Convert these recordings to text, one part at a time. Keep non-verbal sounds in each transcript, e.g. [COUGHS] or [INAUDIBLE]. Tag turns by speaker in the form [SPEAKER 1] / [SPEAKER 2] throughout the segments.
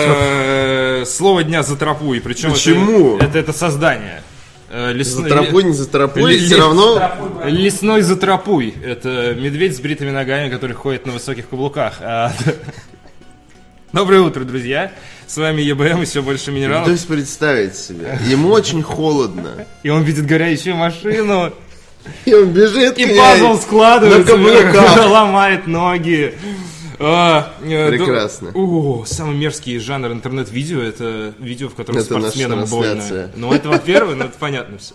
[SPEAKER 1] э, слово дня за тропу. И причем это-
[SPEAKER 2] Почему?
[SPEAKER 1] Это, это создание. Э, лесной-
[SPEAKER 2] За тропой, не за тропой,
[SPEAKER 1] Лес-
[SPEAKER 2] все равно...
[SPEAKER 1] Лесной затропуй. Это медведь с бритыми ногами, который ходит на высоких каблуках. А, [LAUGHS] Доброе утро, друзья. С вами ЕБМ и все больше
[SPEAKER 2] То
[SPEAKER 1] минералов.
[SPEAKER 2] есть представить себе. Ему очень холодно.
[SPEAKER 1] И он видит горящую машину.
[SPEAKER 2] И он бежит
[SPEAKER 1] И
[SPEAKER 2] к ней.
[SPEAKER 1] пазл складывается,
[SPEAKER 2] На каблуках.
[SPEAKER 1] ломает ноги. А, э,
[SPEAKER 2] Прекрасно.
[SPEAKER 1] да- О, самый мерзкий жанр интернет-видео это видео, в котором
[SPEAKER 2] Это наша
[SPEAKER 1] спортсменам
[SPEAKER 2] трансляция.
[SPEAKER 1] больно. Ну, это во-первых, ну это понятно все.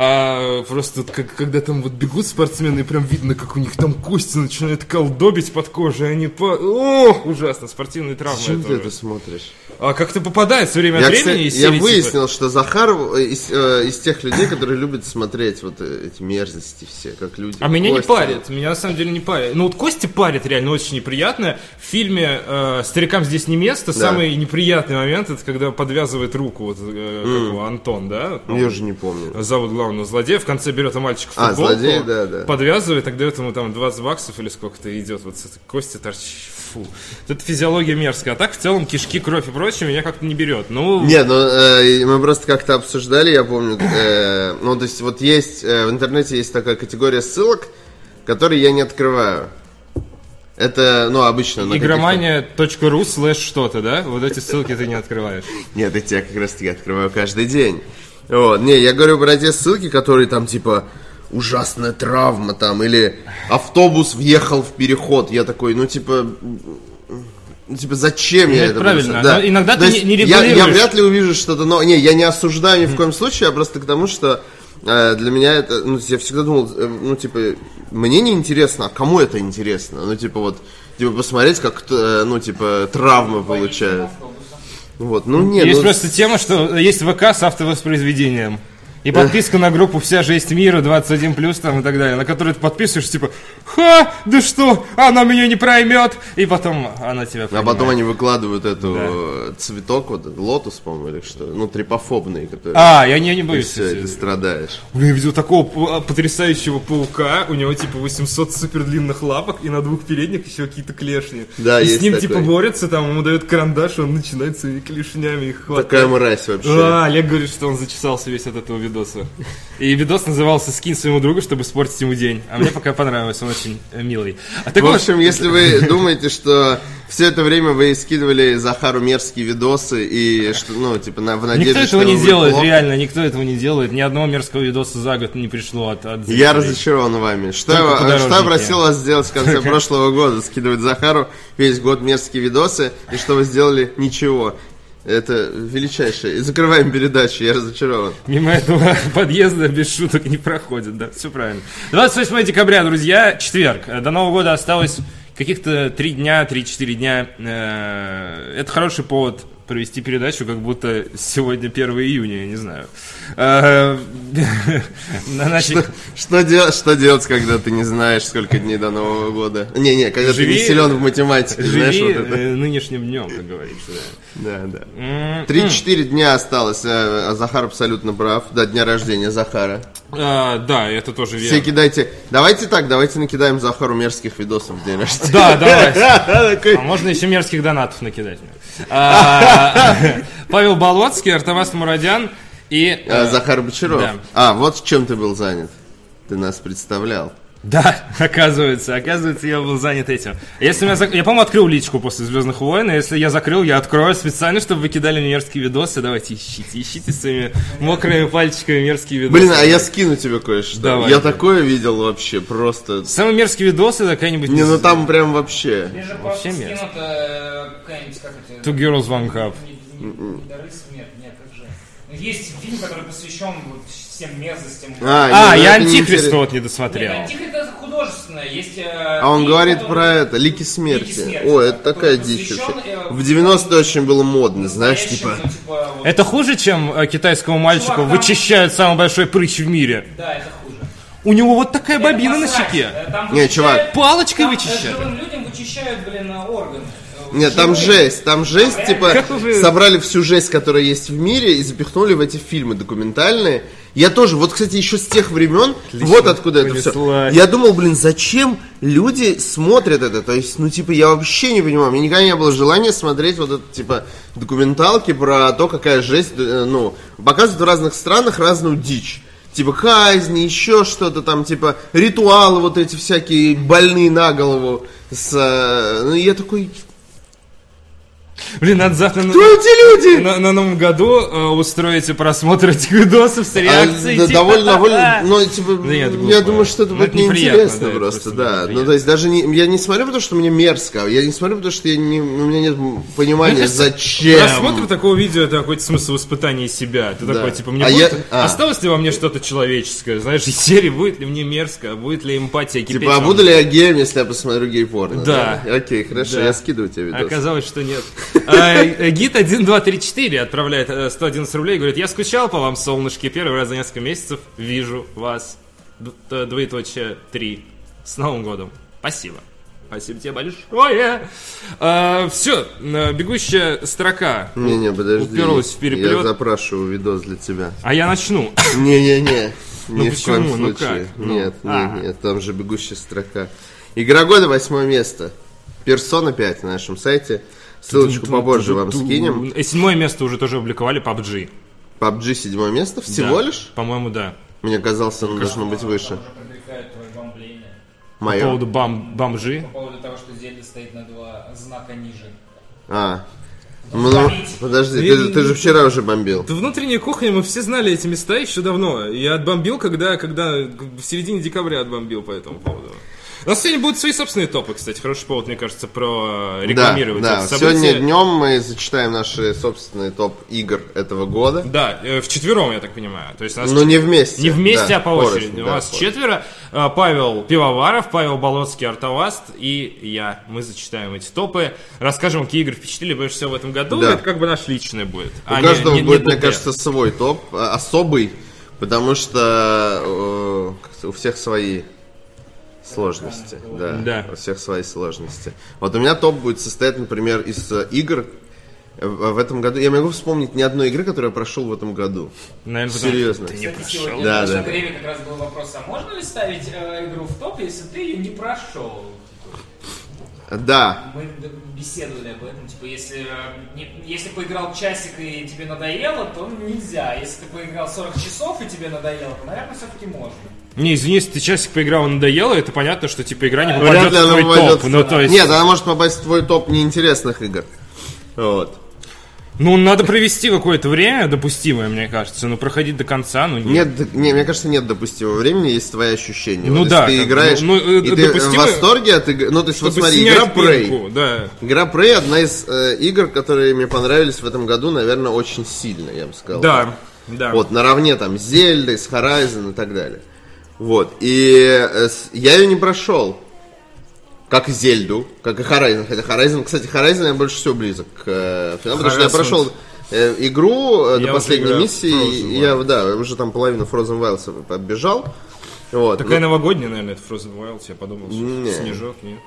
[SPEAKER 1] А, просто вот как- когда там вот бегут спортсмены, и прям видно, как у них там кости начинают колдобить под кожей, они по... О, ужасно, спортивные травмы.
[SPEAKER 2] Зачем
[SPEAKER 1] это
[SPEAKER 2] ты это
[SPEAKER 1] ужас.
[SPEAKER 2] смотришь?
[SPEAKER 1] А как-то попадает все время
[SPEAKER 2] Я,
[SPEAKER 1] от времени
[SPEAKER 2] кстати,
[SPEAKER 1] из
[SPEAKER 2] я
[SPEAKER 1] серии, типа,
[SPEAKER 2] выяснил, что Захаров э, из, э, из тех людей, которые любят смотреть вот э, эти мерзости все, как люди.
[SPEAKER 1] А меня не
[SPEAKER 2] кости.
[SPEAKER 1] парит, меня на самом деле не парит. Ну вот Кости парит реально очень неприятно. В фильме э, «Старикам здесь не место»
[SPEAKER 2] Да.
[SPEAKER 1] самый неприятный момент, это когда подвязывает руку, вот, э, как его, Антон, да?
[SPEAKER 2] Ну, Я уже не помню.
[SPEAKER 1] Зовут главного злодея, в конце берет у мальчика
[SPEAKER 2] А,
[SPEAKER 1] футболку,
[SPEAKER 2] злодей, да, да.
[SPEAKER 1] подвязывает, так дает ему там 20 баксов или сколько-то и идет, вот с этой кости торчит, фу. Вот Это физиология мерзкая, а так в целом кишки, кровь и прочее меня как-то не берет. Ну,
[SPEAKER 2] Нет, ну э, мы просто как-то обсуждали, я помню. э, ну, то есть, вот есть э, в интернете есть такая категория ссылок, которые я не открываю. Это, ну, обычно на
[SPEAKER 1] игромания.ру слэш что-то, да? Вот эти ссылки ты не открываешь.
[SPEAKER 2] каких-то- Нет, эти я как раз таки открываю каждый день. Вот. Не, я говорю про те ссылки, которые там типа ужасная травма там, или автобус въехал в переход. Я такой, ну типа. ну, Типа, зачем я
[SPEAKER 1] это
[SPEAKER 2] это буду
[SPEAKER 1] правильно.
[SPEAKER 2] слушать?
[SPEAKER 1] Но иногда
[SPEAKER 2] То
[SPEAKER 1] ты
[SPEAKER 2] есть
[SPEAKER 1] не- не
[SPEAKER 2] я, я
[SPEAKER 1] регулируешь.
[SPEAKER 2] вряд ли увижу что-то но Не, я не осуждаю ни в коем случае, а просто к тому, что э, для меня это... Ну, я всегда думал, э, ну, типа, мне не интересно, а кому это интересно? Ну, типа, вот, типа, посмотреть, как, э, ну, типа, травмы получают. Вот, ну, нет,
[SPEAKER 1] есть
[SPEAKER 2] ну,
[SPEAKER 1] просто тема, что есть ВК с автовоспроизведением. И подписка на группу «Вся жесть мира», 21+, плюс там и так далее, на которую ты подписываешь, типа, ха, да что, она меня не проймет, и потом она тебя
[SPEAKER 2] А
[SPEAKER 1] поймет.
[SPEAKER 2] потом они выкладывают эту э, цветок, вот, этот лотос, по-моему, или что? Ну, трипофобный, который...
[SPEAKER 1] А, я не, не
[SPEAKER 2] и
[SPEAKER 1] боюсь.
[SPEAKER 2] все, и
[SPEAKER 1] кстати.
[SPEAKER 2] ты страдаешь.
[SPEAKER 1] Блин, я видел такого пу- а, потрясающего паука, у него типа 800 супер длинных лапок, и на двух передних еще какие-то клешни.
[SPEAKER 2] Да,
[SPEAKER 1] и с
[SPEAKER 2] есть
[SPEAKER 1] ним
[SPEAKER 2] такой.
[SPEAKER 1] типа борются, там ему дают карандаш, он начинает своими клешнями их хватать.
[SPEAKER 2] Такая мразь вообще.
[SPEAKER 1] А, Олег говорит, что он зачесался весь от этого видоса. И видос назывался «Скинь своему другу, чтобы испортить ему день». А мне пока понравилось, он очень э, милый. А так
[SPEAKER 2] В
[SPEAKER 1] вот,
[SPEAKER 2] общем,
[SPEAKER 1] [LAUGHS]
[SPEAKER 2] если вы думаете, что все это время вы скидывали Захару мерзкие видосы и что, ну, типа, на, в надежде,
[SPEAKER 1] никто
[SPEAKER 2] что
[SPEAKER 1] этого не
[SPEAKER 2] ему будет
[SPEAKER 1] делает,
[SPEAKER 2] плохо,
[SPEAKER 1] реально, никто этого не делает. Ни одного мерзкого видоса за год не пришло от, от
[SPEAKER 2] Я
[SPEAKER 1] зрителей.
[SPEAKER 2] разочарован вами. Что,
[SPEAKER 1] Только
[SPEAKER 2] я-
[SPEAKER 1] подорожники.
[SPEAKER 2] что я просил вас сделать
[SPEAKER 1] [LAUGHS]
[SPEAKER 2] в конце прошлого года? Скидывать Захару весь год мерзкие видосы, и что вы сделали? Ничего. Это величайшее. И закрываем передачу, я разочарован.
[SPEAKER 1] Мимо этого [LAUGHS] подъезда без шуток не проходит, да, все правильно. 28 декабря, друзья, четверг. Э, До Нового года осталось каких-то 3 дня, 3-4 дня. Э, Это хороший повод провести передачу, как будто сегодня 1 июня, я не знаю. Э, [LAUGHS] на нашей-
[SPEAKER 2] Что, дел- что делать, когда ты не знаешь, сколько дней до Нового года? Не-не, когда
[SPEAKER 1] Живи-
[SPEAKER 2] ты не силен в математике, знаешь,
[SPEAKER 1] Живи
[SPEAKER 2] вот это.
[SPEAKER 1] э, нынешним днем, как говорится.
[SPEAKER 2] Да, да.
[SPEAKER 1] да. М,
[SPEAKER 2] 3-4 дня осталось, э, а Захар абсолютно прав, до дня рождения Захара.
[SPEAKER 1] а, Да, это тоже
[SPEAKER 2] Все
[SPEAKER 1] верно.
[SPEAKER 2] кидайте. Давайте так, давайте накидаем Захару мерзких видосов в день рождения.
[SPEAKER 1] [LAUGHS] Да,
[SPEAKER 2] [LAUGHS]
[SPEAKER 1] давай.
[SPEAKER 2] Такой,
[SPEAKER 1] А можно еще мерзких донатов накидать мне. А, [LAUGHS] Павел Болоцкий, Артавас Мурадян и...
[SPEAKER 2] э,
[SPEAKER 1] э,
[SPEAKER 2] Захар Бочаров.
[SPEAKER 1] Да.
[SPEAKER 2] А, вот чем ты был занят. Ты нас представлял.
[SPEAKER 1] Да, [LAUGHS] оказывается, оказывается, я был занят этим. Если меня зак- Я, по-моему, открыл личку после «Звездных войн», и если я закрыл, я открою специально, чтобы вы кидали мне мерзкие видосы. Давайте ищите, ищите своими мокрыми пальчиками мерзкие видосы.
[SPEAKER 2] Блин, а я скину тебе кое-что.
[SPEAKER 1] Давай.
[SPEAKER 2] Я такое видел вообще, просто...
[SPEAKER 1] Самые мерзкие видосы, это какая-нибудь...
[SPEAKER 2] Не, ну там прям вообще...
[SPEAKER 3] же
[SPEAKER 1] Вообще
[SPEAKER 3] просто
[SPEAKER 1] мерзко.
[SPEAKER 3] скинута какая-нибудь, как это...
[SPEAKER 1] Two girls, one cup.
[SPEAKER 3] Не- не- не- не Дорыс, нет, нет, как же. Ну, Есть фильм, который посвящен вот всем мерзостям.
[SPEAKER 1] А,
[SPEAKER 2] не, ну
[SPEAKER 1] я
[SPEAKER 2] это не
[SPEAKER 1] «Антихриста»
[SPEAKER 2] интересно.
[SPEAKER 1] вот не
[SPEAKER 3] Нет,
[SPEAKER 1] досмотрел.
[SPEAKER 3] «Антихрист» это художественное, есть... э,
[SPEAKER 2] А он говорит про это, лики смерти.
[SPEAKER 3] смерти,
[SPEAKER 2] О,
[SPEAKER 3] да,
[SPEAKER 2] это такая
[SPEAKER 3] который
[SPEAKER 2] дичь
[SPEAKER 3] посвящен,
[SPEAKER 2] вообще.
[SPEAKER 3] э,
[SPEAKER 2] В 90-е очень было модно, знаешь, типа...
[SPEAKER 3] ну, Это...
[SPEAKER 1] Это хуже, чем э, китайскому мальчику
[SPEAKER 3] Чувак, там-
[SPEAKER 1] вычищают самый большой прыщ в мире.
[SPEAKER 3] Да, это хуже.
[SPEAKER 1] У него вот такая бобина
[SPEAKER 3] Это
[SPEAKER 1] на
[SPEAKER 3] ну посрать.
[SPEAKER 1] щеке.
[SPEAKER 3] Э, Там
[SPEAKER 2] Не,
[SPEAKER 3] вычищают-
[SPEAKER 2] чувак.
[SPEAKER 1] Палочкой
[SPEAKER 3] там, э,
[SPEAKER 1] вычищают.
[SPEAKER 3] Живым людям вычищают, блин, э, органы. Э,
[SPEAKER 2] Нет, там жесть, там жесть, типа,
[SPEAKER 1] Как вы-
[SPEAKER 2] собрали всю жесть, которая есть в мире, и запихнули в эти фильмы документальные. Я тоже, вот, кстати, еще с тех времен, вот откуда это все.
[SPEAKER 1] понеслась.
[SPEAKER 2] Я думал, блин, зачем люди смотрят это? То есть, ну, типа, я вообще не понимаю, мне никогда не было желания смотреть вот это, типа, документалки про то, какая жесть, э, ну, показывают в разных странах разную дичь. Типа казни, еще что-то там, типа ритуалы вот эти всякие, больные на голову. С, э, ну, я такой,
[SPEAKER 1] Блин, надо завтра на,
[SPEAKER 2] кто эти люди?
[SPEAKER 1] на- на новом году э, устроить просмотр этих видосов с
[SPEAKER 2] А,
[SPEAKER 1] реакцией.
[SPEAKER 2] да,
[SPEAKER 1] типа,
[SPEAKER 2] [LAUGHS] довольно, довольно,
[SPEAKER 1] «Ха-ха».
[SPEAKER 2] ну, типа,
[SPEAKER 1] Да нет, это
[SPEAKER 2] я
[SPEAKER 1] глупо.
[SPEAKER 2] думаю, что это
[SPEAKER 1] Ну,
[SPEAKER 2] будет
[SPEAKER 1] это неприятно,
[SPEAKER 2] неинтересно
[SPEAKER 1] да, это
[SPEAKER 2] просто,
[SPEAKER 1] просто
[SPEAKER 2] да.
[SPEAKER 1] неприятно.
[SPEAKER 2] Ну, то есть даже не, я не смотрю, потому что мне мерзко, я не смотрю, потому что я не, у меня нет понимания, зачем.
[SPEAKER 1] Просмотр такого видео это какой-то смысл воспитания себя. Ты
[SPEAKER 2] Да.
[SPEAKER 1] такой, типа, мне
[SPEAKER 2] А
[SPEAKER 1] будет-
[SPEAKER 2] я- а.
[SPEAKER 1] осталось ли во мне что-то человеческое? Знаешь, из серии будет ли мне мерзко, а будет ли эмпатия кипеть?
[SPEAKER 2] Типа, а
[SPEAKER 1] во
[SPEAKER 2] буду
[SPEAKER 1] мне?
[SPEAKER 2] ли я геем, если я посмотрю гей-порно?
[SPEAKER 1] Да.
[SPEAKER 2] Окей, хорошо,
[SPEAKER 1] Да.
[SPEAKER 2] я скидываю тебе видос.
[SPEAKER 1] Оказалось, что нет. А, э, Гид 1234 отправляет э, 111 рублей и говорит, я скучал по вам, солнышки, первый раз за несколько месяцев вижу вас. Д- э, Двоеточие 3. С Новым годом. Спасибо. Спасибо тебе большое. А, все, э, бегущая строка.
[SPEAKER 2] Не-не, подожди.
[SPEAKER 1] Уперлась в переплет.
[SPEAKER 2] Я запрашиваю видос для тебя.
[SPEAKER 1] А я начну.
[SPEAKER 2] Не-не-не. Ни в
[SPEAKER 1] почему?
[SPEAKER 2] коем
[SPEAKER 1] Ну
[SPEAKER 2] случае.
[SPEAKER 1] как? Ну,
[SPEAKER 2] Нет,
[SPEAKER 1] а.
[SPEAKER 2] нет, нет, там же бегущая строка. Игра года, восьмое место. Персона 5 на нашем сайте. Ссылочку побольше вам скинем.
[SPEAKER 1] Э, Седьмое место уже тоже опубликовали PUBG.
[SPEAKER 2] PUBG седьмое место всего
[SPEAKER 1] Да.
[SPEAKER 2] лишь?
[SPEAKER 1] По-моему, да.
[SPEAKER 2] Мне казалось, оно должно быть выше.
[SPEAKER 3] Уже привлекает твое бомбление.
[SPEAKER 1] По
[SPEAKER 2] Мое.
[SPEAKER 1] поводу бам- бомжи.
[SPEAKER 3] По поводу того, что Зельда стоит на два знака ниже.
[SPEAKER 2] А. Ну, подожди, ты, же- ты же вчера уже бомбил.
[SPEAKER 4] Да внутренняя кухня, мы все знали эти места еще давно. Я отбомбил, когда, когда в середине декабря отбомбил по этому поводу. У нас сегодня будут свои собственные топы, кстати. Хороший повод, мне кажется, про э,
[SPEAKER 2] Да,
[SPEAKER 4] рекламировать
[SPEAKER 2] да.
[SPEAKER 4] это событие.
[SPEAKER 2] Сегодня днем мы зачитаем наши собственные топ игр этого года.
[SPEAKER 4] Да, э, вчетвером, я так понимаю. То есть нас
[SPEAKER 2] Но Ну, не вместе.
[SPEAKER 1] Не вместе,
[SPEAKER 2] да,
[SPEAKER 1] а по
[SPEAKER 2] порознь,
[SPEAKER 1] очереди. У
[SPEAKER 2] да,
[SPEAKER 1] нас
[SPEAKER 2] порознь.
[SPEAKER 1] четверо.
[SPEAKER 4] Э,
[SPEAKER 1] А, Павел Пивоваров, Павел Болоцкий, Артоваст и я. Мы зачитаем эти топы, расскажем, какие игры впечатлили больше всего в этом году.
[SPEAKER 2] Да.
[SPEAKER 1] Это как бы наш личный будет.
[SPEAKER 2] У
[SPEAKER 1] А не-
[SPEAKER 2] каждого
[SPEAKER 1] не- не
[SPEAKER 2] будет, мне
[SPEAKER 1] ДТ.
[SPEAKER 2] кажется, свой топ, а, особый, потому что э, как-то у всех свои сложности. Да,
[SPEAKER 1] Да.
[SPEAKER 2] У всех свои сложности. Вот у меня топ будет состоять, например, из э, игр э, в в этом году. Я могу вспомнить ни одной игры, которую я прошел в этом году.
[SPEAKER 1] Наверное, потому-
[SPEAKER 2] Серьезно.
[SPEAKER 3] Кстати, сегодня
[SPEAKER 2] Да,
[SPEAKER 3] в нашем
[SPEAKER 2] да.
[SPEAKER 3] время как раз был вопрос, а можно ли ставить э, игру в топ, если ты ее не прошел?
[SPEAKER 2] Да.
[SPEAKER 3] Мы д- беседовали об этом, типа, если, э, не- если поиграл часик и тебе надоело, то нельзя. Если ты поиграл 40 часов и тебе надоело, то, наверное, все-таки можно.
[SPEAKER 1] Не, извини, если ты часик поиграл и надоело, это понятно, что типа игра не попадет
[SPEAKER 2] Вряд
[SPEAKER 1] в
[SPEAKER 2] ли она
[SPEAKER 1] твой
[SPEAKER 2] попадет
[SPEAKER 1] топ.
[SPEAKER 2] в-
[SPEAKER 1] Ну, то есть,
[SPEAKER 2] Нет, она может попасть в твой топ неинтересных игр. Вот.
[SPEAKER 1] ну, надо провести какое-то время допустимое, мне кажется, но проходить до конца, ну, нет.
[SPEAKER 2] Нет, д- не, мне кажется, нет допустимого времени, есть твои ощущения.
[SPEAKER 1] Ну
[SPEAKER 2] Вот если
[SPEAKER 1] да,
[SPEAKER 2] ты
[SPEAKER 1] как бы,
[SPEAKER 2] играешь,
[SPEAKER 1] ну, э,
[SPEAKER 2] и ты в
[SPEAKER 1] допустимое-
[SPEAKER 2] восторге от игры. Ну, то есть, вот
[SPEAKER 1] Чтобы
[SPEAKER 2] смотри,
[SPEAKER 1] снять
[SPEAKER 2] игра Prey.
[SPEAKER 1] пылинку, Да.
[SPEAKER 2] Игра Prey одна из э, игр, которые мне понравились в этом году, наверное, очень сильно, я бы сказал.
[SPEAKER 1] Да, да.
[SPEAKER 2] Вот, наравне там с Зельдой, с Horizon и так далее. Вот, и э, с- я ее не прошел. Как и Зельду, как и Horizon. Хотя Horizon, кстати, Horizon я больше всего близок к э, финалу, потому что я
[SPEAKER 1] Horizon.
[SPEAKER 2] прошел э, игру э,
[SPEAKER 1] уже
[SPEAKER 2] до последней
[SPEAKER 1] играю в
[SPEAKER 2] миссии,
[SPEAKER 1] Frozen
[SPEAKER 2] и я, да, уже там половину Frozen Wilds побежал. Вот.
[SPEAKER 1] Такая новогодняя, наверное, это Frozen Wilds, я подумал.
[SPEAKER 2] Не.
[SPEAKER 1] Снежок, нет.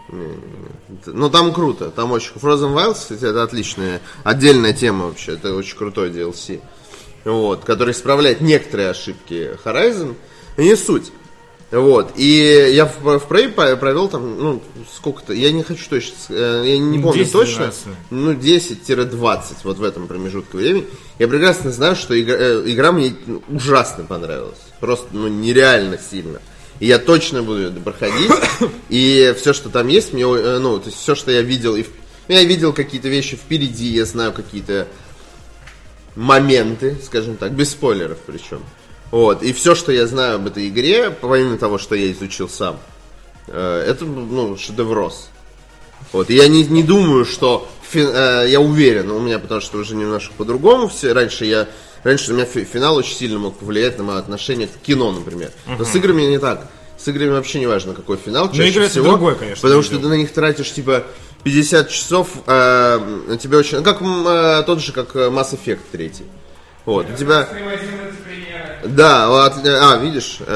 [SPEAKER 2] Ну, там круто, там очень... Frozen Wilds, кстати, это отличная, отдельная тема вообще, это очень крутой DLC, вот, который исправляет некоторые ошибки Horizon, и не суть. Вот, и я в, в Prey по- провел там, ну, сколько-то, я не хочу точно, с- э, я не помню
[SPEAKER 1] 10-12.
[SPEAKER 2] точно, ну, 10-20, вот в этом промежутке времени. Я прекрасно знаю, что игра, э, игра мне ну, ужасно понравилась, просто, ну, нереально сильно. И я точно буду ее проходить. И все, что там есть, мне, э, ну, то есть все, что я видел, и в- ну, я видел какие-то вещи впереди, я знаю какие-то моменты, скажем так, без спойлеров причем. Вот, и все, что я знаю об этой игре, помимо того, что я изучил сам, э, это, ну, шедеврос. Вот, и я не, не думаю, что... фи- э, я уверен, у меня, потому что уже немножко по-другому все. Раньше я... Раньше у меня фи- финал очень сильно мог повлиять на мое отношение к кино, например. Но с играми не так. С играми вообще не важно, какой финал. чаще
[SPEAKER 1] игры Ну, это
[SPEAKER 2] всего,
[SPEAKER 1] другое, конечно,
[SPEAKER 2] Потому
[SPEAKER 1] дело.
[SPEAKER 2] что ты на них тратишь, типа, 50 часов, э, тебе очень... Как м, э, тот же, как э, Mass Effect 3. Вот, у тебя...
[SPEAKER 3] Приводил эти примеры.
[SPEAKER 2] Да, от- а, видишь, э,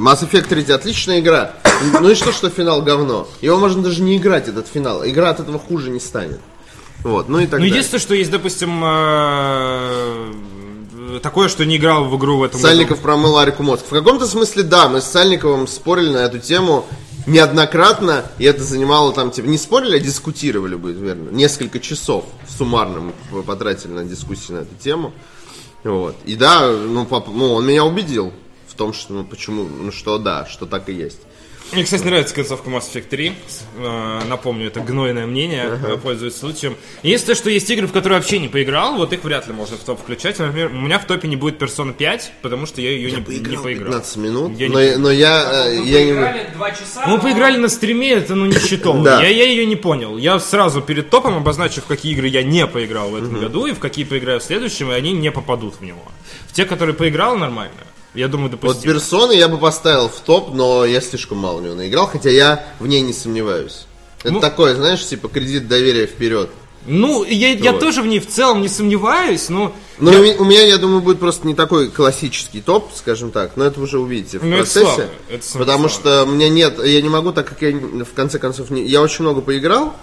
[SPEAKER 2] Mass Effect 3 отличная игра, Ну и что, что финал говно? Его можно даже не играть, этот финал. Игра от этого хуже не станет. Вот, ну и так
[SPEAKER 1] Ну,
[SPEAKER 2] далее.
[SPEAKER 1] единственное, что есть, допустим, э, такое, что не играл в игру в этом году.
[SPEAKER 2] Сальников промыл Арику мозг. В каком-то смысле, да, мы с Сальниковым спорили на эту тему неоднократно, и это занимало там, типа, не спорили, а дискутировали бы, верно, несколько часов суммарно мы п- потратили на дискуссии на эту тему. Вот. И да, ну, пап- ну, он меня убедил в том, что, ну, почему, ну, что да, что так и есть.
[SPEAKER 1] Мне, кстати, нравится концовка Mass Effect 3. Э, Напомню, это гнойное мнение, э, пользуясь случаем. Единственное, что есть игры, в которые вообще не поиграл, вот их вряд ли можно в топ включать. Например, у меня в топе не будет Persona 5, потому что я ее не, не поиграл.
[SPEAKER 2] 15 минут,
[SPEAKER 1] Я не
[SPEAKER 2] но, но я, э,
[SPEAKER 3] Мы
[SPEAKER 2] я не...
[SPEAKER 3] поиграли два часа.
[SPEAKER 1] Мы
[SPEAKER 3] но-
[SPEAKER 1] поиграли на стриме, это ну не считал.
[SPEAKER 2] Да.
[SPEAKER 1] Я, я ее не понял. Я сразу перед топом обозначу, в какие игры я не поиграл в этом году и в какие поиграю в следующем, и они не попадут в него. В те, которые поиграл, нормально. Я думаю,
[SPEAKER 2] Вот
[SPEAKER 1] допустим.
[SPEAKER 2] персоны я бы поставил в топ, но я слишком мало в него наиграл, хотя я в ней не сомневаюсь. Это
[SPEAKER 1] Ну-
[SPEAKER 2] такое, знаешь, типа кредит доверия вперед.
[SPEAKER 1] Ну, я, я
[SPEAKER 2] Вот.
[SPEAKER 1] тоже в ней в целом не сомневаюсь, но...
[SPEAKER 2] Но у, ме- у меня, я думаю, будет просто не такой классический топ, скажем так, но это уже увидите в
[SPEAKER 1] Ну, это
[SPEAKER 2] процессе.
[SPEAKER 1] слабо, это самое
[SPEAKER 2] потому
[SPEAKER 1] слабое.
[SPEAKER 2] что мне нет, я не могу, так как я не- в конце концов не- я очень много поиграл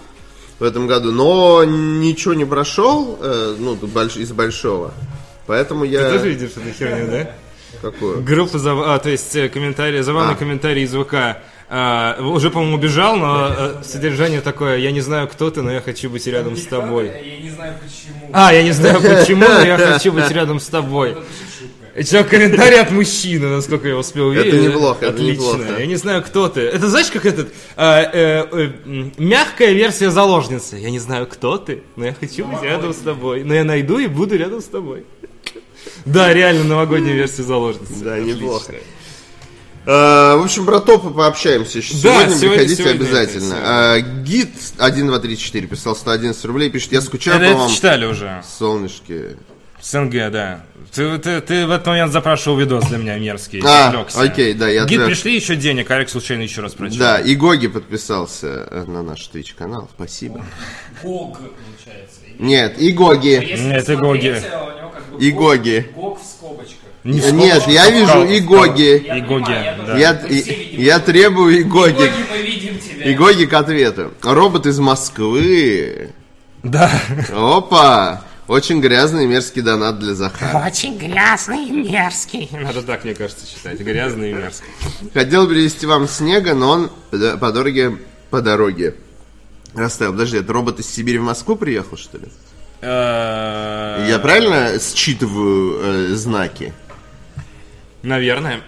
[SPEAKER 2] в этом году, но ничего не прошел, э, ну, больш- из большого. Поэтому я...
[SPEAKER 1] видишь эту херню, да?
[SPEAKER 2] Какую?
[SPEAKER 1] Группа, зав- а, то есть э, комментарии, забавный
[SPEAKER 2] А.
[SPEAKER 1] комментарий из ВК. А, уже, по-моему, убежал, но э, содержание такое, я не знаю, кто ты, но я хочу быть рядом с тобой.
[SPEAKER 3] э, Я не знаю почему.
[SPEAKER 1] А, я не знаю почему, но я хочу быть рядом с тобой. Еще комментарий от мужчины, насколько я успел увидеть.
[SPEAKER 2] неплохо, это
[SPEAKER 1] Отлично.
[SPEAKER 2] неплохо.
[SPEAKER 1] Я не знаю, кто ты. Это знаешь, как этот... а, э, э, м, мягкая версия заложницы. Я не знаю, кто ты, но я хочу быть рядом с тобой. Но я найду и буду рядом с тобой. Да, реально новогодняя версия заложницы.
[SPEAKER 2] Да, неплохо. Э, В общем, про топы пообщаемся еще
[SPEAKER 1] Да,
[SPEAKER 2] сегодня,
[SPEAKER 1] сегодня-
[SPEAKER 2] приходите
[SPEAKER 1] сегодня,
[SPEAKER 2] обязательно. Э, Гид 1234 писал 111 рублей, пишет, я скучаю
[SPEAKER 5] Это,
[SPEAKER 2] по
[SPEAKER 5] это
[SPEAKER 2] вам,
[SPEAKER 5] читали уже.
[SPEAKER 2] солнышки.
[SPEAKER 5] СНГ, да. Ты, ты, ты в этот момент запрашивал видос для меня мерзкий.
[SPEAKER 2] А,
[SPEAKER 5] отвлекся.
[SPEAKER 2] окей, да, я
[SPEAKER 5] Гид,
[SPEAKER 2] отвлек.
[SPEAKER 5] пришли еще денег, Арик случайно еще раз прочел.
[SPEAKER 2] Да, и Гоги подписался э, на наш Twitch канал, спасибо.
[SPEAKER 3] Гог, получается. И
[SPEAKER 2] Нет, и Гоги.
[SPEAKER 3] Если
[SPEAKER 5] Нет,
[SPEAKER 3] вы
[SPEAKER 5] и Гоги.
[SPEAKER 3] смотрите, у него как бы
[SPEAKER 2] И
[SPEAKER 3] Гог-
[SPEAKER 2] Гоги.
[SPEAKER 3] Гог в скобочках.
[SPEAKER 5] Не в
[SPEAKER 2] Нет,
[SPEAKER 5] скобочках,
[SPEAKER 2] я
[SPEAKER 5] а в
[SPEAKER 2] вижу
[SPEAKER 5] скобочках.
[SPEAKER 2] и Гоги.
[SPEAKER 3] Я
[SPEAKER 5] И
[SPEAKER 3] понимаю,
[SPEAKER 5] Гоги,
[SPEAKER 3] я
[SPEAKER 5] да.
[SPEAKER 3] тоже-
[SPEAKER 2] Я,
[SPEAKER 3] мы все
[SPEAKER 2] и-
[SPEAKER 3] видим.
[SPEAKER 2] я требую и Гоги.
[SPEAKER 3] Гоги, мы видим тебя.
[SPEAKER 2] И Гоги к ответу. Робот из Москвы. [LAUGHS]
[SPEAKER 5] Да.
[SPEAKER 2] Опа! Очень грязный и мерзкий донат для Захара.
[SPEAKER 6] Очень грязный и мерзкий.
[SPEAKER 1] Надо так, мне кажется, читать. Грязный и мерзкий.
[SPEAKER 2] Хотел перевести вам снега, но он по по дороге, по дороге. Расставил. Подожди, это робот из Сибири в Москву приехал, что ли?
[SPEAKER 5] Э,
[SPEAKER 2] Я правильно считываю э, знаки?
[SPEAKER 1] Наверное.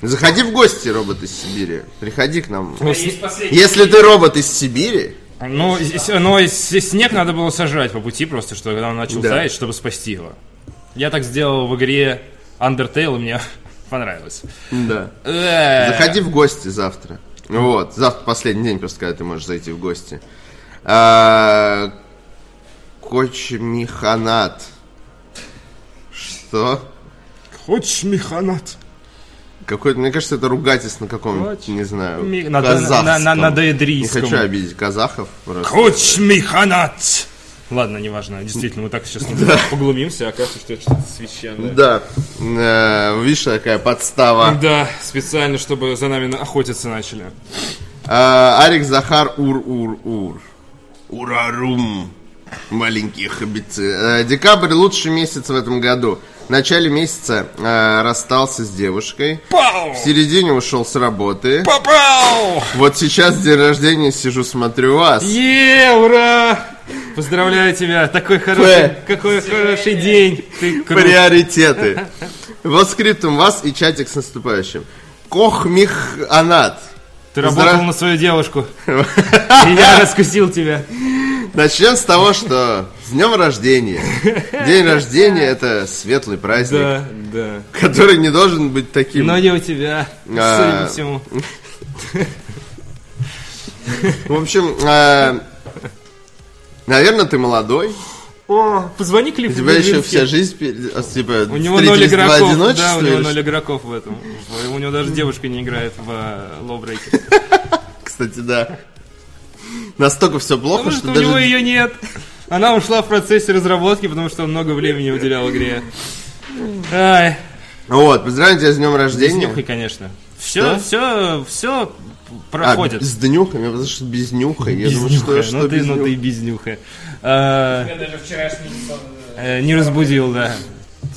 [SPEAKER 2] Заходи в гости, робот из Сибири. Приходи к нам.
[SPEAKER 3] А есть последний.
[SPEAKER 2] Если ты робот из Сибири,
[SPEAKER 5] Ну, и с- но и с- снег надо было сажать по пути просто, что когда он начал
[SPEAKER 2] Да.
[SPEAKER 5] таять, чтобы спасти его. Я так сделал в игре Undertale, и мне [LAUGHS] понравилось.
[SPEAKER 2] да.
[SPEAKER 5] Э,
[SPEAKER 2] Заходи в гости завтра. Вот, завтра последний день просто, когда ты можешь зайти в гости. А, Кочмиханат. Что?
[SPEAKER 5] Хочешь механат?
[SPEAKER 2] Какой-то, мне кажется, это ругательство на каком-нибудь, не знаю,
[SPEAKER 5] Ми- на-
[SPEAKER 2] казахском.
[SPEAKER 5] на- на- на
[SPEAKER 2] Не
[SPEAKER 5] доэдрийском.
[SPEAKER 2] хочу обидеть казахов просто.
[SPEAKER 5] Хочешь механат? Ладно, неважно, действительно, мы так сейчас не
[SPEAKER 1] Поглумимся, окажется, что это что-то священное.
[SPEAKER 2] Да. Э, Видишь, какая подстава.
[SPEAKER 1] Да, специально, чтобы за нами на- охотиться начали.
[SPEAKER 2] А, Арик Захар Ур-Ур-Ур. Урарум. Маленькие хабицы. Э, Декабрь лучший месяц в этом году. В начале месяца э, расстался с девушкой.
[SPEAKER 5] Пау!
[SPEAKER 2] В середине ушел с работы.
[SPEAKER 5] Попал!
[SPEAKER 2] Вот сейчас день рождения сижу, смотрю вас.
[SPEAKER 1] Е, ура! Поздравляю тебя, такой хороший,
[SPEAKER 2] П.
[SPEAKER 1] какой хороший день. Ты крут.
[SPEAKER 2] Приоритеты. Вот скриптум вас и чатик с наступающим. Кохмиханат.
[SPEAKER 5] Ты работал
[SPEAKER 2] Здра-
[SPEAKER 5] на свою
[SPEAKER 2] [LAUGHS]
[SPEAKER 5] девушку. И я раскусил тебя.
[SPEAKER 2] Начнем с того, что с днем рождения. День рождения это светлый праздник,
[SPEAKER 1] Да, да.
[SPEAKER 2] который не должен быть таким.
[SPEAKER 1] Но не у тебя, судя
[SPEAKER 2] А.
[SPEAKER 1] по всему.
[SPEAKER 2] В общем, э, наверное, ты молодой.
[SPEAKER 1] О, позвони
[SPEAKER 2] У
[SPEAKER 1] Клиффу.
[SPEAKER 2] тебя еще
[SPEAKER 1] Ближински.
[SPEAKER 2] вся жизнь пере- а, типа
[SPEAKER 1] У него ноль игроков, да, у него ноль
[SPEAKER 2] или-
[SPEAKER 1] игроков в этом. У него даже девушка не играет в э, лоу-брейке.
[SPEAKER 2] Кстати, да. Настолько все плохо,
[SPEAKER 1] Потому
[SPEAKER 2] что
[SPEAKER 1] что у
[SPEAKER 2] даже
[SPEAKER 1] него ее нет. Она ушла в процессе разработки, потому что он много времени уделял игре. Ай.
[SPEAKER 2] Вот, поздравляю тебя с днем
[SPEAKER 5] С
[SPEAKER 2] рождения.
[SPEAKER 5] Нюхой, конечно. Все, все, все
[SPEAKER 1] проходит.
[SPEAKER 2] А, с днюхами, потому что без нюха. Я
[SPEAKER 1] Без
[SPEAKER 2] думаю,
[SPEAKER 1] нюха.
[SPEAKER 2] что, что
[SPEAKER 1] ну, ты,
[SPEAKER 2] без
[SPEAKER 1] ну
[SPEAKER 2] нюха.
[SPEAKER 1] ты и без нюха. А,
[SPEAKER 3] Я даже вчерашний сон, э,
[SPEAKER 1] э, не разбудил, да.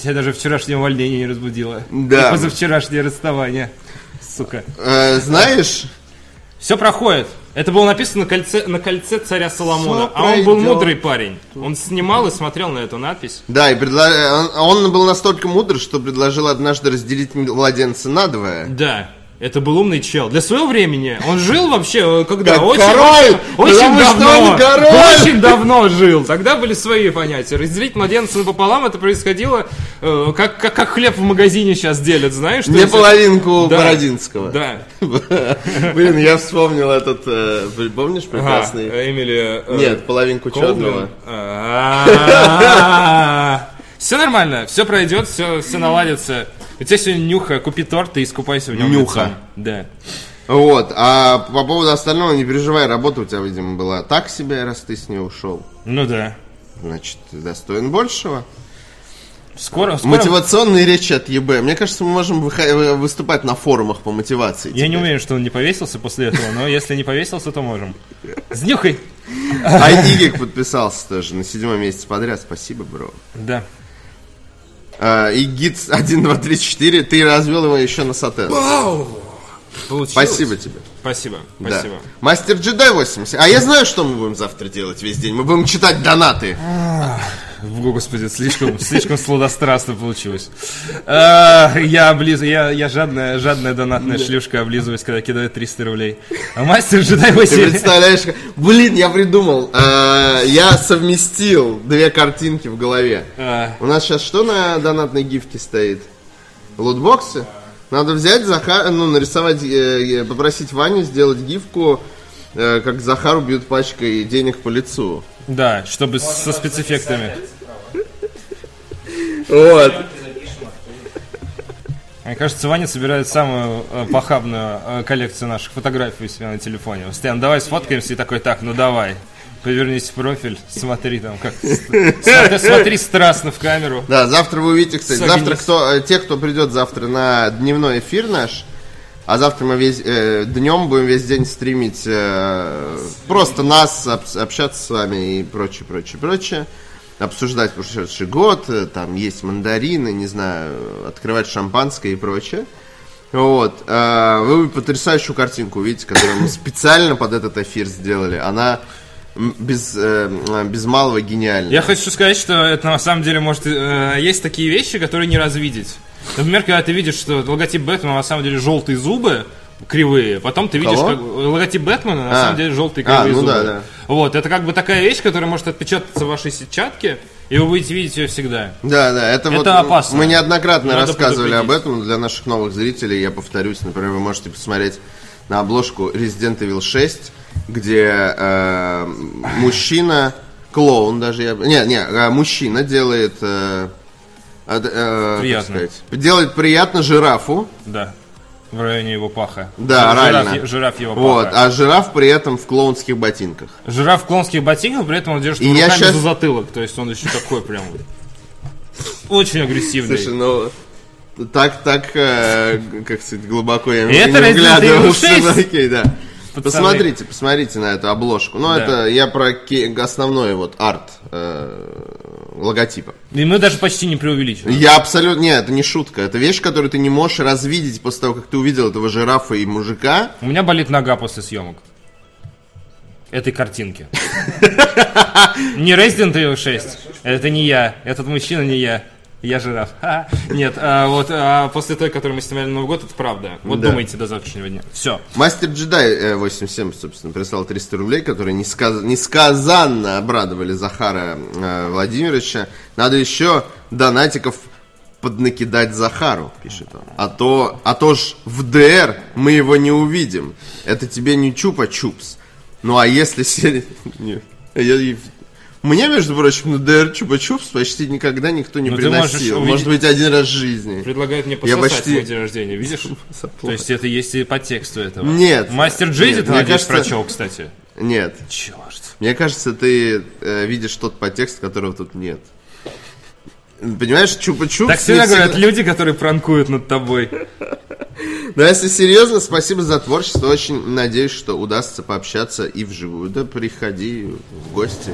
[SPEAKER 1] Тебя даже вчерашнее увольнение не разбудило.
[SPEAKER 2] Да.
[SPEAKER 1] И позавчерашнее расставание. Сука.
[SPEAKER 2] Э, знаешь,
[SPEAKER 1] Все проходит. Это было написано на кольце, на кольце царя Соломона.
[SPEAKER 2] Всё
[SPEAKER 1] а он был
[SPEAKER 2] пройдёт.
[SPEAKER 1] мудрый парень. Он снимал и смотрел на эту надпись.
[SPEAKER 2] да, и предла- он, он был настолько мудр, что предложил однажды разделить младенца надвое.
[SPEAKER 1] Да. Это был умный чел. Для своего времени он жил вообще, э, когда
[SPEAKER 2] Как
[SPEAKER 1] очень,
[SPEAKER 2] король!
[SPEAKER 1] очень
[SPEAKER 2] Потому что
[SPEAKER 1] давно,
[SPEAKER 2] он король!
[SPEAKER 1] очень давно жил. Тогда были свои понятия. Разделить младенца пополам это происходило, э, как, как, как хлеб в магазине сейчас делят, знаешь? то
[SPEAKER 2] Не
[SPEAKER 1] есть-
[SPEAKER 2] половинку
[SPEAKER 1] Да.
[SPEAKER 2] Бородинского.
[SPEAKER 1] Да.
[SPEAKER 2] [LAUGHS] Блин, я вспомнил этот, э, вы помнишь,
[SPEAKER 4] Ага,
[SPEAKER 2] прекрасный?
[SPEAKER 4] Эмили... э,
[SPEAKER 2] Нет, половинку черного.
[SPEAKER 1] [LAUGHS]
[SPEAKER 4] Колман.
[SPEAKER 1] Все нормально, все пройдет, все, все наладится. У тебя сегодня нюха, купи торт и искупайся в нем.
[SPEAKER 2] Нюха.
[SPEAKER 1] лицом. Да.
[SPEAKER 2] Вот, а по поводу остального не переживай, работа у тебя, видимо, была так себе, раз ты с нее ушел.
[SPEAKER 1] Ну да.
[SPEAKER 2] Значит, ты достоин большего.
[SPEAKER 1] Скоро, скоро.
[SPEAKER 2] Мотивационные речи от ЕБ. Мне кажется, мы можем выха- вы- выступать на форумах по мотивации.
[SPEAKER 1] Я не
[SPEAKER 2] теперь.
[SPEAKER 1] уверен, что он не повесился после этого, но если не повесился, то можем. С нюхой.
[SPEAKER 2] Айдигик подписался тоже на седьмом месяце подряд. Спасибо, бро.
[SPEAKER 1] Да.
[SPEAKER 2] А, И гид 1, 2, 3, 4, ты развел его еще на сатен.
[SPEAKER 4] Получилось.
[SPEAKER 2] Спасибо тебе.
[SPEAKER 4] Спасибо.
[SPEAKER 2] Да.
[SPEAKER 4] Спасибо.
[SPEAKER 2] Мастер джедай 80. А я знаю, что мы будем завтра делать весь день. Мы будем читать донаты.
[SPEAKER 1] О, Господи, слишком, [LAUGHS] слишком сладострастно получилось. А, Я облиз... я, я жадная, жадная донатная шлюшка облизываюсь, когда кидаю 300 рублей. А мастер джедай
[SPEAKER 2] Ты
[SPEAKER 1] 8.
[SPEAKER 2] представляешь, как- блин, я придумал. А, Я совместил две картинки в голове.
[SPEAKER 1] А.
[SPEAKER 2] У нас сейчас что на донатной гифке стоит? Лутбоксы? Надо взять Захар, ну, нарисовать, э, э, попросить Ваню сделать гифку, э, как Захару бьют пачкой денег по лицу.
[SPEAKER 1] Да, чтобы со спецэффектами.
[SPEAKER 2] Вот.
[SPEAKER 1] Мне кажется, Ваня собирает самую э, похабную э, коллекцию наших фотографий у себя на телефоне. Он постоянно, давай сфоткаемся и такой, так, ну давай. Повернись в профиль, смотри там как... Смотри, смотри страстно в камеру.
[SPEAKER 2] Да, завтра вы увидите, кстати,
[SPEAKER 1] Сагинис.
[SPEAKER 2] завтра кто, э, те, кто придет завтра на дневной эфир наш, а завтра мы весь э, днем будем весь день стримить э, просто нас, об- общаться с вами и прочее, прочее, прочее, обсуждать прошедший год, э, там есть мандарины, не знаю, открывать шампанское и прочее. Вот, э, вы потрясающую картинку увидите, которую мы специально под этот эфир сделали. Она м, без, э, м, без малого гениальна.
[SPEAKER 1] Я хочу сказать, что это на самом деле может... э, есть такие вещи, которые не развидеть. Например, когда ты видишь, что логотип Бэтмена на самом деле желтые зубы, кривые, потом ты видишь,
[SPEAKER 2] Кого?
[SPEAKER 1] как логотип Бэтмена на
[SPEAKER 2] А.
[SPEAKER 1] самом деле желтые
[SPEAKER 2] А,
[SPEAKER 1] кривые
[SPEAKER 2] ну
[SPEAKER 1] зубы.
[SPEAKER 2] да, да.
[SPEAKER 1] Вот, это как бы такая вещь, которая может отпечататься в вашей сетчатке, и вы будете видеть ее всегда.
[SPEAKER 2] Да, да, это,
[SPEAKER 1] Это
[SPEAKER 2] вот
[SPEAKER 1] опасно.
[SPEAKER 2] мы неоднократно
[SPEAKER 1] Надо
[SPEAKER 2] рассказывали об
[SPEAKER 1] предупредить.
[SPEAKER 2] этом для наших новых зрителей. Я повторюсь, например, вы можете посмотреть на обложку Resident Evil 6, где э, мужчина, клоун даже, я, б- не, не, э, мужчина делает, э, от- э, как
[SPEAKER 1] Приятно.
[SPEAKER 2] сказать, делает приятно жирафу,
[SPEAKER 1] Да. В районе его паха.
[SPEAKER 2] Да,
[SPEAKER 1] Жираф-
[SPEAKER 2] реально.
[SPEAKER 1] е- Жираф его паха.
[SPEAKER 2] вот, а жираф при этом в клоунских ботинках.
[SPEAKER 1] Жираф в клонских ботинках, при этом он держит
[SPEAKER 2] И
[SPEAKER 1] его
[SPEAKER 2] я
[SPEAKER 1] руками
[SPEAKER 2] щас-
[SPEAKER 1] за затылок. То есть он еще такой
[SPEAKER 2] [LAUGHS]
[SPEAKER 1] прям... Очень агрессивный.
[SPEAKER 2] Слушай, ну так, так, э, как сказать, глубоко я
[SPEAKER 1] Это Resident Evil
[SPEAKER 2] вглядывался,
[SPEAKER 1] 6.
[SPEAKER 2] но окей, да.
[SPEAKER 1] Пацаны.
[SPEAKER 2] Посмотрите, посмотрите на эту обложку. Ну,
[SPEAKER 1] Да.
[SPEAKER 2] это я про ке- основной вот арт э, логотипа.
[SPEAKER 1] И мы даже почти не преувеличили.
[SPEAKER 2] Я абсолютно... Нет, это не шутка. Это вещь, которую ты не можешь развидеть после того, как ты увидел этого жирафа и мужика.
[SPEAKER 1] У меня болит нога после съемок. Этой [LAUGHS] картинки. Не Resident Evil 6. Это не я. Этот мужчина не я. Я жираф. Ха. Нет, а вот а после той, которую мы снимали на Новый год, это правда. Вот
[SPEAKER 2] Да.
[SPEAKER 1] думайте до завтрашнего дня. Все.
[SPEAKER 2] Мастер Джедай э, 87, собственно, прислал 300 рублей, которые несказ- несказанно обрадовали Захара э, Владимировича. Надо еще донатиков поднакидать Захару, пишет он. А то, а то ж в ДР мы его не увидим. Это тебе не чупа-чупс. Ну а если... сери- [LAUGHS] Не, я и- Мне, между прочим, на ДР чупа-чупс почти никогда никто не
[SPEAKER 1] Ну, ты можешь
[SPEAKER 2] приносил.
[SPEAKER 1] увидеть-
[SPEAKER 2] Может быть, один раз в жизни.
[SPEAKER 1] Предлагают мне
[SPEAKER 2] Я
[SPEAKER 1] пососать
[SPEAKER 2] почти-
[SPEAKER 1] мой день рождения, видишь? То есть это есть и по тексту этого.
[SPEAKER 2] Нет.
[SPEAKER 1] Мастер Джейзи,
[SPEAKER 2] Нет,
[SPEAKER 1] ты,
[SPEAKER 2] мне
[SPEAKER 1] надеюсь,
[SPEAKER 2] кажется-
[SPEAKER 1] прочел, кстати.
[SPEAKER 2] Нет.
[SPEAKER 1] Черт.
[SPEAKER 2] Мне кажется, ты э, видишь тот подтекст, которого тут нет. Понимаешь, чупа-чупс
[SPEAKER 1] Так
[SPEAKER 2] не
[SPEAKER 1] всегда говорят
[SPEAKER 2] всегда-
[SPEAKER 1] люди, которые пранкуют над тобой.
[SPEAKER 2] Но если серьезно, спасибо за творчество. Очень надеюсь, что удастся пообщаться и вживую. Да приходи в гости.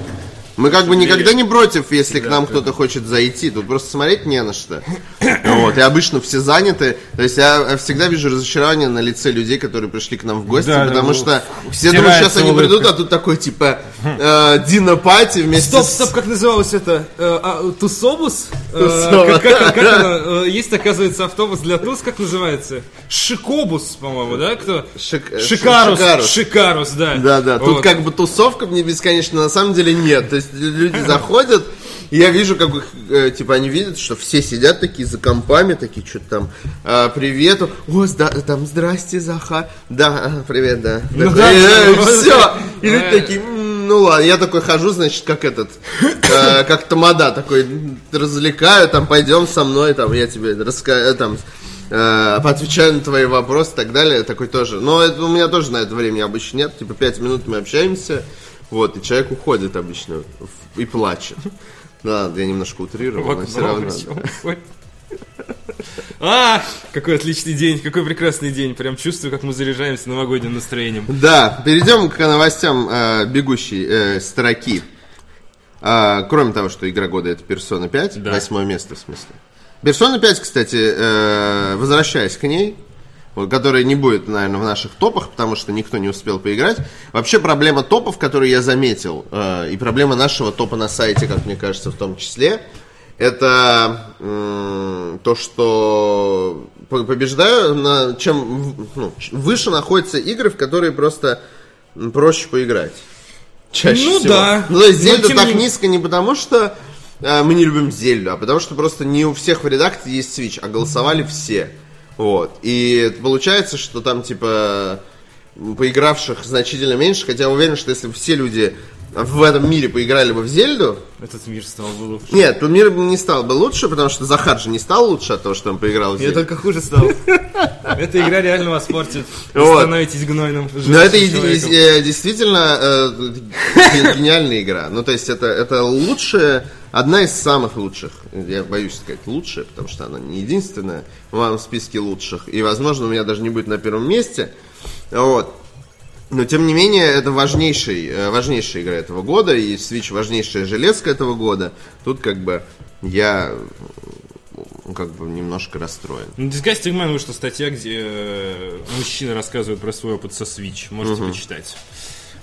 [SPEAKER 2] Мы как бы никогда не против, если к нам кто-то хочет зайти. Тут просто смотреть не на что. [COUGHS] Вот. И обычно все заняты. То есть я всегда вижу разочарование на лице людей, которые пришли к нам в гости,
[SPEAKER 7] Да, да,
[SPEAKER 2] потому
[SPEAKER 7] ну,
[SPEAKER 2] что все думают, сейчас
[SPEAKER 7] стирается
[SPEAKER 2] они придут,
[SPEAKER 7] улыбка.
[SPEAKER 2] а тут такой типа э, Динопати вместе
[SPEAKER 1] Стоп,
[SPEAKER 2] с-
[SPEAKER 1] стоп, как называлось это? Э, а, Тусобус? Э,
[SPEAKER 2] Тусоба.
[SPEAKER 1] Как, как- как оно? Э, Есть, оказывается, автобус для Тус, как называется? Шикобус, по-моему, да? Кто?
[SPEAKER 2] Шик- э,
[SPEAKER 1] Шикарус.
[SPEAKER 2] Шикарус.
[SPEAKER 1] Шикарус, да.
[SPEAKER 2] Да, да. Тут
[SPEAKER 1] Вот.
[SPEAKER 2] как бы тусовка мне бесконечно на самом деле нет. То
[SPEAKER 1] [LAUGHS]
[SPEAKER 2] есть люди заходят, и я вижу, как их, э, типа, они видят, что все сидят такие за компами, такие, что-то там, э, привет, о, зда- там, здрасте, Захар, да, ага, привет, да.
[SPEAKER 1] Ну
[SPEAKER 2] Такой,
[SPEAKER 1] да,
[SPEAKER 2] «Э,
[SPEAKER 1] ну,
[SPEAKER 2] все. И люди
[SPEAKER 1] э.
[SPEAKER 2] такие, «М, ну ладно, я такой хожу, значит, как этот, э, как тамада такой, м, развлекаю, там, пойдем со мной, там, я тебе расскажу, там, э, поотвечаю на твои вопросы и так далее, такой тоже. Но это у меня тоже на это времени обычно нет, типа, пять минут мы общаемся, вот, и человек уходит обычно в- и плачет. Да, я немножко утрировал, но все равно. да.
[SPEAKER 1] Ах, какой отличный день, какой прекрасный день. Прям чувствую, как мы заряжаемся новогодним настроением.
[SPEAKER 2] Да, перейдем к новостям э, бегущей э, строки. А, кроме того, что игра года это Persona 5, восьмое место в смысле. Persona 5, кстати, э, возвращаясь к ней, вот, которая не будет, наверное, в наших топах, потому что никто не успел поиграть. Вообще проблема топов, которую я заметил, э, и проблема нашего топа на сайте, как мне кажется, в том числе, это м, то, что по- побеждаю, на, чем в- ну, ч- выше находятся игры, в которые просто м, проще поиграть. Чаще
[SPEAKER 1] Ну
[SPEAKER 2] всего.
[SPEAKER 1] да.
[SPEAKER 2] Ну, то есть
[SPEAKER 1] Но
[SPEAKER 2] Зельда
[SPEAKER 1] тем
[SPEAKER 2] так
[SPEAKER 1] не-
[SPEAKER 2] низко не потому, что э, мы не любим Зельду, а потому что просто не у всех в редакции есть Switch, а голосовали все. Вот. И получается, что там, типа, поигравших значительно меньше, хотя я уверен, что если бы все люди в этом мире поиграли бы в Зельду,
[SPEAKER 1] Этот мир стал бы лучше.
[SPEAKER 2] нет, то мир бы не стал бы лучше, потому что Захар же не стал лучше от того, что он поиграл в
[SPEAKER 1] Я
[SPEAKER 2] Зельду.
[SPEAKER 1] только хуже
[SPEAKER 2] [LAUGHS]
[SPEAKER 1] стал. Эта игра реально вас портит. Вы
[SPEAKER 2] Вот.
[SPEAKER 1] становитесь гнойным.
[SPEAKER 2] Но Ну, это
[SPEAKER 1] жестоким
[SPEAKER 2] еди-
[SPEAKER 1] человеком.
[SPEAKER 2] э, действительно э, г- гениальная игра. Ну, то есть это, это лучшая, одна из самых лучших. Я боюсь сказать лучшая, потому что она не единственная в моем списке лучших. И, возможно, у меня даже не будет на первом месте. Вот. Но, тем не менее, это важнейший, э, важнейшая игра этого года, и Switch важнейшая железка этого года. Тут, как бы, я м, как бы немножко расстроен.
[SPEAKER 1] На Ну, Disgusting Man вышла статья, где э, мужчины рассказывают про свой опыт со Switch. Можете почитать.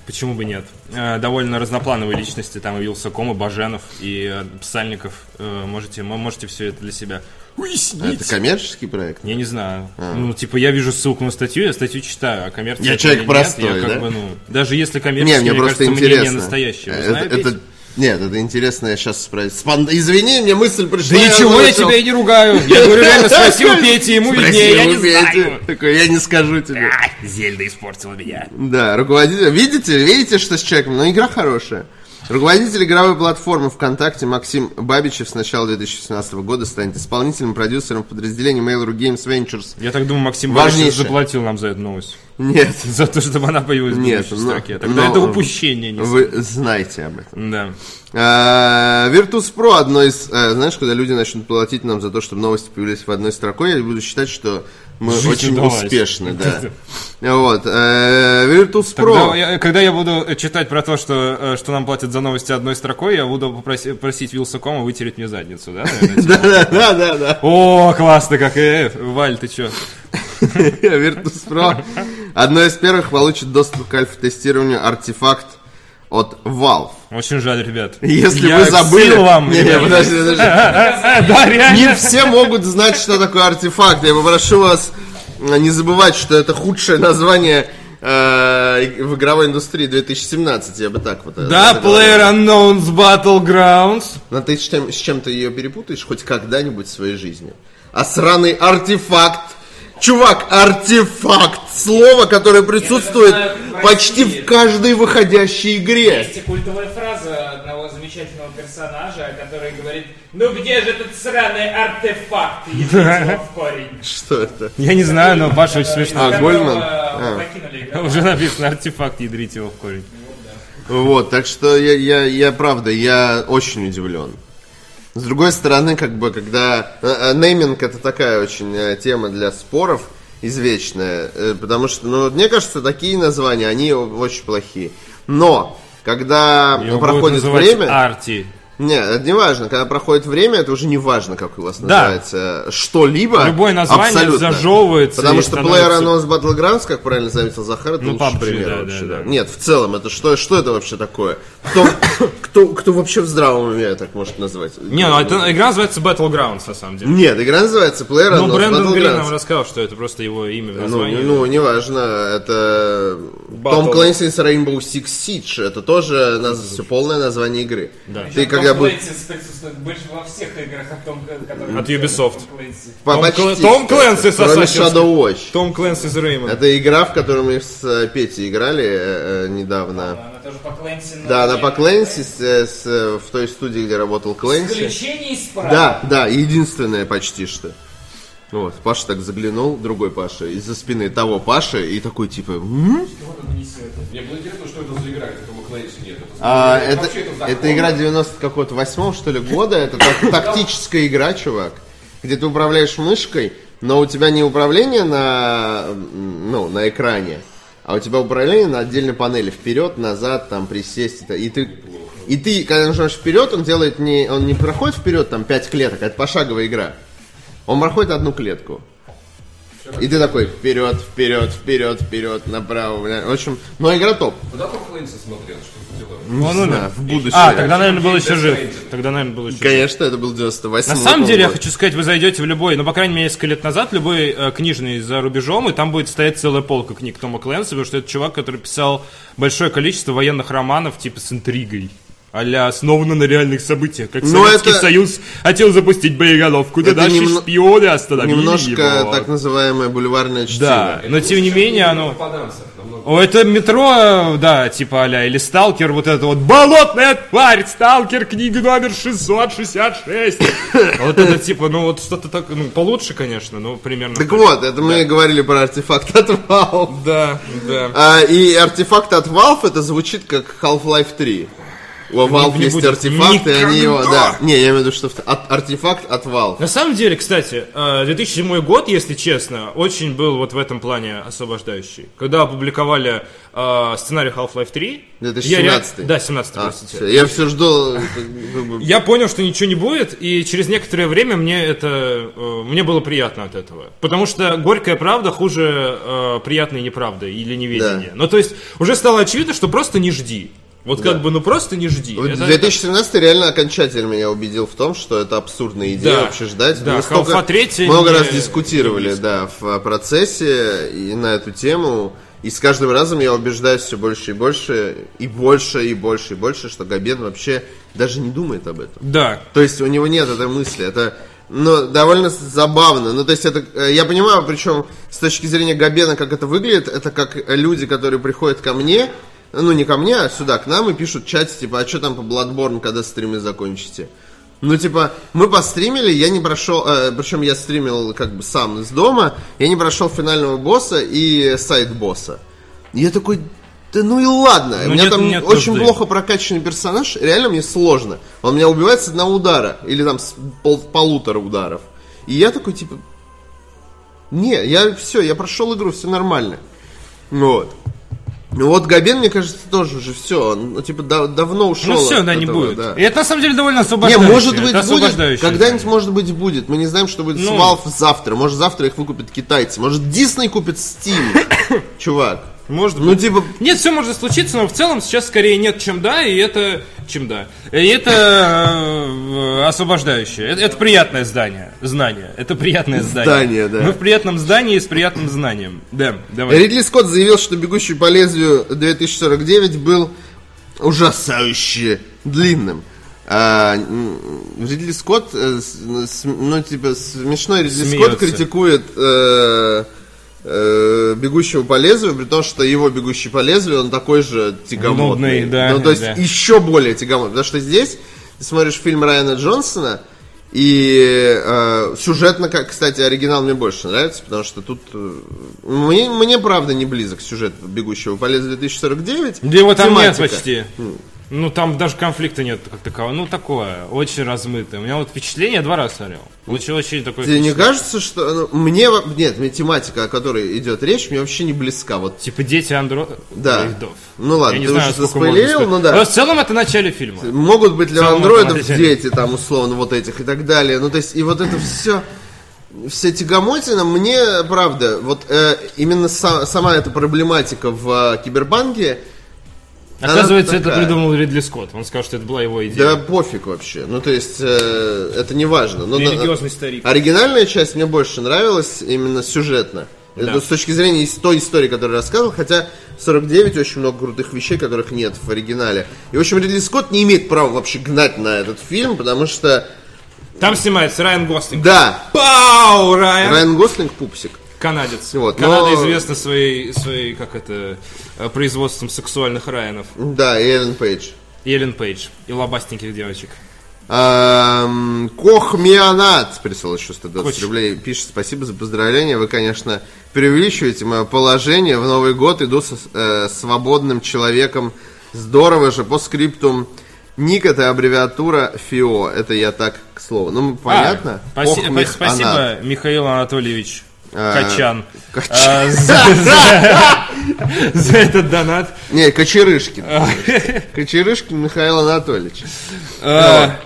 [SPEAKER 1] Почему бы нет? Э, довольно разноплановые личности. Там и Вилсаком, и Баженов, и э, Псальников. Э, можете, м- можете все это для себя уяснить.
[SPEAKER 2] Это коммерческий проект?
[SPEAKER 1] Я не знаю. Ну, типа, я вижу ссылку на статью, я статью читаю, а коммерческий...
[SPEAKER 2] А. Я человек простой,
[SPEAKER 1] я как
[SPEAKER 2] да?
[SPEAKER 1] бы, ну, даже если коммерческий,
[SPEAKER 2] Не, мне просто
[SPEAKER 1] кажется,
[SPEAKER 2] интересно.
[SPEAKER 1] мнение настоящее. Вы
[SPEAKER 2] Это-
[SPEAKER 1] знаете?
[SPEAKER 2] это- нет, это интересно, я сейчас спросил. Извини, мне мысль пришла.
[SPEAKER 1] Да ничего, я
[SPEAKER 2] озвучил.
[SPEAKER 1] тебя и не ругаю. Я
[SPEAKER 2] [LAUGHS]
[SPEAKER 1] говорю, реально, спроси у Пети, ему
[SPEAKER 2] Спроси
[SPEAKER 1] виднее, я
[SPEAKER 2] у
[SPEAKER 1] не
[SPEAKER 2] Пети.
[SPEAKER 1] знаю.
[SPEAKER 2] Такой, я не скажу тебе.
[SPEAKER 8] А, Зельда испортила меня.
[SPEAKER 2] Да, руководитель. Видите, видите, что с человеком? Но игра хорошая. Руководитель игровой платформы ВКонтакте Максим Бабичев с начала 2017 года станет исполнительным продюсером в подразделении Mail.ru Games Ventures.
[SPEAKER 1] Я так думаю, Максим
[SPEAKER 2] Важнейшее.
[SPEAKER 1] Борисович заплатил нам за эту новость. [LAUGHS]
[SPEAKER 2] Нет,
[SPEAKER 1] За то, чтобы она появилась в
[SPEAKER 2] Нет,
[SPEAKER 1] будущей
[SPEAKER 2] но-
[SPEAKER 1] строке. А Тогда
[SPEAKER 2] но-
[SPEAKER 1] это упущение. Не...
[SPEAKER 2] вы знаете об этом.
[SPEAKER 1] Да.
[SPEAKER 2] А, Virtus.pro одно из... э, Знаешь, когда люди начнут платить нам за то, чтобы новости появились в одной строкой, я буду считать, что мы
[SPEAKER 1] Жизнь
[SPEAKER 2] очень
[SPEAKER 1] удалась. [LAUGHS]
[SPEAKER 2] успешны, да. Вот. э, Virtus.pro.
[SPEAKER 1] Когда
[SPEAKER 2] [LAUGHS]
[SPEAKER 1] я, когда я буду читать про то, что, э, что нам платят за новости одной строкой, я буду попроси- просить Вилсакома вытереть мне задницу, да? наверное,
[SPEAKER 2] [LAUGHS]
[SPEAKER 1] типа?
[SPEAKER 2] Да-да-да-да. [LAUGHS]
[SPEAKER 1] О, классно, как э, Валь, ты чё?
[SPEAKER 2] Virtus.pro одно из первых получит доступ к альфа-тестированию артефакт от Valve.
[SPEAKER 1] Очень жаль, ребят.
[SPEAKER 2] Если
[SPEAKER 1] Я
[SPEAKER 2] вы забыли...
[SPEAKER 1] всю вам,
[SPEAKER 2] Не, не,
[SPEAKER 1] ребят.
[SPEAKER 2] подожди, подожди.
[SPEAKER 1] Э, Да,
[SPEAKER 2] Не
[SPEAKER 1] реально.
[SPEAKER 2] все могут знать, что такое артефакт. Я попрошу вас э, не забывать, что это худшее название э, иг- в игровой индустрии 2017. Я бы так вот... э,
[SPEAKER 1] Да,
[SPEAKER 2] назвал.
[SPEAKER 1] Player Unknowns Battlegrounds.
[SPEAKER 2] Но ты с чем- с чем-то ее перепутаешь хоть когда-нибудь в своей жизни. А сраный артефакт. Чувак, артефакт. Слово, которое присутствует
[SPEAKER 3] Я знаю, в
[SPEAKER 2] почти
[SPEAKER 3] России.
[SPEAKER 2] в каждой выходящей игре.
[SPEAKER 3] Есть и культовая фраза одного замечательного персонажа, который говорит, ну где же этот сраный артефакт, если его в корень?
[SPEAKER 2] Что это?
[SPEAKER 1] Я не знаю, но Паша очень смешно.
[SPEAKER 2] А,
[SPEAKER 3] Которого
[SPEAKER 2] Гольман? А.
[SPEAKER 3] Покинули игру.
[SPEAKER 1] Уже написано артефакт, ядрить его в корень.
[SPEAKER 2] Вот, так что я, я, я правда, я очень удивлен. С другой стороны, как бы, когда э, э, нейминг это такая очень э, тема для споров, извечная. э, Потому что, ну, вот мне кажется, такие названия, они очень плохие. Но, когда
[SPEAKER 1] Его будут
[SPEAKER 2] проходит
[SPEAKER 1] называть
[SPEAKER 2] время...
[SPEAKER 1] Арти.
[SPEAKER 2] Не, это не важно. Когда проходит время, это уже не важно, как у вас называется что-либо.
[SPEAKER 1] Любое название
[SPEAKER 2] абсолютно.
[SPEAKER 1] зажевывается
[SPEAKER 2] Потому
[SPEAKER 1] и
[SPEAKER 2] что
[SPEAKER 1] становится-
[SPEAKER 2] PlayerUnknown's Battlegrounds, как правильно заметил Захар, это
[SPEAKER 1] Ну,
[SPEAKER 2] лучший
[SPEAKER 1] PUBG,
[SPEAKER 2] пример
[SPEAKER 1] да,
[SPEAKER 2] вообще,
[SPEAKER 1] да, да.
[SPEAKER 2] Нет, в целом, это что, что это вообще такое? Кто, [COUGHS] кто, кто вообще в здравом уме так может назвать?
[SPEAKER 4] Не, ну это, игра называется Battlegrounds, на самом деле.
[SPEAKER 2] Нет, игра называется PlayerUnknown's
[SPEAKER 4] Ну, Брэндон Грин нам
[SPEAKER 2] Battlegrounds.
[SPEAKER 4] рассказал, что это просто его имя в
[SPEAKER 2] Ну,
[SPEAKER 4] названии.
[SPEAKER 2] не- ну, неважно, это Том Клэнси с Rainbow Six Siege, это тоже наз- полное название игры. Ты когда будешь...
[SPEAKER 3] Клэнсис присутствует больше во всех играх от Том, э, который...
[SPEAKER 4] От Ubisoft.
[SPEAKER 2] По-
[SPEAKER 4] Том
[SPEAKER 2] почти,
[SPEAKER 4] Клэ- Том
[SPEAKER 2] кстати.
[SPEAKER 4] Клэнси с
[SPEAKER 2] Кроме
[SPEAKER 4] Assassin's-
[SPEAKER 2] Shadow Watch.
[SPEAKER 4] Том Клэнс из Реймона.
[SPEAKER 2] Это игра, в которую мы с э, Петей играли э, э, недавно.
[SPEAKER 3] Она тоже по Клэнси. но
[SPEAKER 2] Да, она
[SPEAKER 3] нет.
[SPEAKER 2] по Клэнси, с, э, с, э, в той студии, где работал Клэнси.
[SPEAKER 3] Исключение из правил.
[SPEAKER 2] Да, да, единственная почти что. Вот, Паша так заглянул, другой Паша, из-за спины того Паши, и такой типа... «М?
[SPEAKER 9] Мне было интересно, что это за игра, как этого Клэнси нет. Это,
[SPEAKER 2] А,
[SPEAKER 9] вообще
[SPEAKER 2] это,
[SPEAKER 9] закон.
[SPEAKER 2] это игра 90 какого-то восьмого, что ли, года, это так- тактическая игра, чувак, где ты управляешь мышкой, но у тебя не управление на, м, ну, на экране, а у тебя управление на отдельной панели, вперед, назад, там, присесть, и та- и ты, и ты, когда нажимаешь вперед, он делает не, он не проходит вперед, там, 5 клеток, а это пошаговая игра, он проходит одну клетку. И ты такой, вперед, вперед, вперед, вперед, направо, бля. В общем, но игра топ.
[SPEAKER 9] Куда Том Клэнси смотрел, что делал?
[SPEAKER 2] Не
[SPEAKER 1] Он умер.
[SPEAKER 2] знаю, в будущем.
[SPEAKER 1] А, тогда, наверное, был еще
[SPEAKER 9] Death
[SPEAKER 1] жив.
[SPEAKER 9] Stranding.
[SPEAKER 1] Тогда, наверное, был еще жив.
[SPEAKER 2] Конечно, это был 98
[SPEAKER 1] На самом деле, я хочу сказать, вы зайдете в любой, ну, по крайней мере, несколько лет назад, любой э, книжный за рубежом, и там будет стоять целая полка книг Тома Кленса, потому что это чувак, который писал большое количество военных романов, типа, с интригой. а основано на реальных событиях, как
[SPEAKER 2] Но
[SPEAKER 1] Советский
[SPEAKER 2] это-
[SPEAKER 1] Союз хотел запустить боеголовку, да
[SPEAKER 2] Это
[SPEAKER 1] наши
[SPEAKER 2] немно-
[SPEAKER 1] шпионы остановили
[SPEAKER 2] Немножко
[SPEAKER 1] его.
[SPEAKER 2] так называемое бульварное чтиво.
[SPEAKER 1] Да, но тем не менее оно...
[SPEAKER 9] Попаданцев, намного.
[SPEAKER 1] О, это метро, э, да, типа а или сталкер, вот это вот болотная тварь, сталкер, книга номер
[SPEAKER 2] [LAUGHS]
[SPEAKER 1] 666.
[SPEAKER 4] Вот это типа, ну вот что-то так, ну получше, конечно, но примерно.
[SPEAKER 2] Так вот, э, это мы говорили про артефакт от Valve.
[SPEAKER 4] Да, да.
[SPEAKER 2] А, и артефакт от Valve это звучит как Half-Life 3. У Valve
[SPEAKER 4] не
[SPEAKER 2] есть
[SPEAKER 4] будет
[SPEAKER 2] артефакт, и они его,
[SPEAKER 4] никогда.
[SPEAKER 2] да. Не, я имею в виду, что от- артефакт от Valve.
[SPEAKER 4] На самом деле, кстати, э, 2007 год, если честно, очень был вот в этом плане освобождающий. Когда опубликовали э, сценарий Half-Life 3, я реа-
[SPEAKER 2] 2017.
[SPEAKER 4] да, 17,
[SPEAKER 2] А,
[SPEAKER 4] простите.
[SPEAKER 2] всё, я все ждал. как бы,
[SPEAKER 4] Я понял, что ничего не будет, и через некоторое время мне это э, мне было приятно от этого. Потому что горькая правда хуже э, приятной неправды или неведения.
[SPEAKER 2] Да.
[SPEAKER 4] Ну, то есть, уже стало очевидно, что просто не жди. Вот как бы, ну просто не жди.
[SPEAKER 2] Вот
[SPEAKER 4] Это-
[SPEAKER 2] 2017 реально окончательно меня убедил в том, что это абсурдная идея
[SPEAKER 4] Да.
[SPEAKER 2] вообще ждать.
[SPEAKER 4] Да,
[SPEAKER 2] Мы столько-
[SPEAKER 4] Half-Life 3
[SPEAKER 2] много
[SPEAKER 4] не-
[SPEAKER 2] раз дискутировали, да, в э, процессе и на эту тему. И с каждым разом я убеждаюсь все больше и больше, и больше, и больше, и больше, что Габен вообще даже не думает об этом.
[SPEAKER 4] Да.
[SPEAKER 2] То есть у него нет этой мысли. Это ну, довольно забавно. Ну, то есть это, э, я понимаю, причем с точки зрения Габена, как это выглядит, это как люди, которые приходят ко мне, ну, не ко мне, а сюда, к нам, и пишут в чате, типа, а что там по Bloodborne, когда стримы закончите? Ну, типа, мы постримили, я не прошел, причем я стримил как бы сам из дома, я не прошел финального босса и сайт босса. Я такой, да ну и ладно, у
[SPEAKER 1] Ну,
[SPEAKER 2] меня
[SPEAKER 1] нет-
[SPEAKER 2] там
[SPEAKER 1] нет
[SPEAKER 2] очень
[SPEAKER 1] нужды.
[SPEAKER 2] плохо плохо прокачанный персонаж, реально мне сложно. Он меня убивает с одного удара, или там с пол- полутора ударов. И я такой, типа, не, я все, я прошел игру, все нормально. Вот. Ну вот Габен, мне кажется, тоже уже все. Он, ну, типа, да- давно ушел.
[SPEAKER 1] Ну все,
[SPEAKER 2] от
[SPEAKER 1] да, не
[SPEAKER 2] этого,
[SPEAKER 1] будет.
[SPEAKER 2] да.
[SPEAKER 1] И это на самом деле довольно
[SPEAKER 2] Не,
[SPEAKER 1] освобождающе.
[SPEAKER 2] может
[SPEAKER 1] это
[SPEAKER 2] быть, будет.
[SPEAKER 1] освобождающе.
[SPEAKER 2] Когда-нибудь, может быть, будет. Мы не знаем, что будет
[SPEAKER 1] Ну.
[SPEAKER 2] с Valve завтра. Может, завтра их выкупят китайцы. Может, Дисней купит Steam. [COUGHS] Чувак.
[SPEAKER 4] Может
[SPEAKER 2] Ну, типа,
[SPEAKER 4] Нет, все может случиться, но в целом сейчас скорее нет, чем да, и это... Чем да.
[SPEAKER 1] И это э, освобождающее. Это, это приятное здание. Знание. Это приятное здание.
[SPEAKER 2] Здание, да.
[SPEAKER 1] Мы в приятном здании с приятным знанием. Да, давай.
[SPEAKER 2] Ридли Скотт заявил, что «Бегущий по лезвию 2049» был ужасающе длинным. А, м, Ридли Скотт, э, с- ну, с- ну, типа, смешной Ридли Скотт
[SPEAKER 1] Смеется.
[SPEAKER 2] критикует э, э, «Бегущего по лезвию», при том, что его «Бегущий по лезвию», он такой же тягомотный.
[SPEAKER 1] Нудный, да,
[SPEAKER 2] ну, то есть,
[SPEAKER 1] да.
[SPEAKER 2] еще более тягомотный. Потому что здесь ты смотришь фильм Райана Джонсона, и э, сюжетно, как, кстати, оригинал мне больше нравится, потому что тут э, мне, мне правда не близок сюжет бегущего по лесу 2049.
[SPEAKER 1] Да его там нет
[SPEAKER 2] Тематика.
[SPEAKER 1] почти. Ну, там даже конфликта нет как такового. Ну, такое, очень размытое. У меня вот впечатление, я два раза смотрел. Очень, очень такое
[SPEAKER 2] Тебе не
[SPEAKER 1] впечатление.
[SPEAKER 2] кажется, что... ну, мне... во- Нет, мне тематика, о которой идет речь, мне вообще не близка. Вот
[SPEAKER 1] Типа дети андро...
[SPEAKER 2] Да.
[SPEAKER 1] дроидов.
[SPEAKER 2] Ну ладно,
[SPEAKER 1] я не
[SPEAKER 2] ты
[SPEAKER 1] знаю,
[SPEAKER 2] уже
[SPEAKER 1] сколько можно
[SPEAKER 2] заспойлерил,
[SPEAKER 1] сказать.
[SPEAKER 2] ну да.
[SPEAKER 1] Но в целом это начале фильма.
[SPEAKER 2] Могут быть ли у
[SPEAKER 1] Самому
[SPEAKER 2] андроидов
[SPEAKER 1] автоматизированному.
[SPEAKER 2] дети, там, условно, вот этих и так далее. Ну, то есть, и вот это все, вся тягомотина, мне, правда, вот э, именно са- сама эта проблематика в э, Кибербанке, она
[SPEAKER 1] Оказывается, это
[SPEAKER 2] такая.
[SPEAKER 1] придумал Ридли Скотт. Он сказал, что это была его идея.
[SPEAKER 2] Да пофиг вообще. Ну, то есть, э, это не важно. Но, на-
[SPEAKER 4] Религиозный старик.
[SPEAKER 2] Оригинальная часть мне больше нравилась именно сюжетно. Это с точки зрения ис- той истории, которую я рассказывал, хотя 49 очень много крутых вещей, которых нет в оригинале. И, в общем, Ридли Скотт не имеет права вообще гнать на этот фильм, потому что...
[SPEAKER 4] Там снимается Райан Гослинг.
[SPEAKER 2] Да,
[SPEAKER 4] Пау, Райан!
[SPEAKER 2] Райан Гослинг пупсик.
[SPEAKER 4] Канадец.
[SPEAKER 2] Э, Вот,
[SPEAKER 4] Канада
[SPEAKER 2] но-
[SPEAKER 4] известна своей, своей, как это, э, производством сексуальных Райанов.
[SPEAKER 2] Да, и Эллен Пейдж.
[SPEAKER 4] И Эллен Пейдж. И лобастеньких девочек.
[SPEAKER 2] Эм, Кохмианат прислал еще 120
[SPEAKER 4] Коч.
[SPEAKER 2] рублей. Пишет, спасибо за поздравление. Вы, конечно, преувеличиваете мое положение. В Новый год иду со э, свободным человеком. Здорово же. По скриптум Ник это аббревиатура ФИО. Это я так, к слову. Ну, понятно?
[SPEAKER 1] А, спаси-
[SPEAKER 2] Кохмианат.
[SPEAKER 1] спасибо, Михаил Анатольевич
[SPEAKER 2] А,
[SPEAKER 1] Качан.
[SPEAKER 2] Кач-
[SPEAKER 1] а, за- За за этот донат.
[SPEAKER 2] [LAUGHS] Не, Кочерышкин. Кочерышкин Михаил Анатольевич.
[SPEAKER 1] А,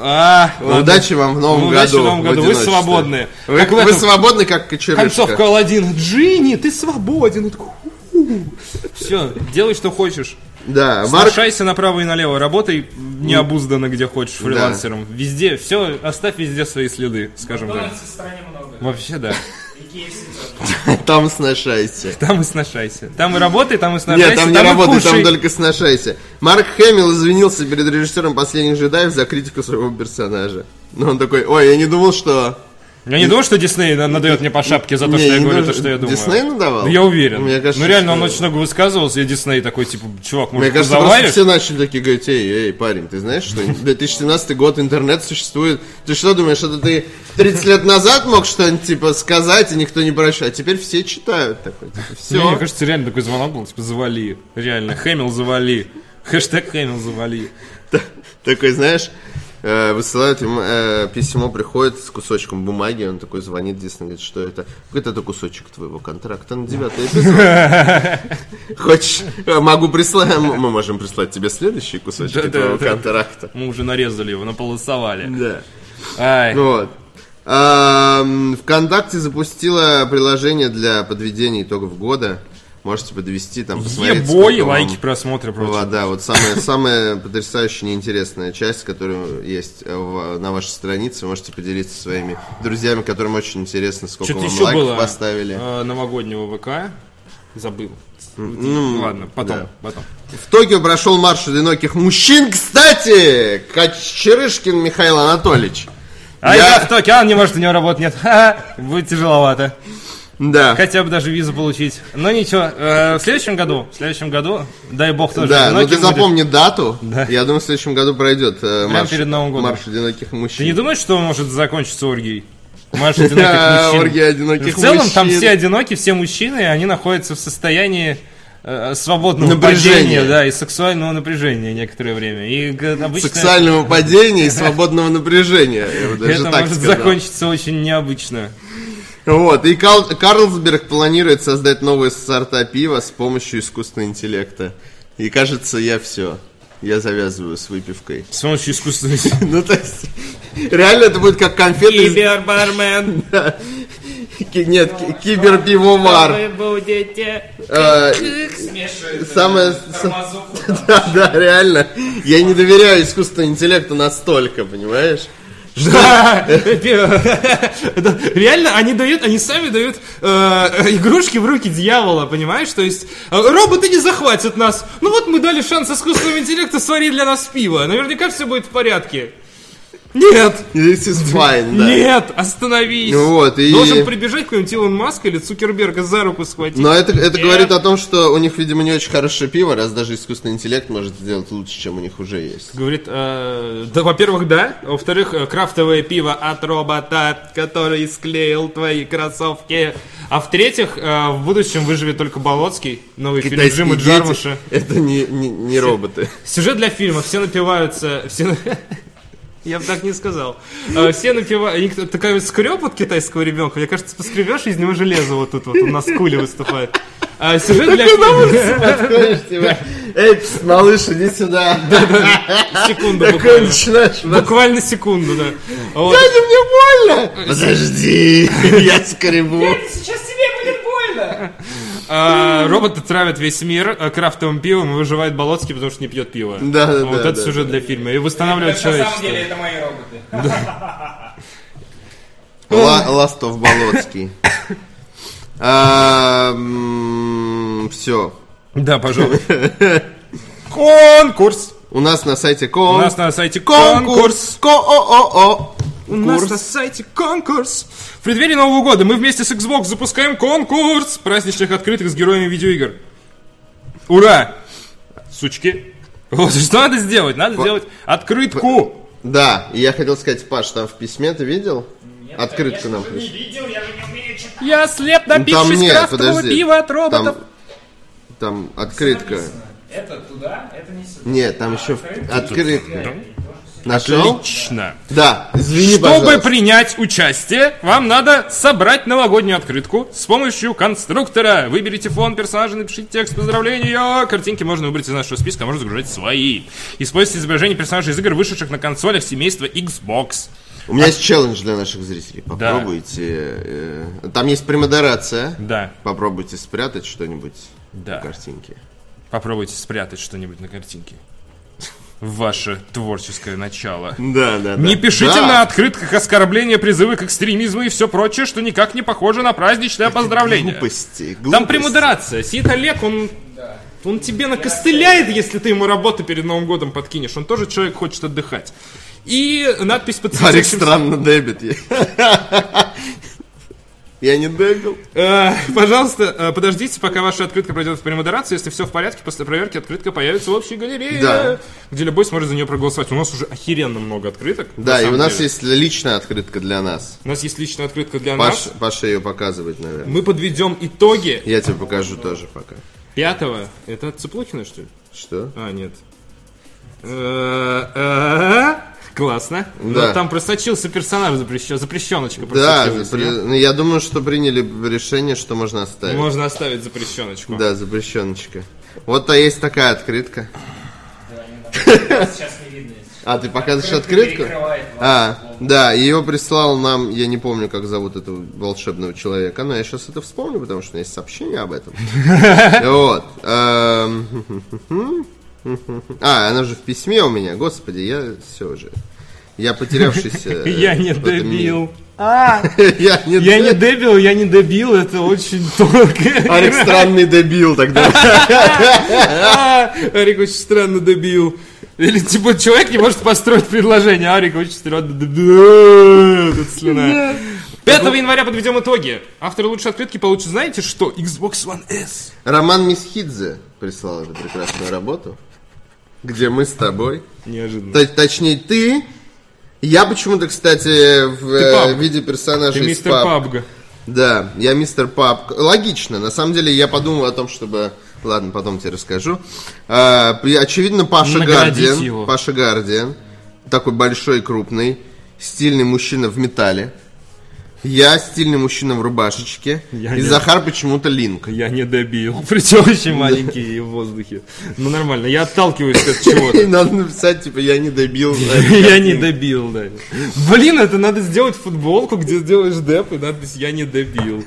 [SPEAKER 1] а, ладно.
[SPEAKER 2] Э, ну, Удачи вам в новом
[SPEAKER 1] Ну,
[SPEAKER 2] году.
[SPEAKER 1] удачи в новом году. Вы
[SPEAKER 2] одиночестве.
[SPEAKER 1] свободны.
[SPEAKER 2] Вы,
[SPEAKER 1] Как в
[SPEAKER 2] вы
[SPEAKER 1] этом-
[SPEAKER 2] свободны, как Кочерышка.
[SPEAKER 1] Концовка Алладина. Джинни, ты свободен. Все, делай, что хочешь.
[SPEAKER 2] Да, Марк
[SPEAKER 1] Совершайся направо и налево. Работай необузданно, где хочешь, фрилансером. Везде, все, оставь везде свои следы, скажем так.
[SPEAKER 3] Макдональдса в стране много.
[SPEAKER 1] Вообще, да.
[SPEAKER 3] И KFC тоже.
[SPEAKER 2] [LAUGHS] там сношайся.
[SPEAKER 1] Там и сношайся. Там и работай, там и сношайся,
[SPEAKER 2] Нет, там не
[SPEAKER 1] там и
[SPEAKER 2] работает,
[SPEAKER 1] кушай.
[SPEAKER 2] там только сношайся. Марк Хэмилл извинился перед режиссером «Последних джедаев» за критику своего персонажа. Но он такой, ой, я не думал, что...
[SPEAKER 1] Я не думаю, что Дисней на- надает мне по шапке за то,
[SPEAKER 2] Не,
[SPEAKER 1] что я
[SPEAKER 2] не
[SPEAKER 1] говорю
[SPEAKER 2] даже-
[SPEAKER 1] то, что я думаю.
[SPEAKER 2] Дисней надавал?
[SPEAKER 1] Ну, Я уверен.
[SPEAKER 2] Мне кажется,
[SPEAKER 1] ну реально, он
[SPEAKER 2] что-
[SPEAKER 1] очень много высказывался, и Дисней такой, типа, чувак,
[SPEAKER 2] Мне
[SPEAKER 1] может,
[SPEAKER 2] кажется, просто
[SPEAKER 1] позаваришь?
[SPEAKER 2] все начали такие говорить, эй, эй, парень, ты знаешь, что [LAUGHS] 2017 год, интернет существует. Ты что думаешь, это ты 30 лет назад мог что-нибудь, типа, сказать, и никто не прощает? А теперь все читают такой, типа,
[SPEAKER 1] Не,
[SPEAKER 2] все.
[SPEAKER 1] Мне кажется, реально такой звонок был, типа, завали. Реально, Хэмил завали. Хэштег Хэмил завали.
[SPEAKER 2] Такой, знаешь, э, высылают ему э, письмо, приходит с кусочком бумаги, он такой звонит Дисней, говорит, что это? Говорит, это кусочек твоего контракта на девятый
[SPEAKER 1] [LAUGHS]
[SPEAKER 2] эпизод. Хочешь, э, могу прислать, м- мы можем прислать тебе следующие кусочки
[SPEAKER 1] Да-да-да.
[SPEAKER 2] твоего контракта.
[SPEAKER 1] Мы уже нарезали его, наполосовали.
[SPEAKER 2] Да.
[SPEAKER 1] Ай.
[SPEAKER 2] Ну Вот. Ам, ВКонтакте запустила приложение для подведения итогов года. Можете подвести там, посмотреть.
[SPEAKER 1] Ебой,
[SPEAKER 2] сколько вам-
[SPEAKER 1] лайки, просмотры
[SPEAKER 2] была,
[SPEAKER 1] против.
[SPEAKER 2] да, вот самая, самая потрясающая, неинтересная часть, которая есть э, в- на вашей странице. Вы можете поделиться со своими друзьями, которым очень интересно, сколько
[SPEAKER 1] Что-то
[SPEAKER 2] вам
[SPEAKER 1] еще
[SPEAKER 2] лайков
[SPEAKER 1] было
[SPEAKER 2] поставили.
[SPEAKER 1] э, новогоднего ВК. Забыл. Ладно, потом,
[SPEAKER 2] ну, да.
[SPEAKER 1] потом.
[SPEAKER 2] В Токио прошел марш одиноких мужчин, кстати! Кочерышкин Михаил Анатольевич.
[SPEAKER 1] А
[SPEAKER 2] Я-
[SPEAKER 1] я в Токио, а он не может, у него работы нет. [LAUGHS] Ха-ха, будет тяжеловато.
[SPEAKER 2] Да.
[SPEAKER 1] Хотя бы даже визу получить. Но ничего, э, в следующем году, в следующем году, дай бог тоже.
[SPEAKER 2] Да, ну
[SPEAKER 1] одиноким
[SPEAKER 2] ты
[SPEAKER 1] будет.
[SPEAKER 2] запомни дату. Я думаю, в следующем году пройдет э, марш,
[SPEAKER 1] перед Новым годом.
[SPEAKER 2] марш одиноких мужчин.
[SPEAKER 1] Ты не думаешь, что может закончиться оргией? Марш
[SPEAKER 2] [LAUGHS]
[SPEAKER 1] одиноких
[SPEAKER 2] Да,
[SPEAKER 1] мужчин.
[SPEAKER 2] оргия одиноких
[SPEAKER 1] В целом там
[SPEAKER 2] мужчин.
[SPEAKER 1] все одиноки, все мужчины, и они находятся в состоянии э, свободного
[SPEAKER 2] Напряжения.
[SPEAKER 1] падения, да, и сексуального напряжения некоторое время. И г- обычно
[SPEAKER 2] сексуального падения и свободного напряжения. Я бы даже
[SPEAKER 1] это
[SPEAKER 2] так
[SPEAKER 1] может
[SPEAKER 2] сказал.
[SPEAKER 1] закончиться очень необычно.
[SPEAKER 2] Вот, и Кал- Карлсберг планирует создать новые сорта пива с помощью искусственного интеллекта. И кажется, я все. Я завязываю с выпивкой. [LAUGHS]
[SPEAKER 1] С помощью [LAUGHS] искусственного
[SPEAKER 2] Ну, то есть, реально это будет как конфеты... из-
[SPEAKER 4] Кибербармен.
[SPEAKER 2] Ки- Нет, ки- киберпивовар.
[SPEAKER 4] будете...
[SPEAKER 2] Э,
[SPEAKER 3] Смешивает
[SPEAKER 2] Самое-
[SPEAKER 3] э, тормозуху, да.
[SPEAKER 2] Да, [LAUGHS] да, реально. Я не доверяю искусственному интеллекту настолько, понимаешь?
[SPEAKER 4] Реально, они дают, они сами дают э, игрушки в руки дьявола, понимаешь? То есть э, роботы не захватят нас. Ну вот мы дали шанс искусственному интеллекту сварить для нас пиво. Наверняка все будет в порядке.
[SPEAKER 1] Нет!
[SPEAKER 2] This is fine, да. Ну,
[SPEAKER 1] Нет! Остановись!
[SPEAKER 2] Вот, и-
[SPEAKER 1] Должен прибежать какой-нибудь Илон Маск или Цукерберга за руку схватить.
[SPEAKER 2] Но это, это
[SPEAKER 1] Нет.
[SPEAKER 2] говорит о том, что у них, видимо, не очень хорошее пиво, раз даже искусственный интеллект может сделать лучше, чем у них уже есть.
[SPEAKER 1] Говорит, э, да, во-первых, да. Во-вторых, э, крафтовое пиво от робота, который склеил твои кроссовки. А в-третьих, э, в будущем выживет только Болоцкий, новый фильм
[SPEAKER 2] Китайские
[SPEAKER 1] Джима
[SPEAKER 2] дети
[SPEAKER 1] Джармуша.
[SPEAKER 2] Это не, не,
[SPEAKER 1] [LAUGHS]
[SPEAKER 2] не роботы.
[SPEAKER 1] Сюжет для фильма. Все напиваются. Все... на- [LAUGHS] Я бы так не сказал. Э, Все напиваются. Такая вот скреб от китайского ребенка. Мне кажется, поскребешь, из него железо вот тут вот. Он на скуле выступает. А, Сюжет для фильма.
[SPEAKER 2] Подходишь, типа, Эй, малыш, иди сюда.
[SPEAKER 1] Секунду
[SPEAKER 2] Такой
[SPEAKER 1] буквально.
[SPEAKER 2] начинаешь.
[SPEAKER 1] Буквально секунду, да. Вот.
[SPEAKER 2] Дядя, мне больно! Подожди, [LAUGHS] я скребу.
[SPEAKER 3] Сейчас тебе будет больно!
[SPEAKER 1] А, Роботы травят весь мир а, крафтовым пивом и выживает Болоцкий, потому что не пьет пиво.
[SPEAKER 2] Да, да,
[SPEAKER 1] Вот
[SPEAKER 2] да,
[SPEAKER 1] это
[SPEAKER 2] да,
[SPEAKER 1] сюжет для фильма. И
[SPEAKER 3] На
[SPEAKER 1] восстанавливает
[SPEAKER 3] самом
[SPEAKER 1] человечество.
[SPEAKER 3] деле это мои роботы.
[SPEAKER 2] Ла- Ластов Болоцкий. Все.
[SPEAKER 10] Да,
[SPEAKER 2] [LAUGHS]
[SPEAKER 10] пожалуй.
[SPEAKER 1] Конкурс!
[SPEAKER 2] У нас на сайте
[SPEAKER 10] У
[SPEAKER 2] кон...
[SPEAKER 10] нас на сайте конкурс.
[SPEAKER 2] конкурс. Ко-о-о-о.
[SPEAKER 1] У нас на сайте конкурс. В преддверии Нового года мы вместе с Xbox запускаем конкурс праздничных открытых с героями видеоигр. Ура! Сучки. Вот [LAUGHS] что надо сделать? Надо сделать открытку.
[SPEAKER 2] Да, и я хотел сказать, Паш, там в письме ты видел? Открытку
[SPEAKER 3] Я
[SPEAKER 2] нам
[SPEAKER 3] же не
[SPEAKER 2] пришла.
[SPEAKER 3] видел, я же не умею читать.
[SPEAKER 1] Я слеп,
[SPEAKER 2] Ну, Там нет, подожди.
[SPEAKER 1] роботов.
[SPEAKER 2] Там, там открытка.
[SPEAKER 3] Это туда, это не сюда.
[SPEAKER 2] Нет, там еще в- открытка. Нашел?
[SPEAKER 10] Отлично.
[SPEAKER 2] Да, извини,
[SPEAKER 1] Чтобы
[SPEAKER 2] пожалуйста.
[SPEAKER 1] принять участие, вам надо собрать новогоднюю открытку с помощью конструктора. Выберите фон персонажа, напишите текст поздравления. Картинки можно выбрать из нашего списка, а можно загружать свои. Используйте изображение персонажей из игр, вышедших на консолях семейства Xbox.
[SPEAKER 2] У меня есть челлендж для наших зрителей.
[SPEAKER 10] Да.
[SPEAKER 2] Попробуйте. э, Там есть премодерация.
[SPEAKER 10] Да,
[SPEAKER 2] Попробуйте спрятать что-нибудь
[SPEAKER 10] Да.
[SPEAKER 2] на картинке.
[SPEAKER 10] попробуйте спрятать что-нибудь на картинке. Ваше творческое начало.
[SPEAKER 2] Да, да, да.
[SPEAKER 1] Не пишите
[SPEAKER 2] Да.
[SPEAKER 1] на открытках оскорбления, призывы к экстремизму и все прочее, что никак не похоже на праздничное поздравление.
[SPEAKER 2] глупости.
[SPEAKER 1] Там
[SPEAKER 2] глупости.
[SPEAKER 1] премодерация. Сидит Олег, он... Он тебе накостыляет, если ты ему работу перед Новым годом подкинешь. Он тоже человек хочет отдыхать. И надпись под
[SPEAKER 2] Олег
[SPEAKER 1] цветущим-
[SPEAKER 2] странно дебит. Я не дебил.
[SPEAKER 1] Э, Пожалуйста, э, подождите, пока ваша открытка пройдет в премодерацию. Если все в порядке, после проверки открытка появится в общей галерее,
[SPEAKER 2] Да.
[SPEAKER 1] где любой сможет за нее проголосовать. У нас уже охеренно много открыток. на
[SPEAKER 2] Да, и
[SPEAKER 1] самом
[SPEAKER 2] у нас
[SPEAKER 1] деле.
[SPEAKER 2] есть личная открытка для нас.
[SPEAKER 1] У нас есть личная открытка для
[SPEAKER 2] Паш-
[SPEAKER 1] нас.
[SPEAKER 2] Паша ее показывает, наверное.
[SPEAKER 1] Мы подведем итоги
[SPEAKER 2] Я тебе покажу тоже пока.
[SPEAKER 1] пятого. Это от Цыплухина, что ли?
[SPEAKER 2] Что?
[SPEAKER 1] А, нет. Э, э, Классно.
[SPEAKER 2] Да.
[SPEAKER 1] Но там просочился персонаж запрещен, запрещеночка
[SPEAKER 2] Да,
[SPEAKER 1] просочилась,
[SPEAKER 2] при-
[SPEAKER 1] нет?
[SPEAKER 2] ну, я думаю, что приняли решение, что можно оставить.
[SPEAKER 1] Можно оставить запрещеночку.
[SPEAKER 2] Да, запрещеночка. Вот а есть такая открытка.
[SPEAKER 3] Сейчас не видно. если
[SPEAKER 2] А, ты показываешь
[SPEAKER 3] Открытка
[SPEAKER 2] открытку?
[SPEAKER 3] перекрывает вас.
[SPEAKER 2] А, да, ее прислал нам, я не помню, как зовут этого волшебного человека, но я сейчас это вспомню, потому что у меня есть сообщение об этом. Вот. эм, [LAUGHS] А, она же в письме у меня, господи, я все же. Я потерявшийся.
[SPEAKER 1] [LAUGHS]
[SPEAKER 2] э,
[SPEAKER 1] Я не
[SPEAKER 2] в этом мире.
[SPEAKER 1] дебил. А,
[SPEAKER 2] [LAUGHS] Я не
[SPEAKER 1] я не
[SPEAKER 2] дебил.
[SPEAKER 1] дебил, я не дебил, это очень тонко.
[SPEAKER 2] [LAUGHS] Арик странный дебил тогда.
[SPEAKER 1] [LAUGHS] А, Арик очень странно добил. Или типа человек не может построить предложение. Арик очень странно добил. Тут слюна. 5 января подведем итоги. Авторы лучшей открытки получат, знаете А что? Xbox One S.
[SPEAKER 2] Роман Мисхидзе прислал эту прекрасную работу, где мы с тобой.
[SPEAKER 1] Неожиданно.
[SPEAKER 2] Т- Точнее, ты. Я почему-то, кстати, в э,
[SPEAKER 1] Папка.
[SPEAKER 2] виде персонажа
[SPEAKER 1] Ты
[SPEAKER 2] из
[SPEAKER 1] мистер
[SPEAKER 2] «Папки».
[SPEAKER 1] Пабга.
[SPEAKER 2] Да, я мистер Папка. Логично. На самом деле, я подумал о том, чтобы... Ладно, потом тебе расскажу. А, при- очевидно, Паша
[SPEAKER 1] Наградить
[SPEAKER 2] Гардиан.
[SPEAKER 1] его.
[SPEAKER 2] Паша Гардиан. Такой большой, крупный. Стильный мужчина в металле. Я стильный мужчина в рубашечке.
[SPEAKER 1] Я
[SPEAKER 2] и
[SPEAKER 1] нет.
[SPEAKER 2] Захар почему-то Линк.
[SPEAKER 1] Я не [LAUGHS] добил. Причем очень маленький и в воздухе. Ну нормально, я отталкиваюсь от чего-то.
[SPEAKER 2] И надо написать, типа, я не
[SPEAKER 1] [LAUGHS]
[SPEAKER 2] добил.
[SPEAKER 1] Я не добил, да. Блин, это надо сделать футболку, где сделаешь деп и надпись «Я не добил».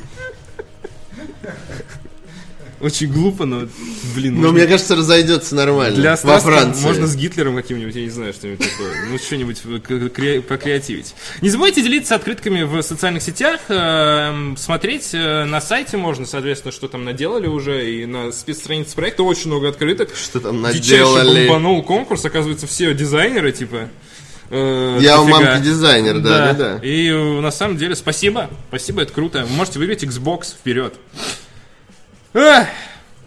[SPEAKER 1] Очень глупо, но, блин,
[SPEAKER 2] Но
[SPEAKER 1] можно-
[SPEAKER 2] Ну, мне кажется, разойдется нормально.
[SPEAKER 1] для
[SPEAKER 2] Во
[SPEAKER 1] страсти
[SPEAKER 2] Франции.
[SPEAKER 1] можно с Гитлером каким-нибудь, я не знаю, что-нибудь такое. Ну, что-нибудь э, к- кре- покреативить. Не забывайте делиться открытками в социальных сетях. эм, Смотреть э, на сайте можно, соответственно, что там наделали уже. И на спецстранице проекта очень много открыток.
[SPEAKER 2] Что там
[SPEAKER 1] Дичайше
[SPEAKER 2] наделали?
[SPEAKER 1] бомбанул конкурс, оказывается, все дизайнеры, типа, э,
[SPEAKER 2] Я у
[SPEAKER 1] дофига.
[SPEAKER 2] мамки дизайнер, да, да, да.
[SPEAKER 1] И э, на самом деле, спасибо. Спасибо, это круто. Вы можете выиграть Xbox вперед. Эх,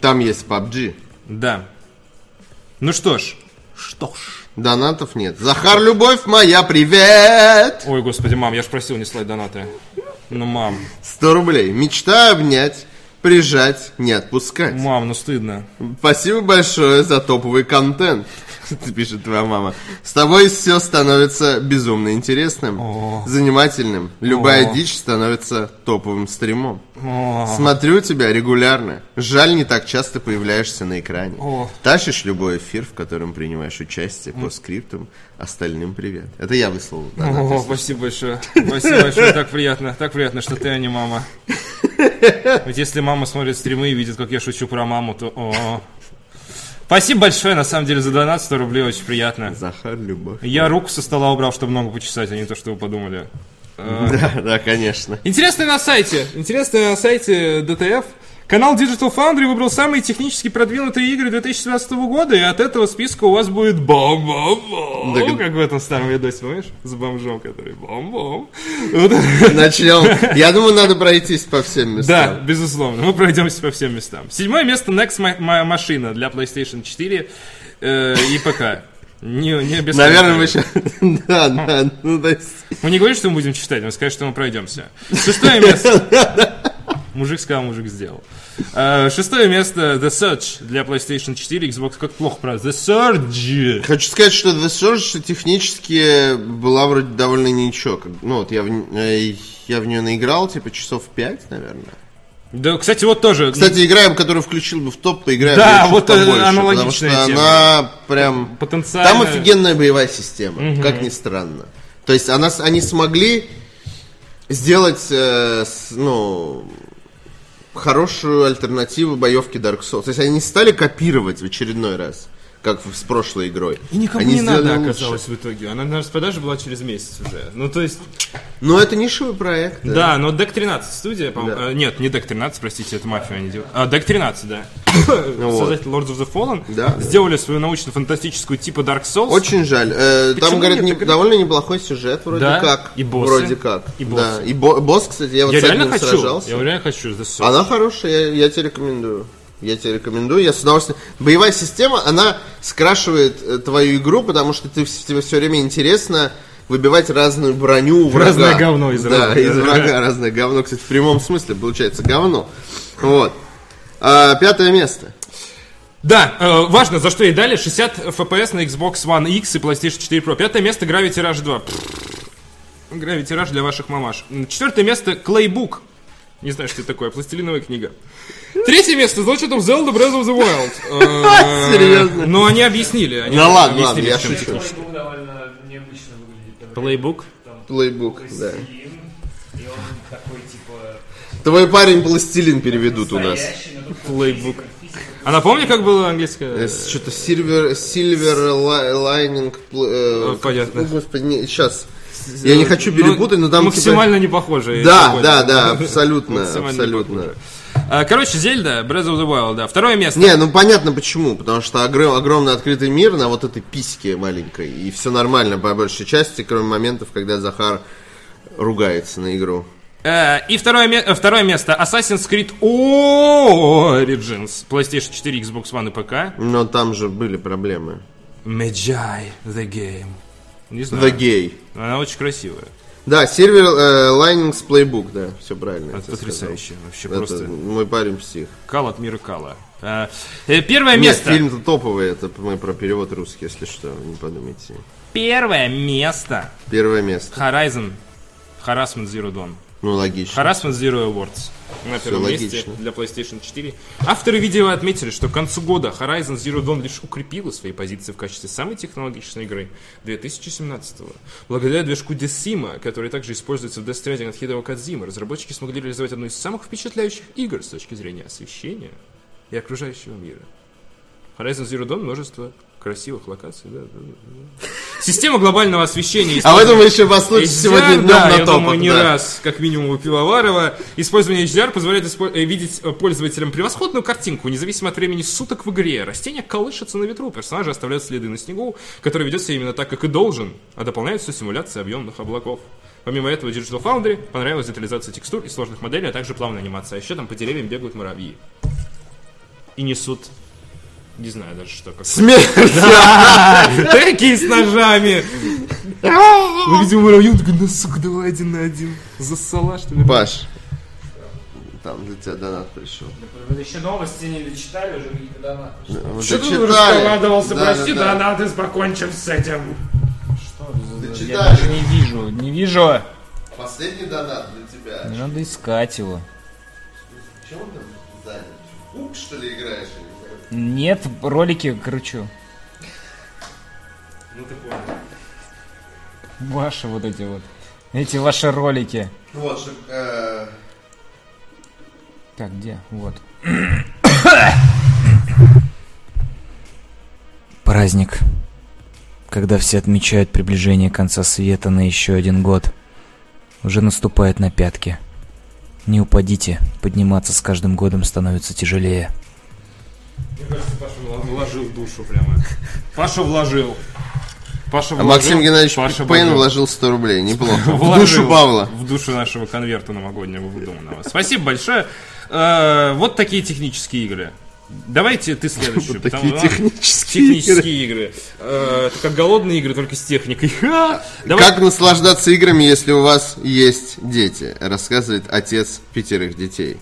[SPEAKER 2] Там есть PUBG.
[SPEAKER 1] да. Ну что ж.
[SPEAKER 2] Донатов нет. Захар, любовь моя, привет!
[SPEAKER 1] Ой, господи, мам, я ж просил не слать донаты. Ну, мам,
[SPEAKER 2] 100 рублей. Мечта обнять, прижать, не отпускать.
[SPEAKER 1] мам, ну стыдно.
[SPEAKER 2] Спасибо большое за топовый контент. [LAUGHS] Пишет твоя мама. С тобой все становится безумно интересным, занимательным. Любая дичь становится топовым стримом. Смотрю тебя регулярно. Жаль, не так часто появляешься на экране. Тащишь любой эфир, в котором принимаешь участие по скриптам. Остальным привет. Это я выслал. донат,
[SPEAKER 1] О,
[SPEAKER 2] если
[SPEAKER 1] спасибо большое. Спасибо большое. Так приятно. Так приятно, что ты, а не мама. Ведь если мама смотрит стримы и видит, как я шучу про маму, то... о. Спасибо большое, на самом деле, за донат. 100 рублей, очень приятно.
[SPEAKER 2] Захар, любовь.
[SPEAKER 1] Я руку со стола убрал, чтобы ногу почесать, а не то, что вы подумали.
[SPEAKER 2] Да, да, конечно.
[SPEAKER 1] Интересно на сайте. Интересно на сайте ДТФ. Канал Digital Foundry выбрал самые технически продвинутые игры 2017 года, и от этого списка у вас будет бам бам
[SPEAKER 2] Да, г-
[SPEAKER 1] Как в этом старом видосе, помнишь? С бомжом, который бам-бам.
[SPEAKER 2] Начнем. Я думаю, надо пройтись по всем местам.
[SPEAKER 1] Да, безусловно. Мы пройдемся по всем местам. Седьмое место Next Ма- Ма- машина для PlayStation 4 э, и ПК. Не, не без
[SPEAKER 2] Наверное,
[SPEAKER 1] комментариев.
[SPEAKER 2] мы сейчас... Да, да, ну то есть...
[SPEAKER 1] Мы не говорим, что мы будем читать, мы скажем, что мы пройдемся. Шестое место.
[SPEAKER 4] [LAUGHS]
[SPEAKER 1] Мужик сказал, мужик сделал. Э, Шестое место The Surge для PlayStation 4, Xbox. Как плохо, правда. The Surge.
[SPEAKER 2] Хочу сказать, что The Surge технически была вроде довольно ничего. Как- Ну вот я в, н- э, я в нее наиграл, типа часов 5, наверное.
[SPEAKER 1] Да, кстати, вот тоже.
[SPEAKER 2] Кстати, играем, которую включил бы в топ, поиграем.
[SPEAKER 1] Да,
[SPEAKER 2] еще
[SPEAKER 1] вот,
[SPEAKER 2] там
[SPEAKER 1] э,
[SPEAKER 2] больше, потому
[SPEAKER 1] аналогичная
[SPEAKER 2] что
[SPEAKER 1] тема.
[SPEAKER 2] она прям...
[SPEAKER 1] Потенциально.
[SPEAKER 2] Там офигенная боевая система, как ни странно. То есть она, с- они смогли сделать, э, с- ну, хорошую альтернативу боевке Dark Souls. То есть они не стали копировать в очередной раз, как в- с прошлой игрой.
[SPEAKER 4] И никому
[SPEAKER 2] они
[SPEAKER 4] не
[SPEAKER 2] сделали
[SPEAKER 4] надо
[SPEAKER 2] лучше.
[SPEAKER 4] оказалось в итоге. Она на распродаже была через месяц уже. Ну, то есть,
[SPEAKER 2] Но это нишевый проект. да.
[SPEAKER 4] да, но Deck 13 студия, по-моему.
[SPEAKER 2] Да.
[SPEAKER 4] э, Нет, не Deck 13, простите, это мафия они делают. А, Deck 13,
[SPEAKER 2] [COUGHS]
[SPEAKER 4] да.
[SPEAKER 2] Ну вот.
[SPEAKER 4] Создатель Lords of the Fallen.
[SPEAKER 2] Да.
[SPEAKER 4] Сделали свою научно-фантастическую типа Dark Souls.
[SPEAKER 2] Очень жаль. Э, там,
[SPEAKER 4] Почему
[SPEAKER 2] говорят,
[SPEAKER 4] нет
[SPEAKER 2] не-
[SPEAKER 4] игры?
[SPEAKER 2] довольно неплохой сюжет, вроде
[SPEAKER 4] Да,
[SPEAKER 2] как.
[SPEAKER 4] и боссы.
[SPEAKER 2] Вроде как.
[SPEAKER 4] И
[SPEAKER 2] да.
[SPEAKER 4] боссы.
[SPEAKER 2] И бо- босс, кстати, я вот
[SPEAKER 4] Я
[SPEAKER 2] с одним
[SPEAKER 4] реально хочу.
[SPEAKER 2] сражался.
[SPEAKER 4] Я реально хочу. The Surge.
[SPEAKER 2] Она хорошая, я, я тебе рекомендую. Я тебе рекомендую, я с удовольствием. Боевая система, она скрашивает э, твою игру, потому что ты, вс- тебе все время интересно выбивать разную броню у врага.
[SPEAKER 4] Разное говно из
[SPEAKER 2] Да,
[SPEAKER 4] разных-
[SPEAKER 2] из врага разное говно. Кстати, в прямом смысле получается говно. Вот. А, пятое место.
[SPEAKER 4] Да, э, важно, за что ей дали 60 FPS на Xbox One X и PlayStation 4 Pro. Пятое место Gravity Rush 2. Пф. Gravity Rush для ваших мамаш. М, Четвертое место Claybook. Не знаю, что это такое, пластилиновая книга. Третье место Значит, of Zelda Breath of the
[SPEAKER 2] [LAUGHS]
[SPEAKER 4] Wild. Э,
[SPEAKER 2] Серьезно?
[SPEAKER 4] Но они объяснили. они
[SPEAKER 2] Да ладно,
[SPEAKER 4] объяснили,
[SPEAKER 2] ладно, я
[SPEAKER 4] в чем
[SPEAKER 2] шучу.
[SPEAKER 4] прикол.
[SPEAKER 3] Playbook ну, довольно необычно выглядит. Там
[SPEAKER 4] Playbook?
[SPEAKER 2] Плейбук, да.
[SPEAKER 3] пластилин, и он такой, типа,
[SPEAKER 2] Твой парень пластилин переведут у нас.
[SPEAKER 3] настоящий, но тут
[SPEAKER 4] Playbook. А напомни, как было английское?
[SPEAKER 2] Что-то Э, Silver, Silver Li- Lining... пл- э,
[SPEAKER 4] Э, понятно. э,
[SPEAKER 2] ну, господи, сейчас. Я не хочу перепутать, но там... типа-
[SPEAKER 4] Ну, Максимально не похоже. я
[SPEAKER 2] Да, да,
[SPEAKER 4] понял.
[SPEAKER 2] да, абсолютно,
[SPEAKER 4] [LAUGHS] Максимально
[SPEAKER 2] абсолютно.
[SPEAKER 4] похоже. А, Короче, Зельда, Breath of the Wild, да. Второе место.
[SPEAKER 2] Не, ну понятно почему, потому что огром- огромный открытый мир на вот этой письке маленькой, и все нормально по большей части, кроме моментов, когда Захар ругается на игру.
[SPEAKER 4] Э, И второе, ме- э, второе место Assassin's Creed Origins PlayStation 4, Xbox One и ПК
[SPEAKER 2] Но там же были проблемы.
[SPEAKER 4] Magi The Game Не
[SPEAKER 2] The
[SPEAKER 4] знаю,
[SPEAKER 2] Gay.
[SPEAKER 4] она очень красивая
[SPEAKER 2] Да, сервер э, Linings Playbook, да, все правильно. я
[SPEAKER 4] Это
[SPEAKER 2] тебе
[SPEAKER 4] А,
[SPEAKER 2] сказал.
[SPEAKER 4] потрясающе, вообще
[SPEAKER 2] Это
[SPEAKER 4] просто
[SPEAKER 2] мой парень псих.
[SPEAKER 4] кал от мира кала Э, э, Первое
[SPEAKER 2] Нет,
[SPEAKER 4] место
[SPEAKER 2] фильм-то топовый, это мы про перевод русский, если что, не подумайте.
[SPEAKER 4] Первое место
[SPEAKER 2] Первое место.
[SPEAKER 4] Horizon Harassment Zero Dawn
[SPEAKER 2] Ну, логично.
[SPEAKER 4] Harassment Zero Awards на первом месте
[SPEAKER 2] логично.
[SPEAKER 4] для PlayStation 4. Авторы видео отметили, что к концу года Horizon Zero Dawn лишь укрепила свои позиции в качестве самой технологичной игры 2017-го. Благодаря движку Decima, который также используется в Death Stranding от Хидео Кадзима, разработчики смогли реализовать одну из самых впечатляющих игр с точки зрения освещения и окружающего мира. Horizon Zero Dawn множество
[SPEAKER 1] красивых локаций, да. да, да. Система глобального освещения.
[SPEAKER 2] А в этом мы еще послушаем
[SPEAKER 1] HDR,
[SPEAKER 2] сегодня днем
[SPEAKER 4] да,
[SPEAKER 2] на
[SPEAKER 4] я
[SPEAKER 2] топах,
[SPEAKER 4] думаю, не
[SPEAKER 2] да.
[SPEAKER 4] раз, как минимум у Пивоварова. Использование HDR позволяет испо- э, видеть э, пользователям превосходную картинку, независимо от времени суток в игре. Растения колышутся на ветру, персонажи оставляют следы на снегу, который ведется именно так, как и должен, а дополняется симуляция объемных облаков. Помимо этого, Digital Foundry понравилась детализация текстур и сложных моделей, а также плавная анимация. А еще там по деревьям бегают муравьи. И несут... Не знаю даже, что. Как... [LAUGHS]
[SPEAKER 2] Смерть!
[SPEAKER 4] Такие с ножами! Ну, видимо, муравьи, он такой, ну, сука, давай один на один. Засала, что ли?
[SPEAKER 2] Паш, там для тебя донат пришел.
[SPEAKER 3] Вы еще новости не дочитали, уже какие-то донаты.
[SPEAKER 2] Что ты раскладывался, прости,
[SPEAKER 11] Надо покончим с этим.
[SPEAKER 2] Дочитали.
[SPEAKER 12] не вижу, не вижу.
[SPEAKER 2] Последний донат для тебя.
[SPEAKER 12] Мне надо искать его.
[SPEAKER 2] Чем он там занят? Ук, что ли, играешь? Я не знаю.
[SPEAKER 12] Нет, ролики кручу. Ваши вот эти вот. Эти ваши ролики.
[SPEAKER 2] Ну Вот, чтоб, э,
[SPEAKER 12] Так, где? Вот. Праздник. Когда все отмечают приближение конца света на еще один год. Уже наступает на пятки. Не упадите, подниматься с каждым годом становится тяжелее.
[SPEAKER 4] Вложил душу прямо.
[SPEAKER 1] Паша вложил. Паша
[SPEAKER 2] А
[SPEAKER 1] вложил.
[SPEAKER 2] Максим Геннадьевич
[SPEAKER 1] Паша
[SPEAKER 2] Пейн
[SPEAKER 1] вложил.
[SPEAKER 2] вложил 100 рублей, неплохо. В
[SPEAKER 1] Вложил
[SPEAKER 2] душу Павла.
[SPEAKER 1] В душу нашего конверта новогоднего выдуманного. Спасибо большое. Э, Вот такие технические игры. Давайте ты следующий.
[SPEAKER 2] Вот
[SPEAKER 1] потому
[SPEAKER 2] такие
[SPEAKER 1] что- а,
[SPEAKER 2] технические игры.
[SPEAKER 4] Технические игры. Э, Это как голодные игры, только с
[SPEAKER 1] [LAUGHS]
[SPEAKER 4] техникой. Ха! Давай.
[SPEAKER 2] Как наслаждаться играми, если у вас есть дети? Рассказывает отец пятерых детей.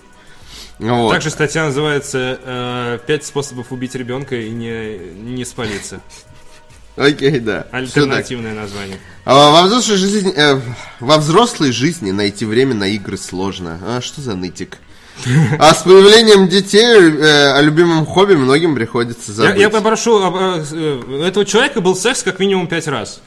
[SPEAKER 2] Вот.
[SPEAKER 1] Также статья называется э, «Пять способов убить ребенка и не, не спалиться».
[SPEAKER 2] Окей, да. Всё так.
[SPEAKER 1] Альтернативное название.
[SPEAKER 2] А во взрослой жизни, э, во взрослой жизни найти время на игры сложно. А что
[SPEAKER 1] [LAUGHS]
[SPEAKER 2] за нытик? А с появлением детей э, о любимом хобби многим приходится
[SPEAKER 1] Я,
[SPEAKER 2] забыть.
[SPEAKER 1] я попрошу, об-
[SPEAKER 4] а,
[SPEAKER 1] э, э, у этого человека был секс как минимум
[SPEAKER 4] [LAUGHS]
[SPEAKER 1] пять раз.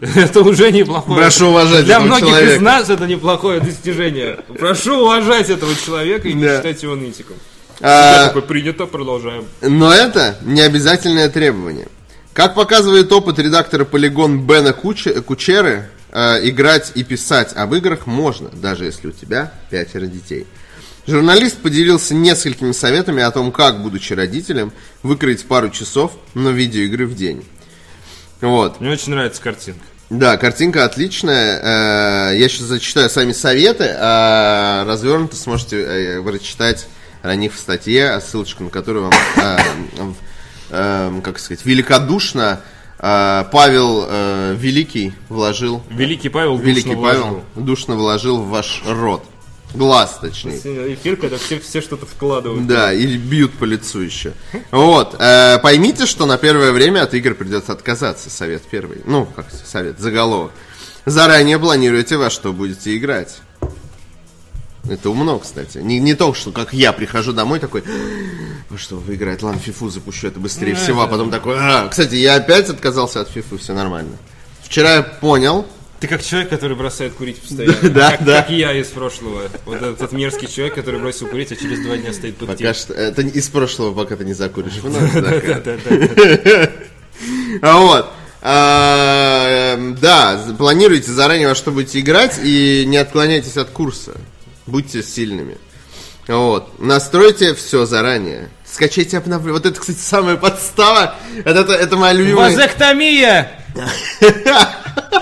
[SPEAKER 1] Это уже неплохое.
[SPEAKER 2] Прошу уважать
[SPEAKER 1] Для
[SPEAKER 2] этого
[SPEAKER 1] многих из
[SPEAKER 2] человека.
[SPEAKER 1] нас это неплохое достижение.
[SPEAKER 4] Прошу уважать этого человека и не
[SPEAKER 2] Да.
[SPEAKER 4] считать его нытиком.
[SPEAKER 2] А,
[SPEAKER 4] Я такой, принято, продолжаем.
[SPEAKER 2] Но это не обязательное требование. Как показывает опыт редактора полигон Бена Куче- Кучеры, э, играть и писать об играх можно, даже если у тебя пятеро детей. Журналист поделился несколькими советами о том, как, будучи родителем, выкроить пару часов на видеоигры в день. Вот.
[SPEAKER 1] Мне очень нравится картинка.
[SPEAKER 2] Да, картинка отличная. Э, Я сейчас зачитаю сами советы, а развернуто сможете э, прочитать о них в статье, а ссылочку на которую вам, э, в- э, как сказать, великодушно э, Павел э, Великий вложил,
[SPEAKER 1] Великий Павел душно
[SPEAKER 2] Великий
[SPEAKER 1] вложил.
[SPEAKER 2] Павел душно вложил в ваш рот. Глаз, точнее.
[SPEAKER 4] Эфир, когда все, все что-то вкладывают.
[SPEAKER 2] Да, и бьют по лицу еще. Вот. э, поймите, что на первое время от игр придется отказаться. Совет первый. Ну, как совет, заголовок. Заранее планируйте, во что будете играть. Это умно, кстати. Не, не то, что как я прихожу домой такой, «Во что, выиграет, ладно, фифу запущу, это быстрее всего, а потом такой, «А». Кстати, я опять отказался от фифы, все нормально. Вчера я понял,
[SPEAKER 4] Ты как человек, который бросает курить постоянно.
[SPEAKER 2] [LAUGHS] Да,
[SPEAKER 4] как,
[SPEAKER 2] да.
[SPEAKER 4] как я из прошлого. Вот этот мерзкий человек, который бросил курить, а через два дня стоит под [LAUGHS]
[SPEAKER 2] Пока что это не- из прошлого, пока ты не закуришь. вновь, да, как- А Вот. А, эм, Да, з- планируйте заранее во что будете играть и не отклоняйтесь от курса. Будьте сильными. Вот. Настройте все заранее. Скачайте обновление. Вот это, кстати, самая подстава. Это, это, это моя любимая... [LAUGHS]
[SPEAKER 1] Вазэктомия!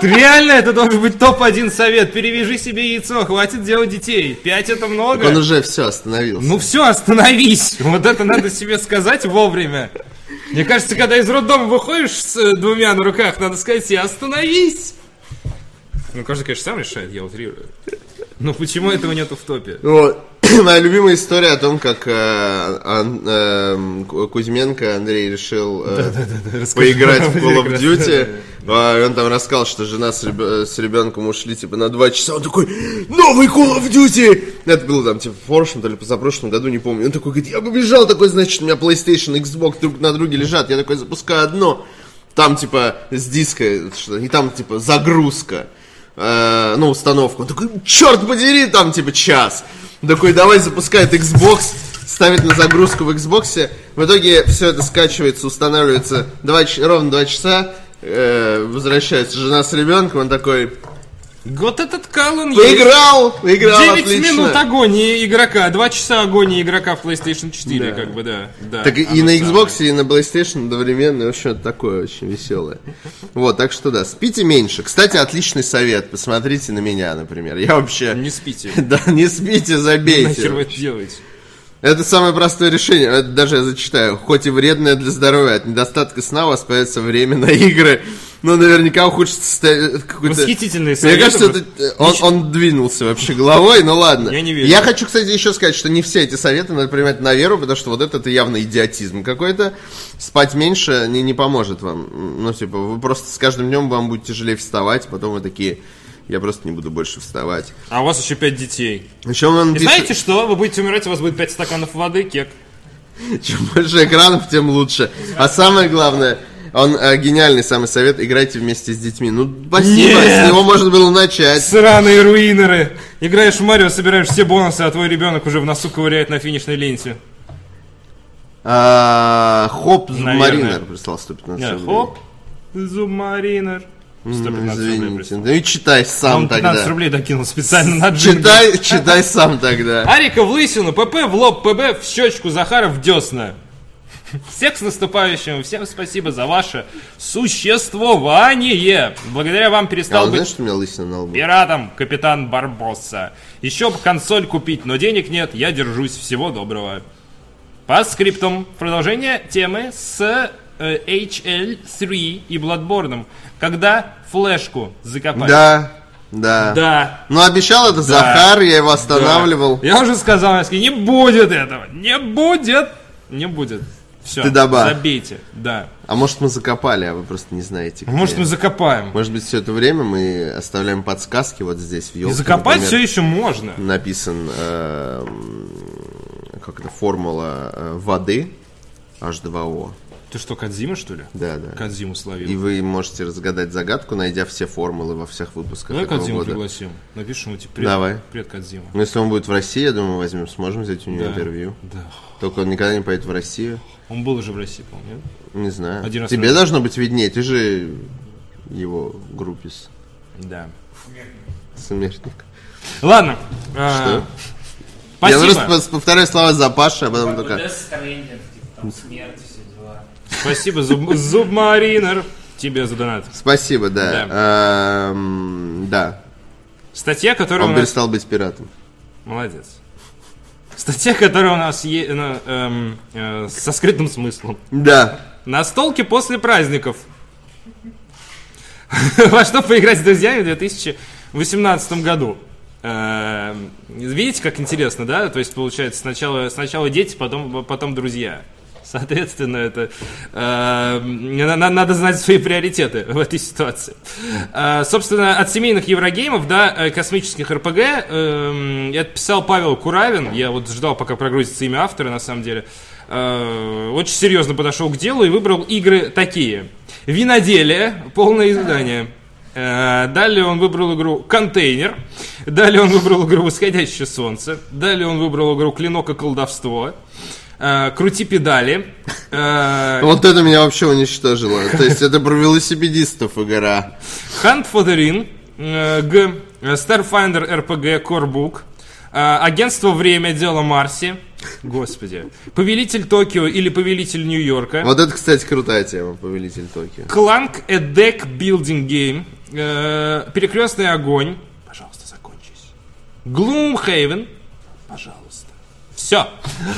[SPEAKER 1] Ты Реально, это должен быть топ-1 совет. Перевяжи себе яйцо, хватит делать детей. Пять это
[SPEAKER 2] Он
[SPEAKER 1] много.
[SPEAKER 2] уже все остановился.
[SPEAKER 1] Ну все, остановись. [LAUGHS] Вот это надо себе сказать вовремя. Мне кажется, когда из роддома выходишь с э, двумя на руках, надо сказать себе «Остановись!»
[SPEAKER 4] Ну, каждый, конечно, сам решает, я утрирую.
[SPEAKER 1] Но Ну, почему этого нету в топе?
[SPEAKER 2] Вот. [CLEARS THROAT] Моя любимая история о том, как э, Ан- эм, Ку- Кузьменко Андрей решил э, поиграть в Call of Duty. А, и Он там рассказал, что жена с, реб- э, с ребенком ушли типа на два часа. Он такой, новый Call of Duty! Это было там типа в прошлом то ли позапрошлом году, не помню. Он такой говорит, я побежал, такой, значит, у меня PlayStation, Xbox друг на друге лежат. Я такой запускаю одно. Там типа с диска, что- и там типа загрузка э, ну, установку. Он такой, черт подери, там, типа, час. Он Такой, давай запускает Xbox. ставит на загрузку в Xbox. В итоге все это скачивается, устанавливается два ч- ровно 2 часа. э, возвращается жена с ребенком, он такой
[SPEAKER 1] Вот этот Калан есть.
[SPEAKER 2] Поиграл! Поиграл
[SPEAKER 1] 9
[SPEAKER 2] отлично!
[SPEAKER 1] минут а? агонии игрока, 2 часа агонии игрока в PlayStation 4, как бы, да. да
[SPEAKER 2] Так и- и
[SPEAKER 1] оно
[SPEAKER 2] на
[SPEAKER 1] самое.
[SPEAKER 2] Xbox, и на PlayStation одновременно, в общем, это такое очень веселое. Вот, так что да, спите меньше. Кстати, отличный совет, посмотрите на меня, например. Я вообще... [LAUGHS]
[SPEAKER 1] Не спите.
[SPEAKER 2] Да, не
[SPEAKER 1] Нахер
[SPEAKER 2] спите,
[SPEAKER 1] вы
[SPEAKER 2] забейте.
[SPEAKER 1] это делаете?
[SPEAKER 2] Это самое простое решение, это даже я зачитаю. Хоть и вредное для здоровья, от недостатка сна у вас появится время на игры, но наверняка ухудшится состояние- какой-то...
[SPEAKER 1] Восхитительные
[SPEAKER 2] Мне
[SPEAKER 1] советы,
[SPEAKER 2] кажется,
[SPEAKER 1] вот.
[SPEAKER 2] это, э, он, он двинулся вообще головой, ну ладно.
[SPEAKER 1] Я не верю.
[SPEAKER 2] Я хочу, кстати, еще сказать, что не все эти советы надо принимать на веру, потому что вот это, это явно идиотизм какой-то. Спать меньше не, не поможет вам. Ну, типа, вы просто с каждым днем вам будет тяжелее вставать, потом вы такие, я просто не буду больше вставать.
[SPEAKER 1] А у вас еще 5 детей.
[SPEAKER 2] Еще он
[SPEAKER 1] И
[SPEAKER 2] пишет,
[SPEAKER 1] знаете что? Вы будете умирать, у вас будет 5 стаканов воды, кек.
[SPEAKER 2] чем больше экранов, тем лучше. А самое главное, он э, гениальный самый совет, играйте вместе с детьми. Ну, спасибо,
[SPEAKER 1] Нет!
[SPEAKER 2] с него можно было начать.
[SPEAKER 1] Сраные руинеры! Играешь в Марио, собираешь все бонусы, а твой ребенок уже в носу ковыряет на финишной ленте.
[SPEAKER 2] А, Хоп
[SPEAKER 1] Наверное.
[SPEAKER 2] Маринер прислал 115
[SPEAKER 1] Нет,
[SPEAKER 2] рублей.
[SPEAKER 1] Хоп, зубмаринер. 115 рублей
[SPEAKER 2] Извините.
[SPEAKER 1] прислал.
[SPEAKER 2] Ну и читай сам
[SPEAKER 1] Он 15
[SPEAKER 2] тогда.
[SPEAKER 1] рублей докинул специально на джинглы.
[SPEAKER 2] Читай, читай сам
[SPEAKER 1] [LAUGHS]
[SPEAKER 2] тогда. А
[SPEAKER 1] Арика в лысину, ПП в лоб, ПБ в щечку, Захаров в десна. Всех с наступающим, всем спасибо за ваше существование. Благодаря вам
[SPEAKER 2] А
[SPEAKER 1] перестал
[SPEAKER 2] он
[SPEAKER 1] быть
[SPEAKER 2] знаешь, что у меня лысина на лбу?
[SPEAKER 1] пиратом капитан Барбосса. Еще бы консоль купить, но денег нет, я держусь, всего доброго. По скриптам. Продолжение темы с э, HL3 и Bloodborne. Когда флешку закопать?
[SPEAKER 2] Да, да.
[SPEAKER 1] Да.
[SPEAKER 2] Ну обещал это Захар, я его останавливал.
[SPEAKER 1] Я уже сказал, Настя, не будет этого. Не будет. Не будет. Все.
[SPEAKER 2] Ты добавь.
[SPEAKER 1] Забейте. Да.
[SPEAKER 2] А может мы закопали, а вы просто не знаете. где.
[SPEAKER 1] Может, мы закопаем.
[SPEAKER 2] Может быть все это время мы оставляем подсказки вот здесь в
[SPEAKER 1] И
[SPEAKER 2] елке.
[SPEAKER 1] закопать все еще можно.
[SPEAKER 2] Написан э, м, как это формула э, воды H2O.
[SPEAKER 1] Ты что, Кадзима, что ли?
[SPEAKER 2] Да, да.
[SPEAKER 1] Кадзиму
[SPEAKER 2] И
[SPEAKER 1] словил.
[SPEAKER 2] вы можете разгадать загадку, найдя все формулы во всех выпусках
[SPEAKER 1] Давай
[SPEAKER 2] этого
[SPEAKER 1] Ну, Кадзиму
[SPEAKER 2] года.
[SPEAKER 1] пригласим. Напишем ему, типа, привет,
[SPEAKER 2] Давай.
[SPEAKER 1] привет Кадзима.
[SPEAKER 2] Ну, если он будет в России, я думаю, возьмем, сможем взять у него
[SPEAKER 1] Да.
[SPEAKER 2] интервью.
[SPEAKER 1] Да.
[SPEAKER 2] Только он никогда не поедет в Россию.
[SPEAKER 1] Он был уже в России, по-моему, нет?
[SPEAKER 2] Не знаю.
[SPEAKER 1] Один раз
[SPEAKER 2] Тебе
[SPEAKER 1] раз.
[SPEAKER 2] должно быть виднее, ты же его группис.
[SPEAKER 1] Да.
[SPEAKER 2] Смертник.
[SPEAKER 1] Ладно. А,
[SPEAKER 2] Я просто
[SPEAKER 1] Спасибо.
[SPEAKER 2] пос- повторяю слова за Паша, а потом
[SPEAKER 3] Такой
[SPEAKER 2] только...
[SPEAKER 3] Death Stranding, типа там смерть, все дела.
[SPEAKER 1] Спасибо, Зуб- Зубмаринер. Тебе за донат.
[SPEAKER 2] Спасибо, да. Да. да.
[SPEAKER 1] Статья, которая у
[SPEAKER 2] А Он
[SPEAKER 1] нас...
[SPEAKER 2] перестал быть пиратом.
[SPEAKER 1] Молодец. Статья, которая у нас е- на- эм, э, со скрытым смыслом.
[SPEAKER 2] Да.
[SPEAKER 1] Настолки после праздников. [LAUGHS] Во что поиграть с друзьями в 2018 году. Эм, Видите, как интересно, да? То есть, получается, сначала, сначала дети, потом, потом друзья. Соответственно, это эм, на- на- надо знать свои приоритеты в этой ситуации. Э, собственно, от семейных еврогеймов до э, космических РПГ эм, это писал Павел Куравин. Я вот ждал, пока прогрузится имя автора, на самом деле э, очень серьезно подошел к делу и выбрал игры такие. Виноделие, полное издание. Э, Далее он выбрал игру «Контейнер». Далее он выбрал игру «Восходящее солнце». Далее он выбрал игру «Клинок и колдовство». Э, «Крути педали». Э,
[SPEAKER 2] Вот это меня вообще уничтожило. То есть это про велосипедистов игра.
[SPEAKER 1] Hunt for the Ring, э, Г, э, Starfinder RPG, Corebook, э, Агентство Время, Дело Марси, Господи, Повелитель Токио или Повелитель Нью-Йорка.
[SPEAKER 2] Вот это, кстати, крутая тема, Повелитель Токио.
[SPEAKER 1] Кланк A Deck Building Game, э, Перекрестный огонь, пожалуйста, закончись. Gloomhaven, пожалуйста. Все.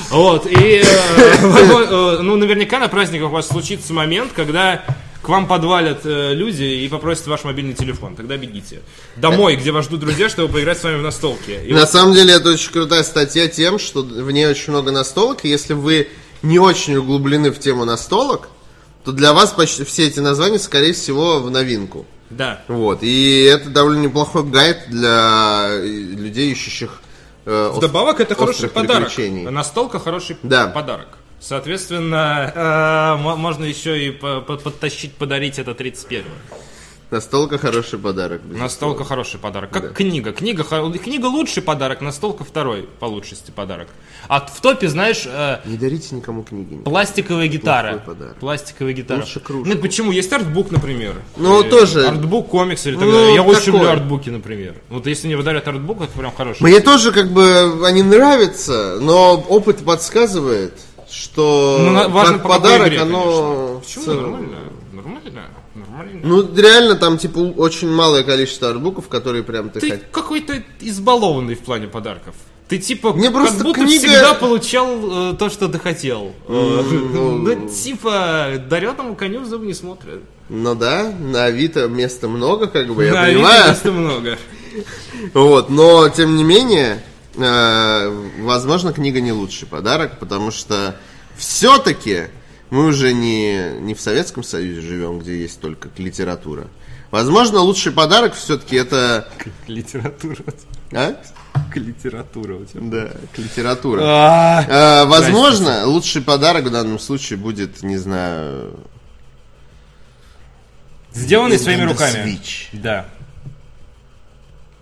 [SPEAKER 1] Вот, и э, возможно, э, ну, наверняка на праздниках у вас случится момент, когда к вам подвалят э, люди и попросят ваш мобильный телефон. Тогда бегите. Домой, где вас ждут друзья, чтобы поиграть с вами в настолки. И
[SPEAKER 2] На самом деле это очень крутая статья тем, что в ней очень много настолок. И если вы не очень углублены в тему настолок, то для вас почти все эти названия, скорее всего, в новинку.
[SPEAKER 1] вот- Да.
[SPEAKER 2] Вот. И это довольно неплохой гайд для э, людей, ищущих э, ос-
[SPEAKER 1] Вдобавок, это хороший
[SPEAKER 2] острых
[SPEAKER 1] подарок.
[SPEAKER 2] приключений.
[SPEAKER 1] Настолка хороший
[SPEAKER 2] Да.
[SPEAKER 1] подарок. Соответственно, э, мо- можно еще и по- по- подтащить, подарить это 31
[SPEAKER 2] Настолько хороший подарок. безусловно.
[SPEAKER 4] Настолка хороший подарок. Как книга. Книга, хо- книга лучший подарок, настолка второй по лучшести подарок. А в топе, знаешь, э,
[SPEAKER 2] Не дарите никому книги. никогда.
[SPEAKER 4] пластиковая гитара.
[SPEAKER 2] Плохой подарок.
[SPEAKER 4] Пластиковая гитара.
[SPEAKER 2] Лучше кружку.
[SPEAKER 4] Ну почему? Есть артбук, например.
[SPEAKER 2] Ну,
[SPEAKER 4] Или
[SPEAKER 2] тоже.
[SPEAKER 4] Артбук, комикс или так
[SPEAKER 2] Ну,
[SPEAKER 4] далее. Я очень
[SPEAKER 2] такое.
[SPEAKER 4] люблю артбуки, например. Вот если мне подарят артбук, это прям хороший.
[SPEAKER 2] Мне тоже как бы они нравятся, но опыт подсказывает, что
[SPEAKER 4] Ну, на- важно
[SPEAKER 2] как
[SPEAKER 4] по какой
[SPEAKER 2] подарок
[SPEAKER 4] игре,
[SPEAKER 2] оно...
[SPEAKER 4] Почему?
[SPEAKER 2] в целом-
[SPEAKER 4] Нормально. Нормально. Нормально.
[SPEAKER 2] Ну, реально там, типа, очень малое количество арбуков, которые прям ты,
[SPEAKER 4] Ты
[SPEAKER 2] хоть-
[SPEAKER 4] какой-то избалованный в плане подарков. Ты типа
[SPEAKER 2] Мне просто
[SPEAKER 4] как будто
[SPEAKER 2] книга-
[SPEAKER 4] всегда получал э, то, что ты хотел. Э, Ну, типа, дареному коню в зубы не смотрят.
[SPEAKER 2] Ну да, на Авито места много, как бы, Ну, я
[SPEAKER 4] Да,
[SPEAKER 2] понимаю.
[SPEAKER 4] видно, что много.
[SPEAKER 2] Вот, но, тем не менее, э, возможно, книга не лучший подарок, потому что все-таки мы уже не, не в Советском Союзе живем, где есть только литература. Возможно, лучший подарок все-таки это...
[SPEAKER 4] Литература.
[SPEAKER 2] А?
[SPEAKER 4] Литература у тебя.
[SPEAKER 2] Да, к литература.
[SPEAKER 1] А.
[SPEAKER 2] Э, возможно, лучший подарок в данном случае будет, не знаю...
[SPEAKER 1] Сделанный своими
[SPEAKER 2] Nintendo
[SPEAKER 1] руками.
[SPEAKER 2] Switch.
[SPEAKER 1] Да.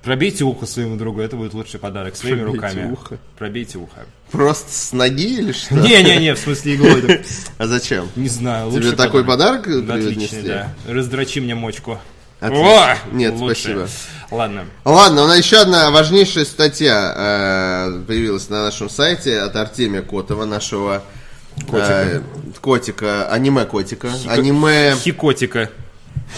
[SPEAKER 1] Пробейте ухо своему другу, это будет лучший подарок. Своими
[SPEAKER 2] Пробейте
[SPEAKER 1] руками.
[SPEAKER 2] ухо.
[SPEAKER 1] Пробейте ухо.
[SPEAKER 2] Просто с ноги или что?
[SPEAKER 1] Не-не-не, в смысле иглой.
[SPEAKER 2] [LAUGHS]
[SPEAKER 1] это-
[SPEAKER 2] А зачем?
[SPEAKER 1] Не знаю,
[SPEAKER 2] Тебе
[SPEAKER 1] лучший
[SPEAKER 2] такой подарок
[SPEAKER 1] Да, Отличный,
[SPEAKER 2] преподнесли?
[SPEAKER 1] да. Раздрочи мне мочку.
[SPEAKER 2] Отлично. Нет, спасибо.
[SPEAKER 1] лучше. Ладно.
[SPEAKER 2] Ладно, у нас еще одна важнейшая статья э, появилась на нашем сайте от Артемия Котова, нашего э, котика, аниме-котика. Аниме,
[SPEAKER 1] Хикотика.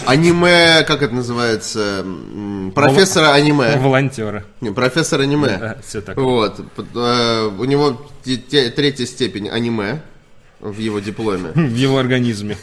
[SPEAKER 2] аниме, как это называется? М, Профессора аниме.
[SPEAKER 1] Волонтера.
[SPEAKER 2] Не, профессор аниме.
[SPEAKER 1] Все так.
[SPEAKER 2] Вот. п- э, У него те- те- третья степень аниме в его дипломе.
[SPEAKER 1] В его
[SPEAKER 2] [LAUGHS]
[SPEAKER 1] организме.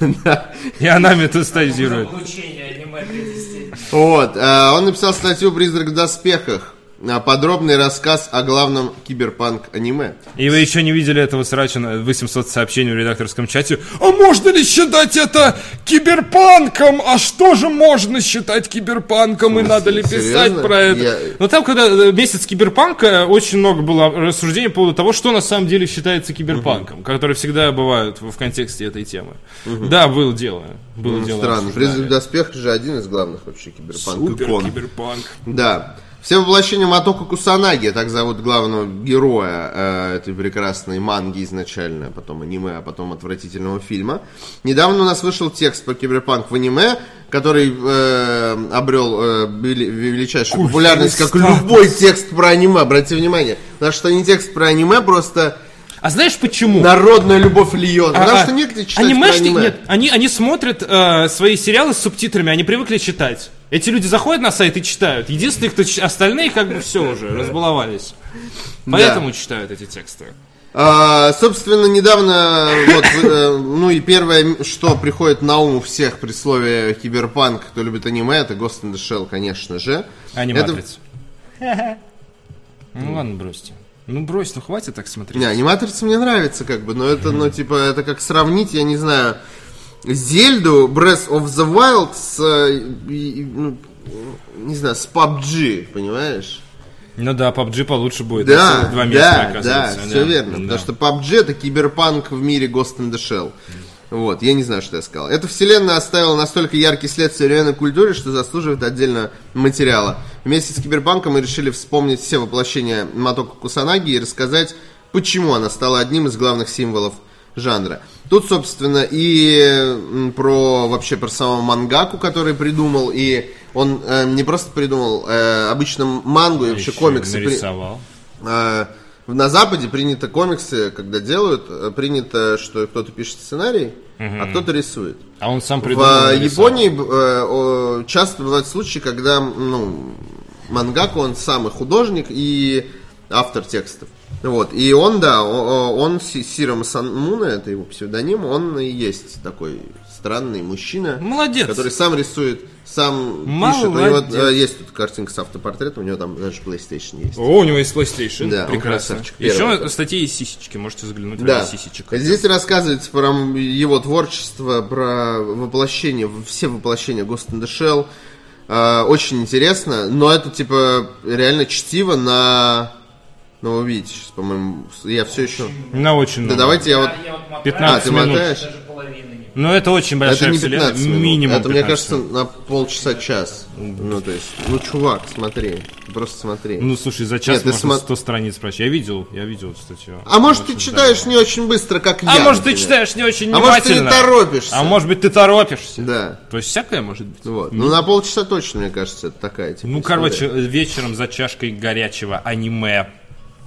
[SPEAKER 1] И она метастазирует.
[SPEAKER 3] Облучение аниме третьей степени.
[SPEAKER 2] Вот, э, он написал статью «Призрак в доспехах». Э, Подробный рассказ о главном киберпанк-аниме.
[SPEAKER 1] И вы еще не видели этого срача на 800 сообщений в редакторском чате. А можно ли считать это киберпанком? А что же можно считать киберпанком? И надо ли писать
[SPEAKER 2] серьезно?
[SPEAKER 1] про это?
[SPEAKER 2] Я-
[SPEAKER 1] Но там, когда э, месяц киберпанка, очень много было рассуждений по поводу того, что на самом деле считается киберпанком, которые всегда бывают в в контексте этой темы. Да, было дело. Было дело.
[SPEAKER 2] Ну, Странно,
[SPEAKER 1] обсуждали.
[SPEAKER 2] «Призрак в доспехах» же один из главных вообще
[SPEAKER 1] Супер
[SPEAKER 2] киберпанк-икон.
[SPEAKER 1] киберпанк.
[SPEAKER 2] Да. Все воплощения Матока Кусанаги, так зовут главного героя э, этой прекрасной манги изначально, а потом аниме, а потом отвратительного фильма. Недавно у нас вышел текст по киберпанк в аниме, который э, обрел э, вели- величайшую популярность, как любой текст про аниме, обрати внимание. Потому что не текст про аниме, просто
[SPEAKER 1] А знаешь почему?
[SPEAKER 2] народная любовь льет. Потому
[SPEAKER 1] А,
[SPEAKER 2] что
[SPEAKER 1] а,
[SPEAKER 2] негде читать про
[SPEAKER 1] анимешники-
[SPEAKER 2] аниме.
[SPEAKER 1] нет, они, они смотрят э, свои сериалы с субтитрами, они привыкли читать. Эти люди заходят на сайт и читают. Единственные, кто чит- остальные как бы все уже разбаловались. Поэтому читают эти тексты.
[SPEAKER 2] А, собственно, недавно, вот, э, ну и первое, м, что приходит на ум у всех при слове киберпанк, кто любит аниме, это Ghost in the Shell, конечно же. Это-
[SPEAKER 1] Аниматрица. [LAUGHS] Ну ладно, бросьте. Ну брось, ну хватит так смотреть.
[SPEAKER 2] Не, аниматрица мне нравится, как бы, но это, ну, типа, это как сравнить, я не знаю, Зельду Breath of the Wild с, э, и- и, ну, не знаю, с PUBG, понимаешь?
[SPEAKER 1] Ну да, PUBG получше будет.
[SPEAKER 2] Да,
[SPEAKER 1] Целых два места,
[SPEAKER 2] да, да,
[SPEAKER 1] оказывается, да.
[SPEAKER 2] все верно.
[SPEAKER 1] Да.
[SPEAKER 2] Потому что PUBG это киберпанк в мире Ghost in the Shell. Вот, я не знаю, что я сказал. Эта вселенная оставила настолько яркий след в современной культуре, что заслуживает отдельно материала. Вместе с Киберпанком мы решили вспомнить все воплощения Матока Кусанаги и рассказать, почему она стала одним из главных символов жанра. Тут, собственно, и м, про вообще про самого мангаку, который придумал, и он э, не просто придумал э, обычно мангу и вообще
[SPEAKER 1] А Ещё
[SPEAKER 2] комиксы. при-
[SPEAKER 1] нарисовал.
[SPEAKER 2] Э, На Западе принято комиксы, когда делают, э, принято, что кто-то пишет сценарий, а кто-то рисует.
[SPEAKER 1] А он сам придумал.
[SPEAKER 2] В э,
[SPEAKER 1] нарисовал.
[SPEAKER 2] Японии б- э, о, часто бывают случаи, когда ну, мангаку, он самый художник и автор текстов. Вот. И он, да, о- о, он Си- Сиро Масамуна, это его псевдоним, он и есть такой странный мужчина.
[SPEAKER 1] Молодец.
[SPEAKER 2] Который сам рисует, сам пишет. У
[SPEAKER 1] Молодец.
[SPEAKER 2] него э, есть тут картинка с автопортретом, у него там даже PlayStation есть.
[SPEAKER 4] О, у него есть PlayStation.
[SPEAKER 2] Да, он
[SPEAKER 4] Прекрасно.
[SPEAKER 2] красавчик. Первый.
[SPEAKER 4] Еще статьи и сисечки. Можете заглянуть
[SPEAKER 2] Да.
[SPEAKER 4] ради сисечек.
[SPEAKER 2] Здесь рассказывается про м- его творчество, про воплощение, все воплощения Ghost in the Shell. Э, Очень интересно, но это типа реально чтиво на... Ну, вы видите, сейчас, по-моему, с- я все еще...
[SPEAKER 1] На очень
[SPEAKER 2] Да
[SPEAKER 1] много.
[SPEAKER 2] давайте я вот...
[SPEAKER 3] Я вот мотаю,
[SPEAKER 2] А,
[SPEAKER 1] 15
[SPEAKER 2] ты
[SPEAKER 1] минут.
[SPEAKER 2] мотаешь?
[SPEAKER 3] даже половины не
[SPEAKER 1] Ну, это очень большая
[SPEAKER 2] это не
[SPEAKER 1] вселенная.
[SPEAKER 2] 15 минут.
[SPEAKER 1] Минимум
[SPEAKER 2] это, мне
[SPEAKER 1] 15
[SPEAKER 2] кажется, на полчаса час. Ну, то есть, ну, чувак, смотри. Просто смотри.
[SPEAKER 1] Ну, слушай, за час
[SPEAKER 2] Нет, ты
[SPEAKER 1] можно
[SPEAKER 2] смо-
[SPEAKER 1] 100 страниц прочесть. Я видел, я видел эту статью.
[SPEAKER 2] а может, ты читаешь не очень быстро, как я.
[SPEAKER 1] А может, ты
[SPEAKER 2] например.
[SPEAKER 1] читаешь не очень
[SPEAKER 2] А может, ты не
[SPEAKER 1] внимательно.
[SPEAKER 2] торопишься.
[SPEAKER 1] А может быть, ты торопишься.
[SPEAKER 2] Да.
[SPEAKER 1] То есть всякое может быть.
[SPEAKER 2] Вот. Ну, на полчаса точно, мне кажется, это такая типа.
[SPEAKER 1] Ну,
[SPEAKER 2] история.
[SPEAKER 1] короче, вечером за чашкой горячего аниме.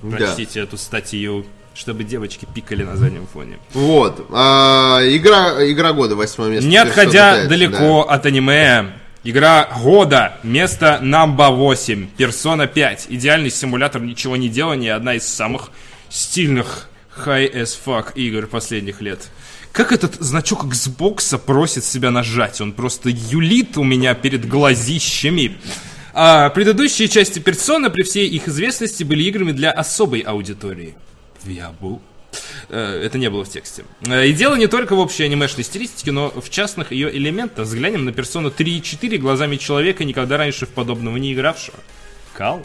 [SPEAKER 1] Прочтите эту статью, чтобы девочки пикали на заднем фоне.
[SPEAKER 2] Вот. А, игра, игра года, восьмое место.
[SPEAKER 1] Не
[SPEAKER 2] Теперь что
[SPEAKER 1] отходя
[SPEAKER 2] пытается,
[SPEAKER 1] далеко от аниме, игра года, место number 8, Persona 5. Идеальный симулятор ничего не делания, одна из самых стильных high as fuck игр последних лет. Как этот значок Xbox просит себя нажать? Он просто юлит у меня перед глазищами. А предыдущие части Персона при всей их известности были играми для особой аудитории. Я был. Э, Это не было в тексте. Э, И дело не только в общей анимешной стилистике, но в частных ее элементах. Взглянем на персону 3 и 4 глазами человека, никогда раньше в подобного не игравшего. Кал.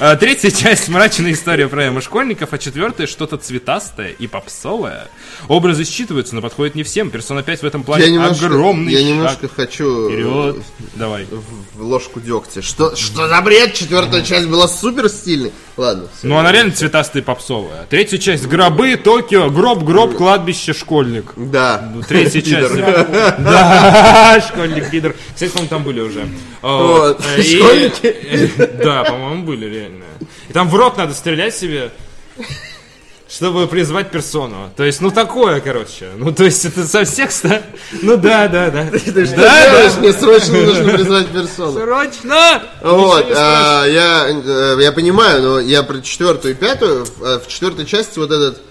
[SPEAKER 1] Э, Третья часть мрачная история про эмо школьников, а четвертая что-то цветастое и попсовое. Образы считываются, но подходят не всем. Персона 5 в этом плане
[SPEAKER 2] Я немножко,
[SPEAKER 1] огромный
[SPEAKER 2] я
[SPEAKER 1] шаг
[SPEAKER 2] немножко хочу
[SPEAKER 1] вперед. Давай.
[SPEAKER 2] в ложку дегтя. Что, что за бред? Четвертая часть была супер стильной. Ладно. всё.
[SPEAKER 1] Ну, она реально цветастая и попсовая. Третья часть гробы, Токио, гроб, гроб, кладбище, школьник.
[SPEAKER 2] Да.
[SPEAKER 1] Ну, третья
[SPEAKER 2] Пидор.
[SPEAKER 1] часть. Да, школьник пидор.
[SPEAKER 4] Кстати, по-моему, там были уже.
[SPEAKER 2] Вот.
[SPEAKER 4] Э, и-
[SPEAKER 2] Школьники.
[SPEAKER 4] э, Да, по-моему, были реально. И там в рот надо стрелять себе, чтобы призвать персону. То есть, ну такое, короче. Ну, то есть, это со всех сторон. Ну да, да, да.
[SPEAKER 2] Ты [LAUGHS] что делаешь? Мне срочно нужно призвать персону.
[SPEAKER 4] Срочно!
[SPEAKER 2] Вот, а, я, э, я понимаю, но я про четвертую и пятую. В, э, в четвертой части вот этот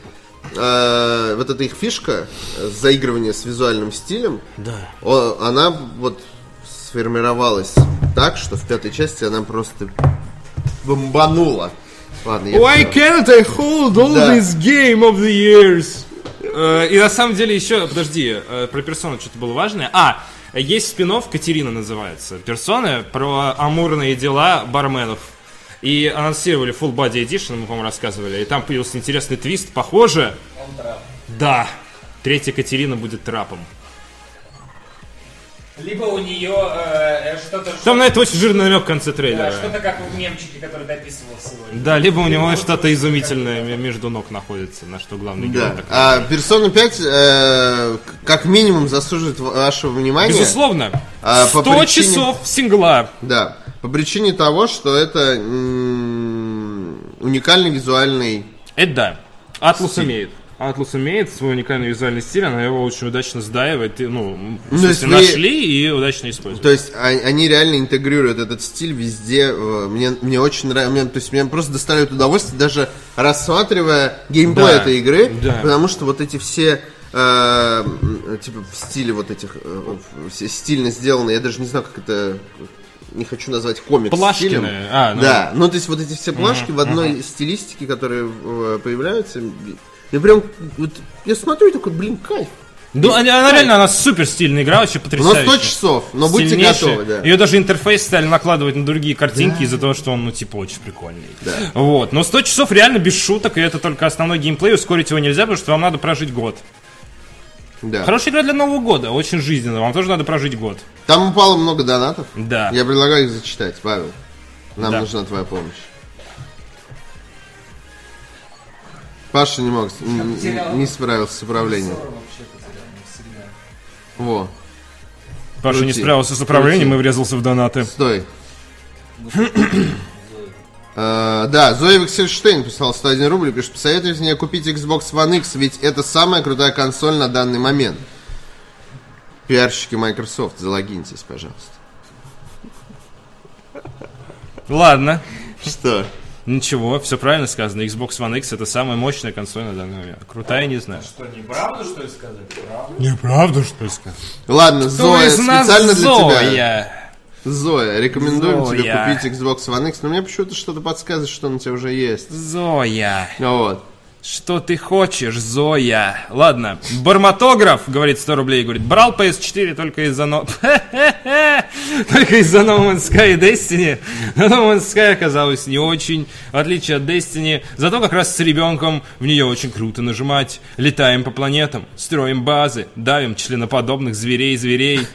[SPEAKER 2] э, вот эта их фишка э, заигрывание с визуальным стилем, о- она вот сформировалась так, что в пятой части она просто бомбанула. Ладно, я
[SPEAKER 4] Why
[SPEAKER 2] понял.
[SPEAKER 4] can't I hold all
[SPEAKER 2] Да.
[SPEAKER 4] this game of the years? Э, И на самом деле еще, подожди, э, про персону что-то было важное. А, есть спин Катерина называется. Персоны про амурные дела барменов. И анонсировали Full Body Edition, мы, по-моему, рассказывали. И там появился интересный твист. Похоже... Да. Третья Катерина будет трапом.
[SPEAKER 3] Либо у нее э, э, что-то...
[SPEAKER 4] Там на это очень жирный намек в конце трейлера.
[SPEAKER 3] Да, что-то как в мемчике, который дописывал сегодня.
[SPEAKER 4] Да, либо у него что-то изумительное м- между ног находится, на что главный герой
[SPEAKER 2] Да.
[SPEAKER 4] так
[SPEAKER 2] А Persona 5 э, к- как минимум заслуживает вашего внимания.
[SPEAKER 1] Безусловно.
[SPEAKER 2] А, по
[SPEAKER 1] 100
[SPEAKER 2] причине-
[SPEAKER 1] часов сингла.
[SPEAKER 2] Да. По причине того, что это м, уникальный визуальный
[SPEAKER 1] Это да. Атлус умеет. Атлус умеет свой уникальный визуальный стиль, она его очень удачно сдаивает, и, ну, м, в
[SPEAKER 2] Ну,
[SPEAKER 1] смысле,
[SPEAKER 2] если-
[SPEAKER 1] нашли и удачно используют.
[SPEAKER 2] То есть а- они реально интегрируют этот стиль везде. э, Мне, мне очень нравится. То есть мне просто доставляет удовольствие, даже рассматривая геймплей
[SPEAKER 1] Да,
[SPEAKER 2] этой игры.
[SPEAKER 1] да.
[SPEAKER 2] Потому что вот эти все э, м, типа в стиле вот этих э, в- все стильно сделанные, я даже не знаю, как это не хочу назвать комикс
[SPEAKER 1] Плашкины,
[SPEAKER 2] стилем.
[SPEAKER 1] а, ну.
[SPEAKER 2] Да, ну то есть вот эти все плашки в одной стилистике, которые э, появляются, я прям вот, я смотрю и такой, блин, кайф.
[SPEAKER 1] Да, Ну, она, она реально, она супер стильная игра, вообще
[SPEAKER 2] Но
[SPEAKER 1] потрясающая.
[SPEAKER 2] 100 Ну, часов, но будьте
[SPEAKER 1] Сильнейший.
[SPEAKER 2] готовы, да.
[SPEAKER 1] Ее даже интерфейс стали накладывать на другие картинки из-за того, что он, ну, типа, очень прикольный. Вот. Но 100 часов реально без шуток, и это только основной геймплей, ускорить его нельзя, потому что вам надо прожить год.
[SPEAKER 2] Да.
[SPEAKER 1] Хорошая игра для Нового года, очень жизненно, вам тоже надо прожить год.
[SPEAKER 2] Там упало много донатов.
[SPEAKER 1] Да.
[SPEAKER 2] Я предлагаю их зачитать, Павел. Нам
[SPEAKER 1] Да.
[SPEAKER 2] нужна твоя помощь. Паша не мог, с- н- н- не справился с управлением. Во,
[SPEAKER 1] Паша не
[SPEAKER 2] Крути,
[SPEAKER 1] справился с управлением и
[SPEAKER 2] крути.
[SPEAKER 1] врезался в донаты.
[SPEAKER 2] стой. Э, Да, Зоя Вексельштейн писал 101 рубль, и пишет, посоветуйте мне купить Xbox One X, ведь это самая крутая консоль на данный момент. Пиарщики Microsoft, залогиньтесь, пожалуйста.
[SPEAKER 1] Ладно.
[SPEAKER 2] Что?
[SPEAKER 1] Ничего, все правильно сказано. Xbox One X это самая мощная консоль на данный момент. Крутая, не знаю.
[SPEAKER 9] Что, неправда, что ли, сказать? Правда?
[SPEAKER 1] Неправда, что сказать.
[SPEAKER 2] Ладно, Зоя, специально для тебя.
[SPEAKER 1] Зоя.
[SPEAKER 2] Зоя, рекомендуем
[SPEAKER 1] Зоя.
[SPEAKER 2] тебе купить Xbox One X, но мне почему-то что-то подсказывает, что он у тебя уже есть.
[SPEAKER 1] Зоя.
[SPEAKER 2] Ну Вот.
[SPEAKER 1] Что ты хочешь, Зоя? Ладно, Барматограф, говорит 100 рублей, говорит, брал PS4 только из-за но... [LAUGHS] только из-за No Man's Sky и Destiny. Но No Man's Sky оказалось не очень, в отличие от Destiny. Зато как раз с ребенком в нее очень круто нажимать. Летаем по планетам, строим базы, давим членоподобных зверей-зверей.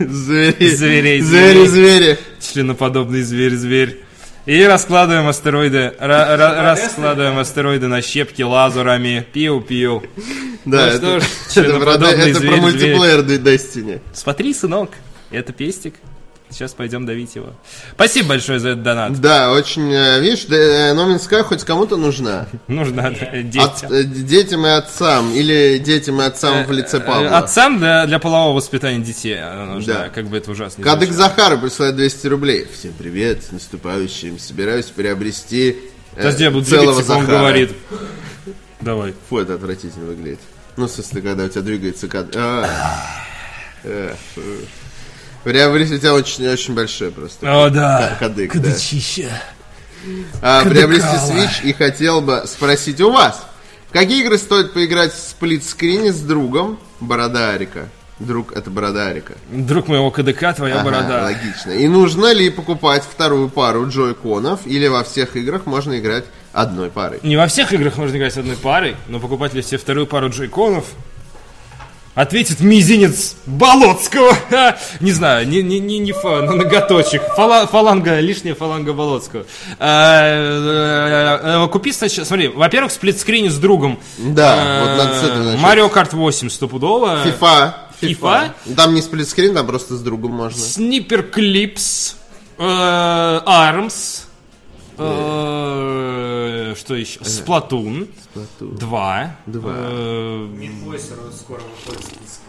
[SPEAKER 2] Звери.
[SPEAKER 1] Зверей, зверей.
[SPEAKER 2] Звери, звери.
[SPEAKER 1] Членоподобный зверь-зверь. И раскладываем астероиды, ра- ра- раскладываем астероиды на щепки лазерами. Пиу-пиу.
[SPEAKER 2] Да,
[SPEAKER 1] Ну что ж,
[SPEAKER 2] [LAUGHS] это, это про,
[SPEAKER 1] членоподобный
[SPEAKER 2] это про
[SPEAKER 1] зверь-зверь.
[SPEAKER 2] мультиплеер Destiny.
[SPEAKER 1] Смотри, сынок, это пестик. Сейчас пойдем давить его. Спасибо большое за этот донат.
[SPEAKER 2] Да, очень, э, видишь, да, э, No Man's Sky хоть кому-то нужна.
[SPEAKER 1] Нужно э,
[SPEAKER 2] От-
[SPEAKER 1] детям.
[SPEAKER 2] э, детям и отцам. Или детям и отцам в
[SPEAKER 1] Э,
[SPEAKER 2] лице Павла.
[SPEAKER 1] Отцам для, для полового воспитания детей она нужна,
[SPEAKER 2] Да.
[SPEAKER 1] как бы это ужасно. не
[SPEAKER 2] Кадык
[SPEAKER 1] звучало.
[SPEAKER 2] Захара присылает 200 рублей. Всем привет, с наступающим. Собираюсь приобрести э,
[SPEAKER 1] Подожди, я буду
[SPEAKER 2] целого
[SPEAKER 1] двигаться, он
[SPEAKER 2] Захара.
[SPEAKER 1] говорит. Давай.
[SPEAKER 2] Фу, это отвратительно выглядит. Ну, в смысле, когда у тебя двигается кадр. А. Э, фу. Приобрести у тебя очень-очень большое просто.
[SPEAKER 1] О, да.
[SPEAKER 2] Кадык, да.
[SPEAKER 1] Кадычища.
[SPEAKER 2] А, приобрести Switch и хотел бы спросить у вас. В какие игры стоит поиграть в сплитскрине с другом? Борода Арика. Друг, это Борода Арика.
[SPEAKER 1] Друг моего КДК, твоя
[SPEAKER 2] Ага,
[SPEAKER 1] Ну,
[SPEAKER 2] а
[SPEAKER 1] борода.
[SPEAKER 2] логично. И нужно ли покупать вторую пару джойконов, или во всех играх можно играть одной парой?
[SPEAKER 1] Не во всех играх можно играть с одной парой, но покупать ли все вторую пару джейконов? Ответит мизинец Болоцкого. Ха, Не знаю, не, не, не, не фа, но ноготочек. Фала- фаланга, лишняя фаланга Болоцкого. А, э, э, Купи сначала, смотри, во-первых, сплитскрин с другом.
[SPEAKER 2] Да, вот надо с этого начать.
[SPEAKER 1] А, Марио Карт 8 стопудово.
[SPEAKER 2] Фифа.
[SPEAKER 1] FIFA?
[SPEAKER 2] Там не сплитскрин, там просто с другом можно.
[SPEAKER 1] Снипер Клипс. Армс. э, Что еще? Сплатун.
[SPEAKER 2] Splatoon.
[SPEAKER 1] Два.
[SPEAKER 2] Два.
[SPEAKER 1] Э,
[SPEAKER 3] Мидвойсер скоро выходит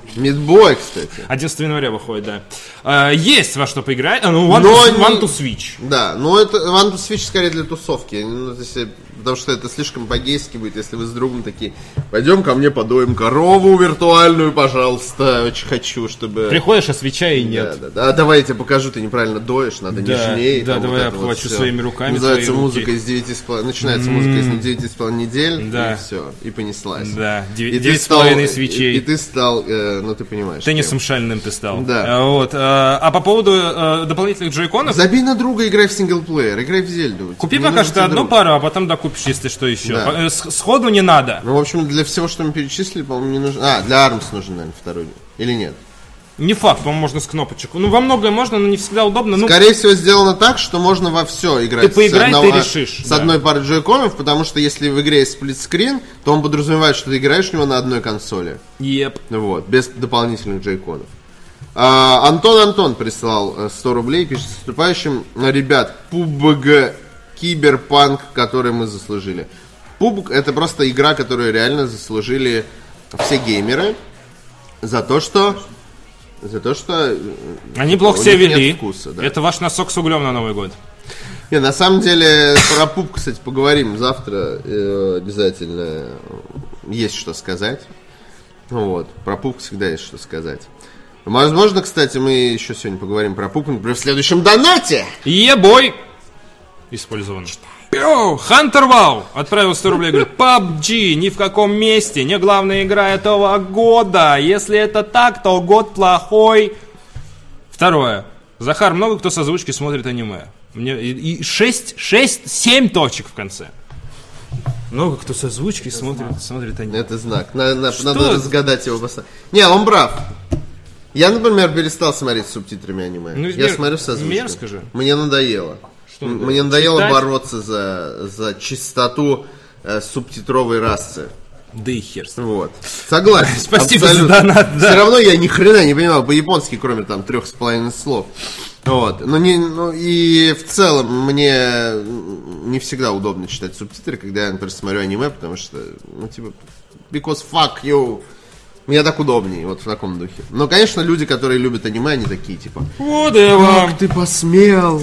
[SPEAKER 3] сплитскрин.
[SPEAKER 2] Мидбой, кстати.
[SPEAKER 1] 11 января выходит, да. А, Есть во что поиграть. А, Ну, One,
[SPEAKER 2] Но
[SPEAKER 1] to, One
[SPEAKER 2] не-
[SPEAKER 1] to Switch.
[SPEAKER 2] Да, но это One to Switch скорее для тусовки. Ну, то есть, э, потому что это слишком по-гейски будет, если вы с другом такие, пойдем ко мне подоим корову виртуальную, пожалуйста. Очень хочу, чтобы...
[SPEAKER 1] Приходишь, а свеча и
[SPEAKER 2] Да,
[SPEAKER 1] нет.
[SPEAKER 2] да, да. А давай я тебе покажу, ты неправильно доешь, надо
[SPEAKER 1] Да,
[SPEAKER 2] нежнее.
[SPEAKER 1] да,
[SPEAKER 2] там
[SPEAKER 1] давай
[SPEAKER 2] вот
[SPEAKER 1] я
[SPEAKER 2] это вот
[SPEAKER 1] обхвачу
[SPEAKER 2] всё.
[SPEAKER 1] своими руками
[SPEAKER 2] Называется
[SPEAKER 1] твои руки.
[SPEAKER 2] музыка из девяти с половиной... Начинается музыка из девяти с половиной недель,
[SPEAKER 1] Да.
[SPEAKER 2] и все, и понеслась.
[SPEAKER 1] Да,
[SPEAKER 2] И ты
[SPEAKER 1] 9,5
[SPEAKER 2] стал-
[SPEAKER 1] свечей.
[SPEAKER 2] И, и ты стал, э, ну ты понимаешь.
[SPEAKER 1] Теннисом шальным ты стал.
[SPEAKER 2] Да.
[SPEAKER 1] А, Вот. А а по поводу э, дополнительных
[SPEAKER 2] кем.
[SPEAKER 1] джойконов,
[SPEAKER 2] Забей на друга, играй в синглплеер, играй в Зельду.
[SPEAKER 1] купи
[SPEAKER 2] Тебе
[SPEAKER 1] пока
[SPEAKER 2] нужен
[SPEAKER 1] что одну
[SPEAKER 2] друг.
[SPEAKER 1] пару, а потом докупишь, если что еще.
[SPEAKER 2] Да.
[SPEAKER 1] По- э, с- Сходу не надо.
[SPEAKER 2] Ну, в общем, для всего, что мы перечислили, по-моему, не нужно... А, для Армс нужен, наверное, второй. Или нет?
[SPEAKER 1] Не факт, вам можно с кнопочек. Ну, во многое можно, но не всегда удобно. Ну,
[SPEAKER 2] Скорее всего, сделано так, что можно во все играть.
[SPEAKER 1] Ты поиграй,
[SPEAKER 2] с
[SPEAKER 1] ты решишь,
[SPEAKER 2] С
[SPEAKER 1] да.
[SPEAKER 2] одной парой джойконов, потому что если в игре есть сплитскрин, то он подразумевает, что ты играешь в него на одной консоли.
[SPEAKER 1] еп.
[SPEAKER 2] Вот, без дополнительных джейконов. А, Антон Антон прислал э, 100 рублей, пишет, с наступающим, э, ребят, PUBG Киберпанк, который мы заслужили. PUBG это просто игра, которую реально заслужили все геймеры за то, что... За то, что... э,
[SPEAKER 1] Они плохо
[SPEAKER 2] у
[SPEAKER 1] себя
[SPEAKER 2] них нет
[SPEAKER 1] вели.
[SPEAKER 2] вкуса, да.
[SPEAKER 1] Это ваш носок с углем на Новый год.
[SPEAKER 2] Не, на самом деле, про пуп, кстати, поговорим завтра. э, обязательно есть что сказать. Вот, про пуп всегда есть что сказать. Возможно, кстати, мы еще сегодня поговорим про пуп, например, в следующем донате.
[SPEAKER 1] Ебой! Использован. Пиу! Хантер Вау отправил 100 рублей, говорит, PUBG ни в каком месте, не главная игра этого года. Если это так, то год плохой. Второе. Захар, много кто с озвучки смотрит аниме. Мне и, и шесть, шесть, семь точек в конце. Много кто с озвучки смотрит, смотрит аниме.
[SPEAKER 2] Это знак. На- на- надо разгадать его поста- Не, а он прав. Я, например, перестал смотреть с субтитрами аниме.
[SPEAKER 1] Ну,
[SPEAKER 2] Я
[SPEAKER 1] мер-
[SPEAKER 2] смотрю со озвучкой.
[SPEAKER 1] мерзко же.
[SPEAKER 2] Мне надоело. М- Мне надоело бороться за, за чистоту э, субтитровой расы.
[SPEAKER 1] Да и хер с ним.
[SPEAKER 2] Вот.
[SPEAKER 1] [LAUGHS]
[SPEAKER 2] Согласен.
[SPEAKER 1] Спасибо
[SPEAKER 2] абсолютно.
[SPEAKER 1] за донат, да.
[SPEAKER 2] Все равно я ни хрена не понимал по-японски, кроме там трех с половиной слов. Вот. Ну, не, ну и в целом мне не всегда удобно читать субтитры, когда я, например, смотрю аниме, потому что, ну, типа, because fuck you. Мне так удобнее, вот в таком духе. Но, конечно, люди, которые любят аниме, они такие, типа,
[SPEAKER 1] Вот и вам.
[SPEAKER 2] как ты посмел?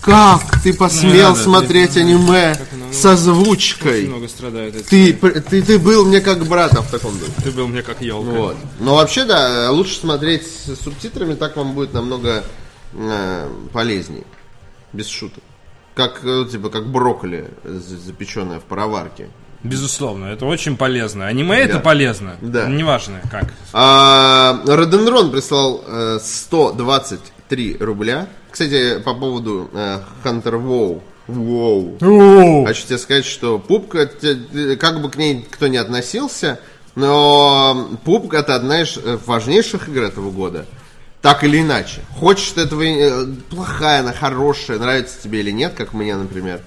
[SPEAKER 2] Как ты посмел смотреть аниме со озвучкой?
[SPEAKER 1] Много страдают. эти-
[SPEAKER 2] Ты, ты, ты был мне как брат, а в таком духе.
[SPEAKER 1] Ты был мне как елка.
[SPEAKER 2] Вот. Но вообще, да, лучше смотреть с субтитрами, так вам будет намного э, полезней. Без шуток. Как, э, типа, как брокколи, запеченное в пароварке.
[SPEAKER 1] Безусловно, это очень полезно. Аниме это
[SPEAKER 2] Да.
[SPEAKER 1] полезно.
[SPEAKER 2] Да.
[SPEAKER 1] Неважно как.
[SPEAKER 2] А, Роденрон прислал э, 123 рубля. Кстати, по поводу э, Hunter WoW. Воу. Хочу тебе сказать, А что пупка, те- те- как бы к ней кто не относился, но пупка это одна из э, важнейших игр этого года. Так или иначе. Хочешь ты этого, и- э, плохая она, хорошая, нравится тебе или нет, как мне, например.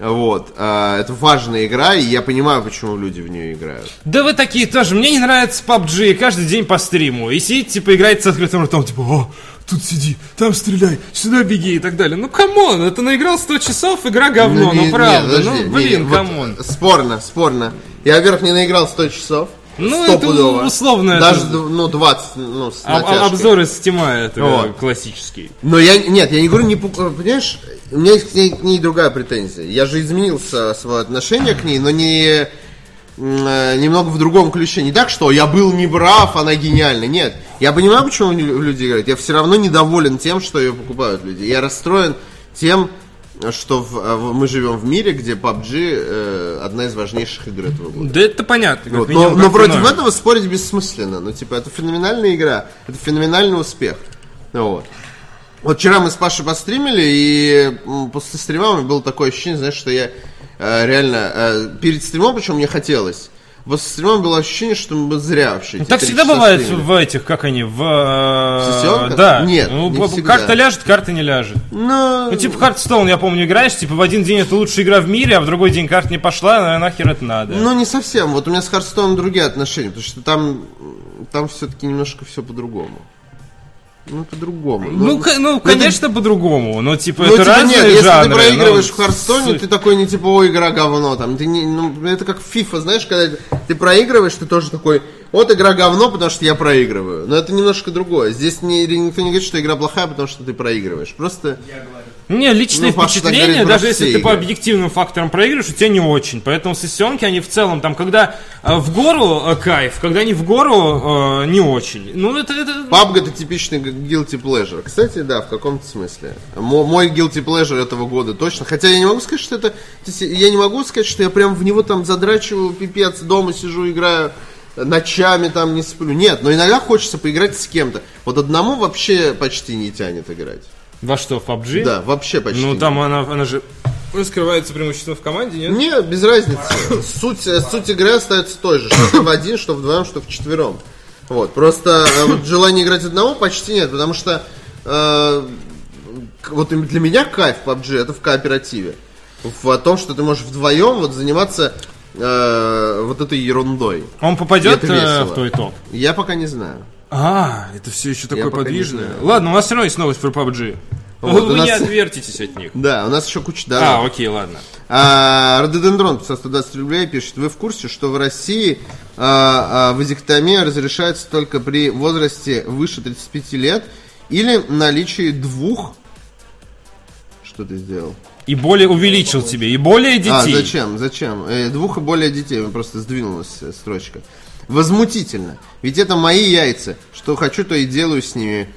[SPEAKER 2] Вот. А, Это важная игра, и я понимаю, почему люди в нее играют.
[SPEAKER 1] Да вы такие тоже. Мне не нравится PUBG. Каждый день по стриму. И сидите, типа, играет с открытым ртом. Типа, о, тут сиди, там стреляй, сюда беги и так далее. Ну, камон, это наиграл 100 часов, игра говно, ну,
[SPEAKER 2] не- не,
[SPEAKER 1] правда.
[SPEAKER 2] подожди,
[SPEAKER 1] ну,
[SPEAKER 2] не,
[SPEAKER 1] блин,
[SPEAKER 2] вот
[SPEAKER 1] камон.
[SPEAKER 2] спорно, спорно. Я, вверх не наиграл 100 часов.
[SPEAKER 1] Ну,
[SPEAKER 2] стопудово.
[SPEAKER 1] это условно,
[SPEAKER 2] Даже,
[SPEAKER 1] это-
[SPEAKER 2] ну, 20, ну, с
[SPEAKER 1] А- а-
[SPEAKER 2] натяжкой.
[SPEAKER 1] обзоры с Стима это
[SPEAKER 2] Вот.
[SPEAKER 1] классический.
[SPEAKER 2] Но я, нет, я не говорю, не, пу- э, понимаешь, у меня есть к ней, к ней другая претензия. Я же изменил со- свое отношение к ней, но не м, э, немного в другом ключе. Не так, что я был не прав, она гениальна. Нет. Я понимаю, почему лю- люди играют. Я все равно недоволен тем, что ее покупают люди. Я расстроен тем, что в- э, в- мы живем в мире, где PUBG э, одна из важнейших игр этого года.
[SPEAKER 1] Да это понятно. как
[SPEAKER 2] Вот,
[SPEAKER 1] минимум,
[SPEAKER 2] но,
[SPEAKER 1] как
[SPEAKER 2] но против
[SPEAKER 1] феномен.
[SPEAKER 2] этого спорить бессмысленно. Ну, типа, это феноменальная игра, это феноменальный успех. Ну, Вот. Вот вчера мы с Пашей постримили, и м, после стрима у меня было такое ощущение, знаешь, что я э, реально... э, перед стримом, причем мне хотелось. После стрима было ощущение, что мы зря вообще... эти
[SPEAKER 1] Ну, Так
[SPEAKER 2] три
[SPEAKER 1] всегда
[SPEAKER 2] часа
[SPEAKER 1] бывает
[SPEAKER 2] стримили.
[SPEAKER 1] в этих, как они, в... э,
[SPEAKER 2] Сессионках?
[SPEAKER 1] Да.
[SPEAKER 2] Нет,
[SPEAKER 1] Ну,
[SPEAKER 2] не
[SPEAKER 1] б-
[SPEAKER 2] всегда.
[SPEAKER 1] карта ляжет, карта не ляжет.
[SPEAKER 2] Ну,
[SPEAKER 1] Ну, типа Хардстоун, я помню, играешь, типа в один день это лучшая игра в мире, а в другой день карта не пошла, на- нахер это надо.
[SPEAKER 2] ну, не совсем. Вот у меня с Хардстоуном другие отношения, потому что там, м, там все-таки немножко все по-другому. Ну, по-другому.
[SPEAKER 1] Ну,
[SPEAKER 2] Ну,
[SPEAKER 1] к- ну,
[SPEAKER 2] это-
[SPEAKER 1] конечно, по-другому. Но типа
[SPEAKER 2] Ну,
[SPEAKER 1] это
[SPEAKER 2] типа,
[SPEAKER 1] разные
[SPEAKER 2] нет, если
[SPEAKER 1] жанры, ну,
[SPEAKER 2] ты проигрываешь
[SPEAKER 1] но
[SPEAKER 2] в Хардстоне,
[SPEAKER 1] суть-
[SPEAKER 2] ты такой не типа, о, игра говно, там, ты не, ну, это как в FIFA, знаешь, когда ты проигрываешь, ты тоже такой, вот игра говно, потому что я проигрываю, но это немножко другое, здесь не, никто не говорит, что игра плохая, потому что ты проигрываешь, просто,
[SPEAKER 1] Не, личные
[SPEAKER 2] Ну, Паша так
[SPEAKER 1] впечатления,
[SPEAKER 2] говорит про
[SPEAKER 1] даже
[SPEAKER 2] все
[SPEAKER 1] если ты
[SPEAKER 2] игры.
[SPEAKER 1] по объективным факторам проигрываешь, у тебя не очень. Поэтому сессионки, они в целом, там, когда э, в гору э, кайф, когда не в гору, э, не очень. Ну, это... это-
[SPEAKER 2] PUBG это типичный г- guilty pleasure, кстати, да, в каком-то смысле, Мо- мой guilty pleasure этого года точно, хотя я не могу сказать, что это, то есть я не могу сказать, что я прям в него там задрачиваю пипец, дома сижу, играю, ночами там не сплю. Нет, но иногда хочется поиграть с кем-то. Вот одному вообще почти не тянет играть.
[SPEAKER 1] Во что, в PUBG?
[SPEAKER 2] Да, вообще почти.
[SPEAKER 1] Ну,
[SPEAKER 2] не.
[SPEAKER 1] там она, она же... ну,
[SPEAKER 4] Раскрывается преимущество в команде, нет?
[SPEAKER 2] Не, без разницы. Суть, э, суть игры остается той же. Что ты в один, что вдвоем, что в четвером. Вот. Просто э, вот желания играть одного почти нет, потому что э, к- вот им- для меня кайф PUBG это в кооперативе. В том, что ты можешь вдвоем вот заниматься э, вот этой ерундой.
[SPEAKER 1] Он попадет
[SPEAKER 2] Это весело.
[SPEAKER 1] э, в твой топ?
[SPEAKER 2] Я пока не знаю.
[SPEAKER 1] А, это все еще такое
[SPEAKER 2] пока не
[SPEAKER 1] подвижное.
[SPEAKER 2] знаю.
[SPEAKER 1] Ладно, у нас все равно есть новость про PUBG.
[SPEAKER 2] Вот,
[SPEAKER 1] Вы
[SPEAKER 2] у
[SPEAKER 1] не
[SPEAKER 2] нас-
[SPEAKER 1] отвертитесь от них.
[SPEAKER 2] Да, у нас еще куча данных.
[SPEAKER 1] А, окей, ладно.
[SPEAKER 2] А, Рододендрон со 120 рублей пишет, вы в курсе, что в России а, а, вазэктомия разрешается только при возрасте выше 35 лет или наличии двух... Что ты сделал?
[SPEAKER 1] И более увеличил тебе, и более детей.
[SPEAKER 2] А, зачем? Зачем? Э, двух и более детей. Просто сдвинулась э, строчка. Возмутительно. Ведь это мои яйца. Что хочу, то и делаю с ними.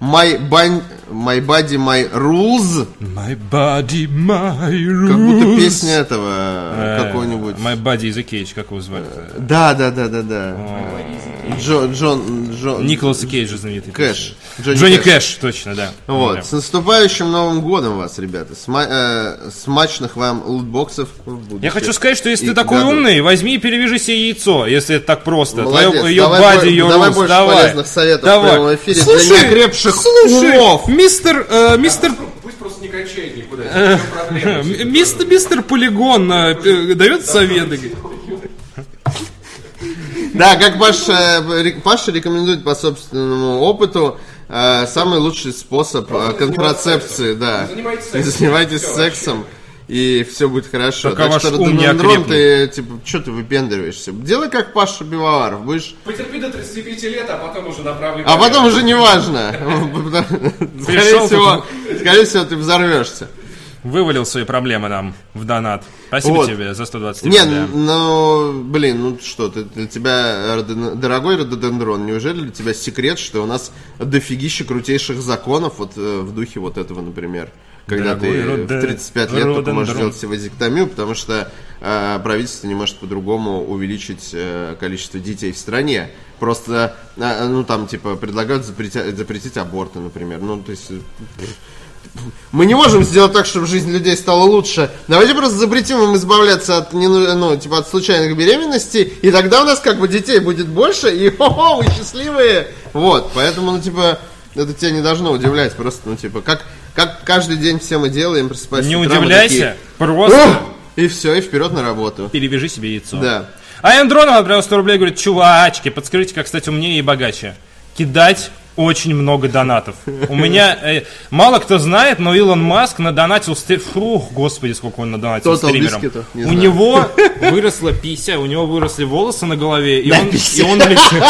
[SPEAKER 2] My, ban- my body, my rules.
[SPEAKER 1] My body, my rules.
[SPEAKER 2] Как будто песня этого э, какого-нибудь...
[SPEAKER 1] My body is a cage, как его звали?
[SPEAKER 2] Да, да, да, да, да.
[SPEAKER 1] А.
[SPEAKER 2] Джо, Джон, Джон,
[SPEAKER 1] Николас Кейдж знаменитый.
[SPEAKER 2] Кэш.
[SPEAKER 1] Джонни, Кэш. точно, да.
[SPEAKER 2] Вот,
[SPEAKER 1] Да.
[SPEAKER 2] с наступающим Новым годом вас, ребята. Сма- э, смачных вам лутбоксов в будущем.
[SPEAKER 1] Я хочу сказать, что если
[SPEAKER 2] И
[SPEAKER 1] ты такой
[SPEAKER 2] годов.
[SPEAKER 1] умный, возьми и перевяжи себе яйцо, если это так просто.
[SPEAKER 2] Молодец,
[SPEAKER 1] Твоё-
[SPEAKER 2] давай
[SPEAKER 1] your body,
[SPEAKER 2] бо-
[SPEAKER 1] your
[SPEAKER 2] давай
[SPEAKER 1] rules.
[SPEAKER 2] больше
[SPEAKER 1] давай.
[SPEAKER 2] полезных советов
[SPEAKER 1] давай.
[SPEAKER 2] в прямом эфире для
[SPEAKER 1] слушай,
[SPEAKER 2] неокрепших
[SPEAKER 1] слушай,
[SPEAKER 2] умов.
[SPEAKER 1] Мистер, э, мистер
[SPEAKER 9] Пусть просто не кончает никуда. это не проблема.
[SPEAKER 1] Мистер, мистер Полигон э, э, дает советы. говорит.
[SPEAKER 2] Да, как Паша, э, ре- Паша рекомендует по собственному опыту э, самый лучший способ э, контрацепции, да.
[SPEAKER 9] Занимайтесь
[SPEAKER 2] И
[SPEAKER 9] сексом.
[SPEAKER 2] Занимайтесь
[SPEAKER 9] Всё,
[SPEAKER 2] сексом. И все будет хорошо.
[SPEAKER 1] Пока ваш
[SPEAKER 2] что,
[SPEAKER 1] ум не
[SPEAKER 2] рододендрон,
[SPEAKER 1] окрепнет.
[SPEAKER 2] ты, типа, что ты выпендриваешься? Делай как Паша Пивоваров, будешь...
[SPEAKER 9] Потерпи до 35 лет, а потом уже направлю.
[SPEAKER 2] А потом уже не важно. Скорее
[SPEAKER 1] Пришёл
[SPEAKER 2] всего, скорее всего, ты взорвешься.
[SPEAKER 1] Вывалил свои проблемы нам в донат. Спасибо
[SPEAKER 2] Вот.
[SPEAKER 1] тебе за 120
[SPEAKER 2] Не,
[SPEAKER 1] рублей.
[SPEAKER 2] ну, блин, ну что, ты, для тебя, роден- дорогой рододендрон, неужели для тебя секрет, что у нас дофигища крутейших законов вот э, в духе вот этого, например? когда ты
[SPEAKER 1] Дорогой
[SPEAKER 2] в 35 лет только
[SPEAKER 1] рододендрон.
[SPEAKER 2] можешь сделать себе диктомию, потому что э, правительство не может по-другому увеличить э, количество детей в стране. Просто, э, ну, там, типа, предлагают запретя- запретить аборты, например. Ну, то есть... э, Мы не можем сделать так, чтобы жизнь людей стала лучше. Давайте просто запретим им избавляться от, нену- ну, типа, от случайных беременностей, и тогда у нас как бы детей будет больше, и [LAUGHS] хо-хо, вы счастливые. Вот, поэтому, ну, типа, это тебя не должно удивлять. Просто, ну, типа, как, как каждый день все мы делаем, просыпаясь
[SPEAKER 1] Не
[SPEAKER 2] с утра, мы
[SPEAKER 1] удивляйся,
[SPEAKER 2] такие,
[SPEAKER 1] просто
[SPEAKER 2] «Ух!» и все, и вперед на работу.
[SPEAKER 1] перевяжи себе яйцо.
[SPEAKER 2] Да.
[SPEAKER 1] А я Дронов отправил 100 рублей, говорит, чувачки, подскажите, как стать умнее и богаче. Кидать очень много донатов. У меня, э, мало кто знает, но Илон Маск надонатил, стри... фух, господи, сколько он надонатил
[SPEAKER 2] Total
[SPEAKER 1] стримерам.
[SPEAKER 2] Biscuit, не
[SPEAKER 1] у
[SPEAKER 2] знаю.
[SPEAKER 1] него
[SPEAKER 2] [LAUGHS]
[SPEAKER 1] выросла пися, у него выросли волосы на голове, и он, и он лечит.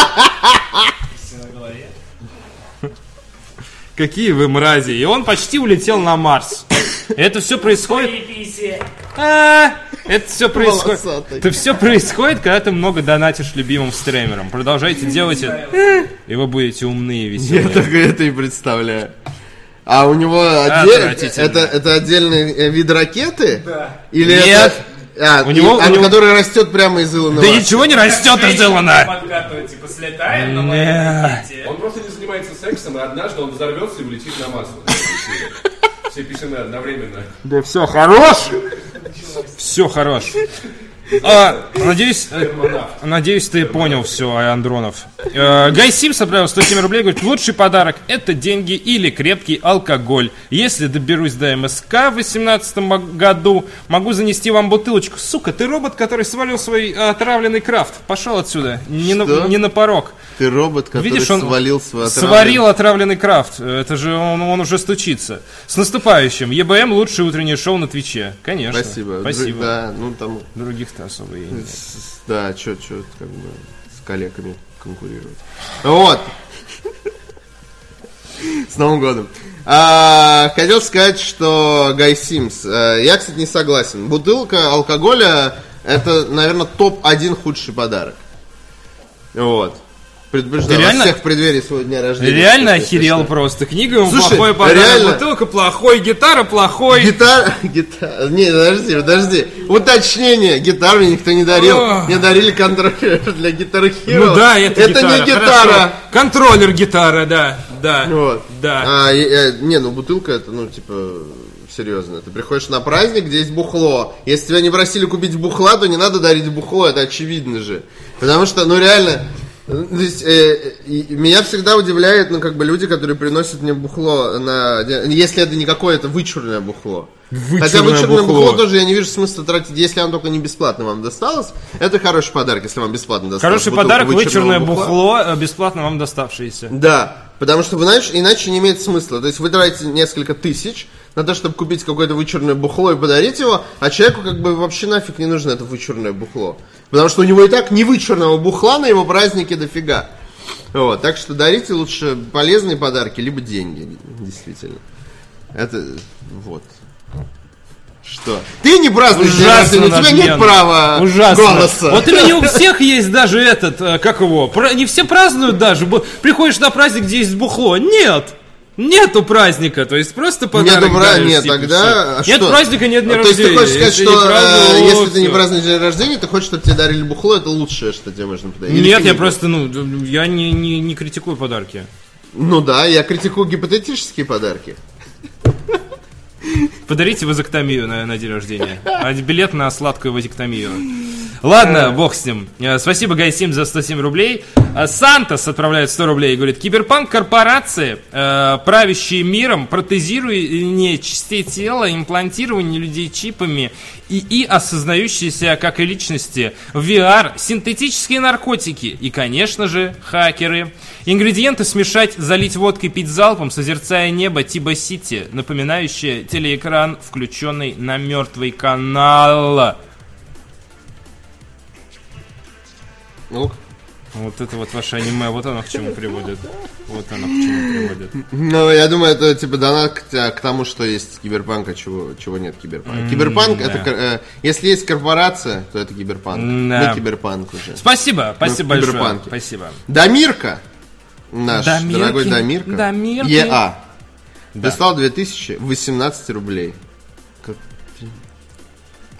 [SPEAKER 1] Какие вы мрази. И он почти улетел на Марс. Это все происходит
[SPEAKER 3] Переписи.
[SPEAKER 1] а, Это все происходит.
[SPEAKER 2] Волосатый.
[SPEAKER 1] Это все происходит, когда ты много донатишь любимым стримерам. Продолжайте делать это. И вы будете умные и
[SPEAKER 2] Я
[SPEAKER 1] веселые.
[SPEAKER 2] только это и представляю. А у него отдель-
[SPEAKER 1] Отвратительно.
[SPEAKER 2] это, это отдельный э, вид ракеты? Да. Или
[SPEAKER 1] Нет.
[SPEAKER 2] это... А,
[SPEAKER 1] У
[SPEAKER 2] и-
[SPEAKER 1] него- у
[SPEAKER 2] а,
[SPEAKER 1] него-
[SPEAKER 2] который растет прямо из Илона
[SPEAKER 1] Да
[SPEAKER 2] Маска.
[SPEAKER 1] ничего не растет
[SPEAKER 3] Как
[SPEAKER 1] из
[SPEAKER 3] женщина
[SPEAKER 1] Илона.
[SPEAKER 3] подкатывает, типа, слетаем на моей ракете.
[SPEAKER 9] Он просто не занимается сексом, и однажды он взорвется и улетит на Марс. Все писаны одновременно.
[SPEAKER 1] Да все, хорош. Все, хорош. А, надеюсь, э,
[SPEAKER 9] Космонавт.
[SPEAKER 1] надеюсь, ты понял все, Андронов. Э, Гай Симс отправил 107 рублей, говорит, лучший подарок – это деньги или крепкий алкоголь. Если доберусь до МСК в 18 году, могу занести вам бутылочку. Сука, ты робот, который свалил свой э, отравленный крафт. Пошел отсюда, не на,
[SPEAKER 2] Что?
[SPEAKER 1] не на порог.
[SPEAKER 2] Ты робот, который
[SPEAKER 1] Видишь, он
[SPEAKER 2] свалил свой отравленный-
[SPEAKER 1] сварил отравленный крафт. Это же он, он уже стучится. С наступающим. ЕБМ лучшее утреннее шоу на Твиче. Конечно.
[SPEAKER 2] Спасибо.
[SPEAKER 1] Спасибо.
[SPEAKER 2] Да, ну там,
[SPEAKER 1] Других-то особо и нет.
[SPEAKER 2] Э, с- да, что, что, как бы с коллегами конкурировать. Вот. [LAUGHS] С Новым годом. А, хотел сказать, что Гай Симс. э, я, кстати, не согласен. Бутылка алкоголя это, наверное, топ-1 худший подарок. Вот. Предупреждаю
[SPEAKER 1] Ты
[SPEAKER 2] вас
[SPEAKER 1] реально-
[SPEAKER 2] всех в преддверии своего дня рождения.
[SPEAKER 1] Реально
[SPEAKER 2] Если
[SPEAKER 1] охерел
[SPEAKER 2] что.
[SPEAKER 1] просто. Книга ему
[SPEAKER 2] Слушай,
[SPEAKER 1] плохой подарок,
[SPEAKER 2] реально.
[SPEAKER 1] бутылка плохой, гитара плохой.
[SPEAKER 2] [LAUGHS] Гитара, гитара, не, подожди, подожди. Уточнение, гитару мне никто не дарил.
[SPEAKER 1] Ох.
[SPEAKER 2] Мне дарили контроллер для гитары Hero.
[SPEAKER 1] Ну да, это, гитара.
[SPEAKER 2] не
[SPEAKER 1] хорошо.
[SPEAKER 2] гитара.
[SPEAKER 1] Контроллер гитара, да, да,
[SPEAKER 2] Вот.
[SPEAKER 1] да.
[SPEAKER 2] А, и- э, не, ну бутылка это, ну, типа, серьезно. Ты приходишь на праздник, где есть бухло. Если тебя не просили купить бухла, то не надо дарить бухло, это очевидно же. Потому что, ну, реально, э, то есть, э, и- и меня всегда удивляют, ну, как бы люди, которые приносят мне бухло на... день- Если это не какое-то вычурное бухло. Хотя вычурное бухло. тоже я не вижу смысла тратить, если оно только не бесплатно вам досталось. Это хороший подарок, если вам бесплатно досталось.
[SPEAKER 1] Хороший
[SPEAKER 2] бутылка
[SPEAKER 1] подарок, вычурное
[SPEAKER 2] вычурного
[SPEAKER 1] бухло, э, бесплатно вам доставшееся.
[SPEAKER 2] да, потому что вы, знаешь, иначе не имеет смысла. То есть вы тратите несколько тысяч на то, чтобы купить какое-то вычурное бухло и подарить его, а человеку как бы вообще нафиг не нужно это вычурное бухло. Потому что у него и так не вычурного бухла на его празднике дофига. Вот, так что дарите лучше полезные подарки, либо деньги, действительно. Это вот. Что? Ты не празднуешь день рождения, у тебя нет
[SPEAKER 1] надменно.
[SPEAKER 2] права
[SPEAKER 1] Ужасно.
[SPEAKER 2] А, голоса.
[SPEAKER 1] Вот именно
[SPEAKER 2] [LAUGHS]
[SPEAKER 1] не у всех есть даже этот, э, как его, пра- не все празднуют даже. Бу- Приходишь на праздник, где есть бухло. Нет! Нету праздника, то есть просто подарок
[SPEAKER 2] Нету бра-
[SPEAKER 1] даришь,
[SPEAKER 2] нет,
[SPEAKER 1] типа,
[SPEAKER 2] тогда,
[SPEAKER 1] всё.
[SPEAKER 2] а
[SPEAKER 1] Нет
[SPEAKER 2] что?
[SPEAKER 1] праздника, нет дня
[SPEAKER 2] То есть
[SPEAKER 1] рождения.
[SPEAKER 2] ты хочешь сказать,
[SPEAKER 1] Если
[SPEAKER 2] что
[SPEAKER 1] не праздновал,
[SPEAKER 2] э, если ты не
[SPEAKER 1] всё.
[SPEAKER 2] празднуешь день рождения, ты хочешь, чтобы тебе дарили бухло, это лучшее, что тебе можно подарить. Или
[SPEAKER 1] Нет, я
[SPEAKER 2] книгу.
[SPEAKER 1] просто, ну, д- я не, не, не критикую подарки.
[SPEAKER 2] Ну да, я критикую гипотетические подарки.
[SPEAKER 1] Подарите вазоктомию на, на день рождения. А билет на сладкую вазоктомию. Ладно, бог с ним. Э, Спасибо Гайсим за 107 рублей. А Сантос отправляет 100 рублей и говорит, киберпанк корпорации, э, правящие миром, протезирование частей тела, имплантирование людей чипами и, и осознающиеся как и личности, VR, синтетические наркотики и, конечно же, хакеры. Ингредиенты смешать, залить водкой, пить залпом, созерцая небо Тиба Сити, напоминающее телеэкран, включенный на мертвый канал.
[SPEAKER 2] Ну,
[SPEAKER 1] Вот это вот ваше аниме, вот оно к чему приводит. Вот оно к чему приводит.
[SPEAKER 2] ну, я думаю, это типа донат к, те- к тому, что есть киберпанк, а чего, чего нет киберпанка. киберпанк это кор- э, если есть корпорация, то это киберпанк.
[SPEAKER 1] Да.
[SPEAKER 2] Мы киберпанк уже.
[SPEAKER 1] Спасибо, спасибо
[SPEAKER 2] Ну, в
[SPEAKER 1] большое.
[SPEAKER 2] киберпанке.
[SPEAKER 1] Спасибо.
[SPEAKER 2] Дамирка! Наш
[SPEAKER 1] Дамирки,
[SPEAKER 2] дорогой Дамирка.
[SPEAKER 1] Дамирки.
[SPEAKER 2] ЕА.
[SPEAKER 1] Да.
[SPEAKER 2] Достал 2000, 18 рублей.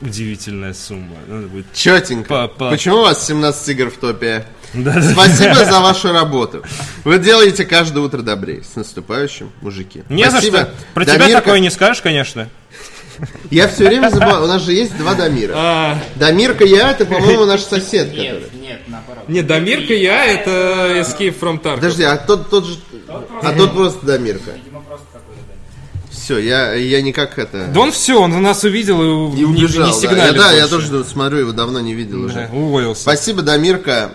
[SPEAKER 1] Удивительная сумма. Надо будет...
[SPEAKER 2] Четенько.
[SPEAKER 1] Папа.
[SPEAKER 2] Почему у вас 17 игр в топе?
[SPEAKER 1] Да.
[SPEAKER 2] Спасибо за вашу работу. Вы делаете каждое утро добрее. С наступающим, мужики.
[SPEAKER 1] Не
[SPEAKER 2] Спасибо.
[SPEAKER 1] за что. Про тебя
[SPEAKER 2] Дамирка.
[SPEAKER 1] такое не скажешь, конечно.
[SPEAKER 2] Я все время забываю. У нас же есть два Дамира.
[SPEAKER 1] А.
[SPEAKER 2] Дамирка я, это, по-моему, наш сосед. который-
[SPEAKER 3] Нет, нет, наоборот.
[SPEAKER 4] Не, Дамирка я, это Escape from Tarkov.
[SPEAKER 2] Подожди, а тот, тот же... А тот просто Дамирка.
[SPEAKER 3] Э, Видимо, просто какой-то. да.
[SPEAKER 2] Все, я, я никак это...
[SPEAKER 4] Да он все, он нас увидел и,
[SPEAKER 2] И убежал.
[SPEAKER 4] не, не
[SPEAKER 2] да.
[SPEAKER 4] сигналил
[SPEAKER 2] Я- да, я
[SPEAKER 4] больше.
[SPEAKER 2] тоже тут смотрю, его давно не видел
[SPEAKER 4] Да,
[SPEAKER 2] уже.
[SPEAKER 4] уволился.
[SPEAKER 2] Спасибо, Дамирка.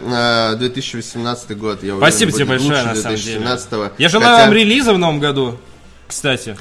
[SPEAKER 2] Э, 2018 год. Я уверен,
[SPEAKER 1] Спасибо тебе
[SPEAKER 2] будет
[SPEAKER 1] большое, на
[SPEAKER 2] лучше
[SPEAKER 1] самом деле.
[SPEAKER 2] 2017-го.
[SPEAKER 1] Я желаю
[SPEAKER 2] Хотя-
[SPEAKER 1] вам релиза в новом году, кстати.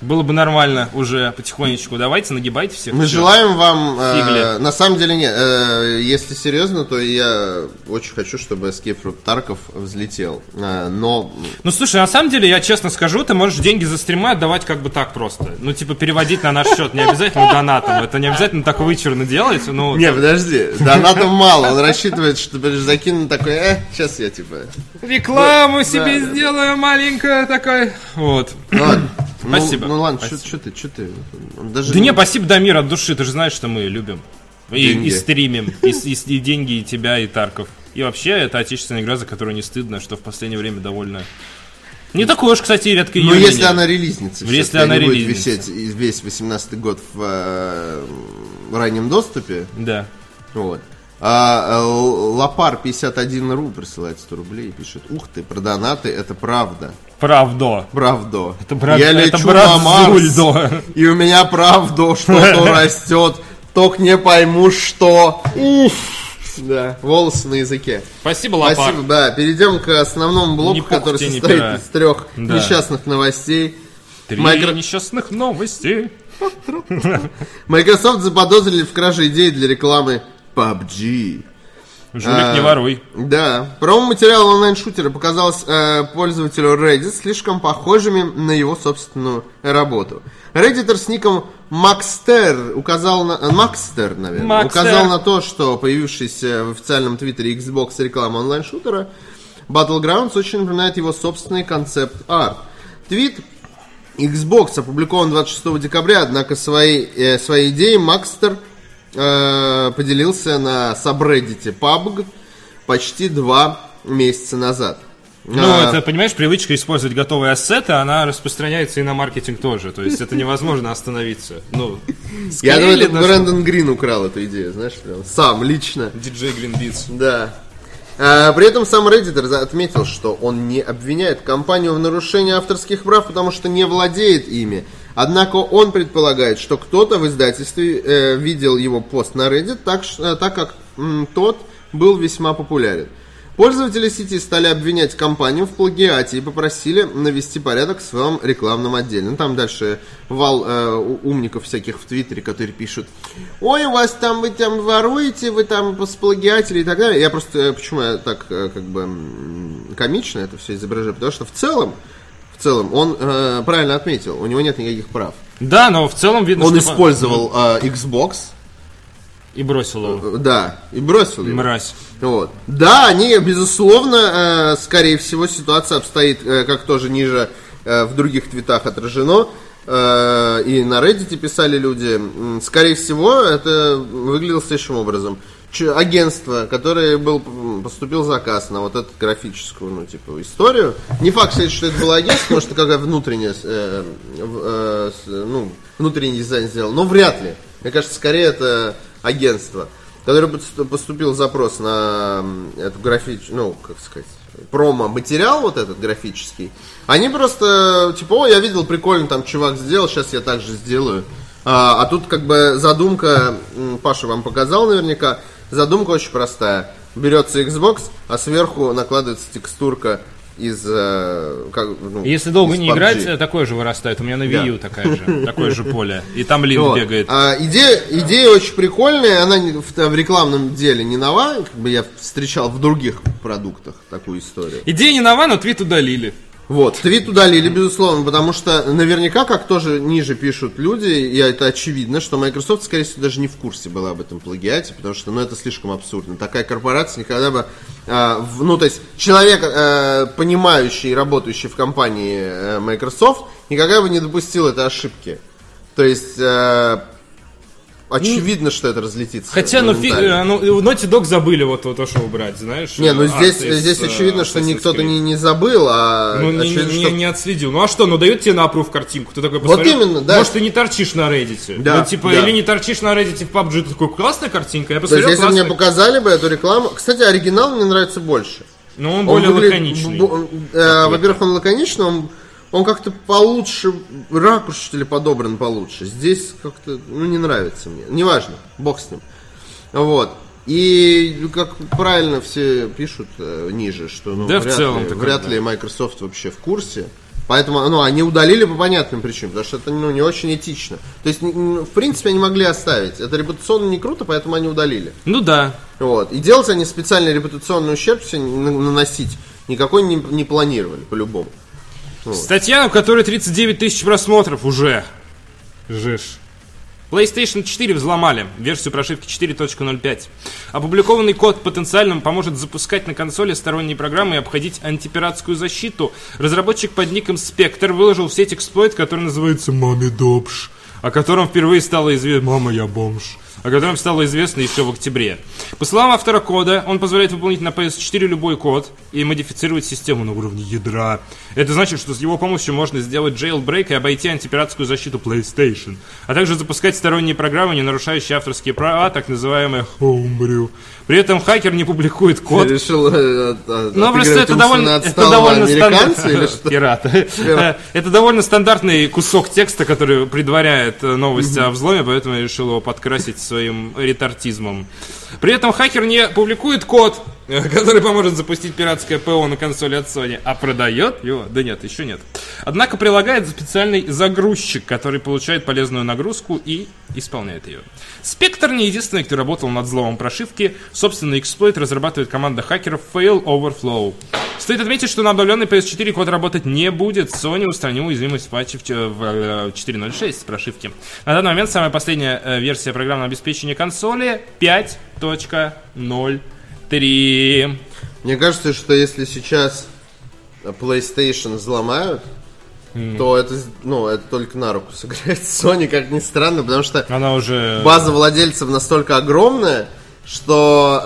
[SPEAKER 1] Было бы нормально уже потихонечку. Давайте, нагибайте всех.
[SPEAKER 2] Мы
[SPEAKER 1] Всё.
[SPEAKER 2] желаем вам, э,
[SPEAKER 1] Фигли.
[SPEAKER 2] на самом деле нет, э, если серьезно, то я очень хочу, чтобы Escape from Tarkov взлетел, Э, но
[SPEAKER 1] Ну, слушай, на самом деле, я честно скажу, ты можешь деньги за стримы отдавать как бы так просто. Ну, типа, переводить на наш счет не обязательно донатом. Это не обязательно так вычурно делать. Ну,
[SPEAKER 2] не, подожди, донатов мало, он рассчитывает, что ты закинул такой, э, сейчас я типа,
[SPEAKER 1] рекламу себе
[SPEAKER 2] да, да.
[SPEAKER 1] сделаю маленькая такая. Вот.
[SPEAKER 2] ну ладно. Ну,
[SPEAKER 1] Спасибо.
[SPEAKER 2] Ну, ладно,
[SPEAKER 1] Спасибо.
[SPEAKER 2] что ты, что ты, Он даже ну,
[SPEAKER 1] Да не, спасибо, Дамир, от души. Ты же знаешь, что мы любим. И,
[SPEAKER 2] Деньги.
[SPEAKER 1] и стримим. И, с- и с- и деньги, и тебя, и Тарков. И вообще, это отечественная игра, за которую не стыдно, что в последнее время довольно... Не такое уж, кстати, и редкое
[SPEAKER 2] Ну,
[SPEAKER 1] явление.
[SPEAKER 2] если она релизнится,
[SPEAKER 1] Если
[SPEAKER 2] всё-таки,
[SPEAKER 1] она
[SPEAKER 2] они будут
[SPEAKER 1] релизнится.
[SPEAKER 2] висеть и весь 18 год в, э, в раннем доступе,
[SPEAKER 1] Да.
[SPEAKER 2] Вот. А, э, Л- Лопар 51 ру присылает 100 рублей и пишет, ух ты, про донаты, это правда.
[SPEAKER 1] Правдо.
[SPEAKER 2] Правдо.
[SPEAKER 1] Это брат,
[SPEAKER 2] Я
[SPEAKER 1] это
[SPEAKER 2] лечу
[SPEAKER 1] брат
[SPEAKER 2] на Марс,
[SPEAKER 1] Зульдо.
[SPEAKER 2] и у меня правдо
[SPEAKER 1] [LAUGHS]
[SPEAKER 2] что-то растет, только не пойму, что. Уф. Да, волосы на языке.
[SPEAKER 4] Спасибо, Лопар.
[SPEAKER 2] Спасибо, да. Перейдем к основному блоку,
[SPEAKER 1] Ни пух
[SPEAKER 2] который
[SPEAKER 1] тебе, ни
[SPEAKER 2] состоит
[SPEAKER 1] пера.
[SPEAKER 2] из трех
[SPEAKER 1] Да.
[SPEAKER 2] несчастных новостей.
[SPEAKER 1] Три
[SPEAKER 2] Майкро-
[SPEAKER 1] несчастных новостей.
[SPEAKER 2] Microsoft заподозрили в краже идеи для рекламы PUBG.
[SPEAKER 1] Жулик,
[SPEAKER 2] А,
[SPEAKER 1] не воруй.
[SPEAKER 2] Да. Промо-материал онлайн-шутера показалось э, пользователю Reddit слишком похожими на его собственную работу. Реддитер с ником Макстер указал на... э, Макстер, наверное.
[SPEAKER 1] Макстер.
[SPEAKER 2] Указал на то, что появившаяся в официальном твиттере Xbox реклама онлайн-шутера Battlegrounds очень напоминает его собственный концепт-арт. Твит Xbox опубликован 26 декабря, однако своей, э, своей идеей Макстер э, поделился на сабреддите PUBG почти два месяца назад.
[SPEAKER 1] Ну,
[SPEAKER 2] А,
[SPEAKER 1] это, понимаешь, привычка использовать готовые ассеты, она распространяется и на маркетинг тоже. То есть это невозможно остановиться. Ну,
[SPEAKER 2] я думаю, это
[SPEAKER 1] скорее на-
[SPEAKER 2] Брэндон Грин украл эту идею, знаешь, прям сам лично.
[SPEAKER 4] Диджей Гринбитс.
[SPEAKER 2] Да. А, При этом сам Реддитер отметил, что он не обвиняет компанию в нарушении авторских прав, потому что не владеет ими. Однако он предполагает, что кто-то в издательстве э, видел его пост на Reddit, так, ш- э, так как м, тот был весьма популярен. Пользователи сети стали обвинять компанию в плагиате и попросили навести порядок в своем рекламном отделе. Ну, там дальше вал э, у- умников всяких в Твиттере, которые пишут, ой, у вас там, вы там воруете, вы там сплагиатели и так далее. Я просто, э, почему я так, э, как бы, м, комично это все изображаю, потому что в целом, в целом, он э, правильно отметил, у него нет никаких прав.
[SPEAKER 1] Да, но в целом видно,
[SPEAKER 2] Он
[SPEAKER 1] что-
[SPEAKER 2] использовал э, Xbox,
[SPEAKER 1] И бросил его.
[SPEAKER 2] э, да, и бросил его.
[SPEAKER 1] Мразь.
[SPEAKER 2] Вот. Да, они, безусловно, э, скорее всего, ситуация обстоит, э, как тоже ниже э, в других твитах отражено. э, и на Reddit писали люди. М, Скорее всего, это выглядело следующим образом. Ч- агентство, которое был, м, поступил заказ на вот эту графическую, ну, типа, историю. Не факт, кстати, что это было агентство, может, это какая внутренняя, э, в- э, с- ну, внутренний дизайн сделал, но вряд ли. Мне кажется, скорее это агентство который подс- поступил запрос на м, эту графич, ну, как сказать, промо-материал вот этот графический, они просто, типа, о, я видел, прикольно там чувак сделал, сейчас я так же сделаю. А, а тут как бы задумка, м, Паша вам показал наверняка, задумка очень простая. Берется Xbox, а сверху накладывается текстурка из... э, как, ну,
[SPEAKER 1] Если долго
[SPEAKER 2] из
[SPEAKER 1] не
[SPEAKER 2] PUBG.
[SPEAKER 1] играть, э, такое же вырастает. У меня на Wii U такая же. Такое же поле. И там Лин
[SPEAKER 2] Вот.
[SPEAKER 1] бегает.
[SPEAKER 2] А, идея, идея очень прикольная, она не- в, в рекламном деле не нова, как бы я встречал в других продуктах такую историю.
[SPEAKER 1] Идея не нова, но твит удалили.
[SPEAKER 2] Вот, твит удалили, безусловно, потому что наверняка, как тоже ниже пишут люди, и это очевидно, что Microsoft, скорее всего, даже не в курсе была об этом плагиате, потому что, ну, это слишком абсурдно. Такая корпорация никогда бы, а, в- ну, то есть, человек, э, понимающий и работающий в компании э, Microsoft, никогда бы не допустил этой ошибки. То есть, э, очевидно, что это разлетится.
[SPEAKER 1] Хотя, ну, фиг,
[SPEAKER 2] моментально.
[SPEAKER 1] э, ну, и в Naughty Dog забыли вот вот то, что убрать, знаешь?
[SPEAKER 2] Не, ну
[SPEAKER 1] А,
[SPEAKER 2] здесь,
[SPEAKER 1] из,
[SPEAKER 2] здесь
[SPEAKER 1] э,
[SPEAKER 2] очевидно, что
[SPEAKER 1] Assassin's
[SPEAKER 2] никто-то
[SPEAKER 1] Creed.
[SPEAKER 2] не, не забыл, а
[SPEAKER 1] Ну, не,
[SPEAKER 2] очевидно,
[SPEAKER 1] не-
[SPEAKER 2] что...
[SPEAKER 1] не отследил. Ну а что, ну дают тебе на аппрув картинку. Ты такой посмотрел,
[SPEAKER 2] именно, да.
[SPEAKER 1] Может, ты не торчишь на Reddit.
[SPEAKER 2] Да,
[SPEAKER 1] Ну, типа,
[SPEAKER 2] да.
[SPEAKER 1] или не торчишь на Reddit в PUBG, ты такой, классная картинка, я
[SPEAKER 2] То есть,
[SPEAKER 1] посмотрел,
[SPEAKER 2] если
[SPEAKER 1] классная.
[SPEAKER 2] мне показали бы эту рекламу... Кстати, оригинал мне нравится больше.
[SPEAKER 1] Но Ну, он,
[SPEAKER 2] Он
[SPEAKER 1] более
[SPEAKER 2] выглядит-
[SPEAKER 1] лаконичный.
[SPEAKER 2] б- б- э, Во-первых, он лаконичный, он, он как-то получше, ракурс что ли подобран получше. Здесь как-то, ну, не нравится мне. Неважно, бог с ним. Вот. И ну, как правильно все пишут э, ниже, что ну,
[SPEAKER 1] Да, в
[SPEAKER 2] вряд,
[SPEAKER 1] целом-то
[SPEAKER 2] ли,
[SPEAKER 1] как
[SPEAKER 2] вряд
[SPEAKER 1] бы.
[SPEAKER 2] ли Microsoft вообще в курсе. Поэтому ну, они удалили по понятным причинам, потому что это ну, не очень этично. То есть, н- н- в принципе, они могли оставить. Это репутационно не круто, поэтому они удалили.
[SPEAKER 1] Ну да.
[SPEAKER 2] Вот. И делать они специальный репутационный ущерб себе на- наносить никакой не, не планировали, по-любому.
[SPEAKER 1] Статья, у которой 39 тысяч просмотров уже. Жиш. PlayStation 4 взломали, версию прошивки 4.05. Опубликованный код потенциальным поможет запускать на консоли сторонние программы и обходить антипиратскую защиту. Разработчик под ником Spectre выложил в сеть эксплойт, который называется «Маме Добш», о котором впервые стало известно «Мама, я бомж», о котором стало известно еще в октябре. По словам автора кода, он позволяет выполнить на PS4 любой код и модифицировать систему на уровне ядра. Это значит, что с его помощью можно сделать jailbreak и обойти антипиратскую защиту PlayStation, а также запускать сторонние программы, не нарушающие авторские права, так называемые homebrew. При этом хакер не публикует код,
[SPEAKER 2] Я решил э, от- от-
[SPEAKER 1] ну, просто
[SPEAKER 2] отыграть
[SPEAKER 1] это довольно,
[SPEAKER 2] умственно
[SPEAKER 1] это
[SPEAKER 2] отсталого
[SPEAKER 1] довольно
[SPEAKER 2] американца
[SPEAKER 1] стандартный [LAUGHS]
[SPEAKER 2] или что?
[SPEAKER 1] пират. Это довольно стандартный кусок текста, который предваряет э, новость о взломе, поэтому я решил его подкрасить своим ретартизмом. При этом хакер не публикует код, э, который поможет запустить пиратское ПО на консоли от Sony, а продает его? Да нет, еще нет. Однако прилагает специальный загрузчик, который получает полезную нагрузку и исполняет ее. Спектр не единственный, кто работал над взломом прошивки. Собственно, эксплойт разрабатывает команда хакеров Fail Overflow. Стоит отметить, что на обновленной PS4 код работать не будет. Sony устранил уязвимость патча в ч- в э, 4.06 прошивки. На данный момент самая последняя э, версия программного обеспечения консоли 5.03.
[SPEAKER 2] Мне кажется, что если сейчас PlayStation взломают, то это, с- ну, это только на руку сыграет [LAUGHS] Sony, как ни странно, потому что
[SPEAKER 1] Она уже...
[SPEAKER 2] база владельцев настолько огромная, что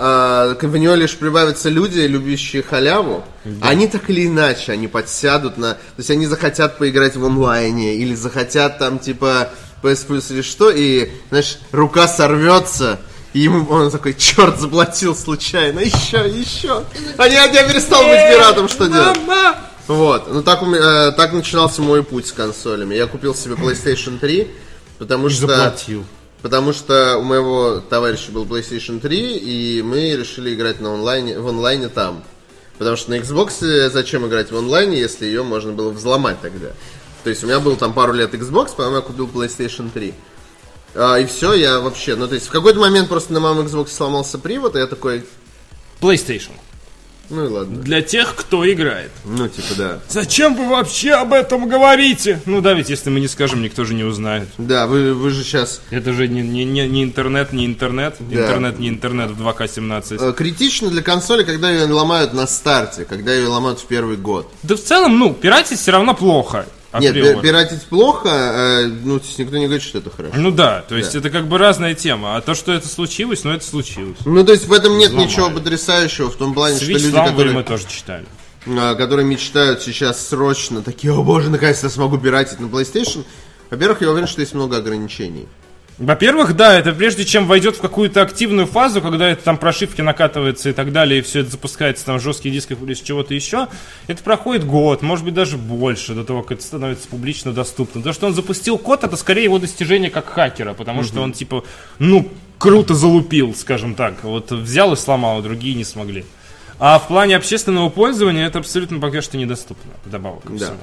[SPEAKER 2] э, в нее лишь прибавятся люди, любящие халяву. Они так или иначе, они подсядут на... То есть они захотят поиграть в онлайне, или захотят там типа PS Plus или что, и, знаешь, рука сорвется, и ему он такой, черт, заплатил случайно, еще, еще. А я, я перестал быть пиратом, что делать? Вот, ну так, у меня- э, так начинался мой путь с консолями. Я купил себе PlayStation 3, потому что...
[SPEAKER 1] заплатил.
[SPEAKER 2] Потому что у моего товарища был PlayStation 3, и мы решили играть на онлайне, в онлайне там. Потому что на Xbox зачем играть в онлайне, если ее можно было взломать тогда. То есть у меня был там пару лет Xbox, потом я купил PlayStation 3. А, и все, я вообще... Ну, то есть в какой-то момент просто на моем Xbox сломался привод, и я такой...
[SPEAKER 1] PlayStation.
[SPEAKER 2] Ну и ладно.
[SPEAKER 1] Для тех, кто играет.
[SPEAKER 2] Ну, типа, да.
[SPEAKER 1] Зачем вы вообще об этом говорите? Ну да, ведь если мы не скажем, никто же не узнает.
[SPEAKER 2] Да, вы, вы же сейчас
[SPEAKER 1] Это же не, не, не, не интернет, не интернет. Интернет, не интернет в 2К17.
[SPEAKER 2] Э, критично для консоли, когда ее ломают на старте, когда ее ломают в первый год.
[SPEAKER 1] Да в целом, ну, пиратить все равно плохо. А
[SPEAKER 2] Нет,
[SPEAKER 1] прям
[SPEAKER 2] пи-
[SPEAKER 1] вот-
[SPEAKER 2] пиратить плохо, э, ну, то есть никто не говорит, что это хорошо.
[SPEAKER 1] Ну да, то есть это как бы разная тема. А то, что это случилось, ну это случилось.
[SPEAKER 2] Ну, то есть в этом нет ничего потрясающего, в том плане, что
[SPEAKER 1] Switch
[SPEAKER 2] люди,
[SPEAKER 1] Slambury
[SPEAKER 2] которые,
[SPEAKER 1] мы тоже читали.
[SPEAKER 2] э, которые мечтают сейчас срочно, такие, о боже, наконец-то я смогу пиратить на PlayStation, во-первых, я уверен, что есть много ограничений.
[SPEAKER 1] Во-первых, да, это прежде чем войдет в какую-то активную фазу, когда это там прошивки накатываются и так далее, и все это запускается там с жестких дисков или с чего-то еще, это проходит год, может быть даже больше до того, как это становится публично доступно. То, что он запустил код, это скорее его достижение как хакера, потому что он типа, ну, круто залупил, скажем так. Вот взял и сломал, а другие не смогли. А в плане общественного пользования это абсолютно пока что недоступно, вдобавок ко
[SPEAKER 2] Да.
[SPEAKER 1] всему.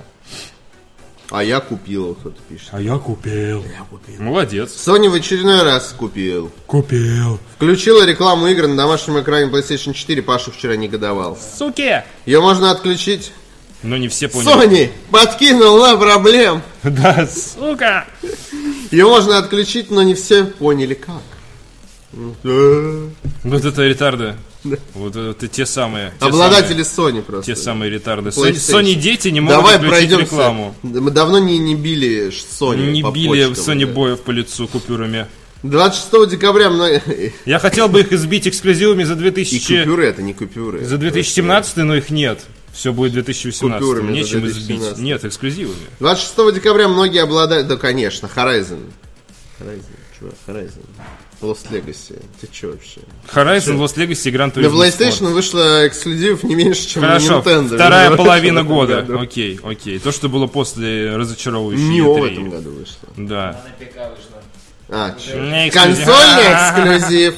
[SPEAKER 2] А я купил, вот кто-то пишет.
[SPEAKER 1] А я купил. Молодец.
[SPEAKER 2] Sony в очередной раз купил.
[SPEAKER 11] Купил.
[SPEAKER 2] Включила рекламу игр на домашнем экране PlayStation 4, Паша вчера негодовал.
[SPEAKER 1] Суки!
[SPEAKER 2] Ее можно отключить.
[SPEAKER 1] Но не все поняли.
[SPEAKER 2] Sony подкинула проблем.
[SPEAKER 1] [LAUGHS] Да, сука!
[SPEAKER 2] Ее можно отключить, но не все поняли как. Да.
[SPEAKER 1] Вот это ретарды. Вот это те самые. те
[SPEAKER 2] Обладатели
[SPEAKER 1] самые-
[SPEAKER 2] Sony просто.
[SPEAKER 1] Те самые ретарды. Со-
[SPEAKER 2] PlayStation.
[SPEAKER 1] Sony дети не могут
[SPEAKER 2] Давай
[SPEAKER 1] включить
[SPEAKER 2] пройдемся.
[SPEAKER 1] рекламу.
[SPEAKER 2] Да Мы давно не, не били ш- Sony.
[SPEAKER 1] Не
[SPEAKER 2] по
[SPEAKER 1] били
[SPEAKER 2] почкам,
[SPEAKER 1] Sony
[SPEAKER 2] да.
[SPEAKER 1] боев по лицу купюрами.
[SPEAKER 2] 26 декабря мно- [LAUGHS]
[SPEAKER 1] Я хотел бы их избить эксклюзивами за
[SPEAKER 2] И
[SPEAKER 1] 2000...
[SPEAKER 2] купюры это не купюры.
[SPEAKER 1] За 2017, но их нет. Все будет 2018.
[SPEAKER 2] Купюрами за
[SPEAKER 1] Нечем
[SPEAKER 2] 2017.
[SPEAKER 1] избить. Нет, эксклюзивами.
[SPEAKER 2] 26 декабря многие обладают... Да, конечно, Horizon. Horizon, чувак, Horizon. Lost Legacy. Ты чё вообще?
[SPEAKER 1] Horizon, Lost Legacy, Gran
[SPEAKER 2] Для
[SPEAKER 1] Turismo Sport.
[SPEAKER 2] PlayStation вышло эксклюзивов не меньше, чем на
[SPEAKER 1] Хорошо,
[SPEAKER 2] Nintendo.
[SPEAKER 1] вторая
[SPEAKER 2] [LAUGHS] В
[SPEAKER 1] половина
[SPEAKER 2] этом
[SPEAKER 1] года.
[SPEAKER 2] году.
[SPEAKER 1] Окей, окей. То, что было после разочаровывающей
[SPEAKER 2] Нио в
[SPEAKER 1] E3.
[SPEAKER 2] этом году вышло.
[SPEAKER 1] Да.
[SPEAKER 3] Она пика вышла.
[SPEAKER 2] А, чё.
[SPEAKER 1] Не эксклюзив.
[SPEAKER 2] Консольный
[SPEAKER 1] [LAUGHS]
[SPEAKER 2] эксклюзив.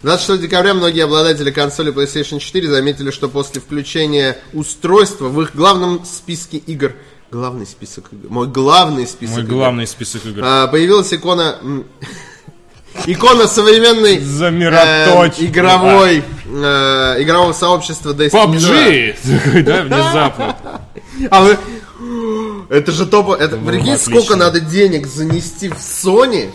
[SPEAKER 2] 26 декабря многие обладатели консоли PlayStation 4 заметили, что после включения устройства в их главном списке игр... Главный список игр. Мой главный список
[SPEAKER 1] Мой
[SPEAKER 2] игр.
[SPEAKER 1] главный список игр.
[SPEAKER 2] А, появилась икона... м, [LAUGHS] Икона современной
[SPEAKER 1] За
[SPEAKER 2] э,
[SPEAKER 1] мироточь.
[SPEAKER 2] игровой э, игрового сообщества Destiny 2.
[SPEAKER 1] PUBG! Такой,
[SPEAKER 2] [LAUGHS]
[SPEAKER 1] Да, внезапно.
[SPEAKER 2] А вы- Это же топо. Это, прикинь,
[SPEAKER 1] отлично.
[SPEAKER 2] сколько надо денег занести в Sony,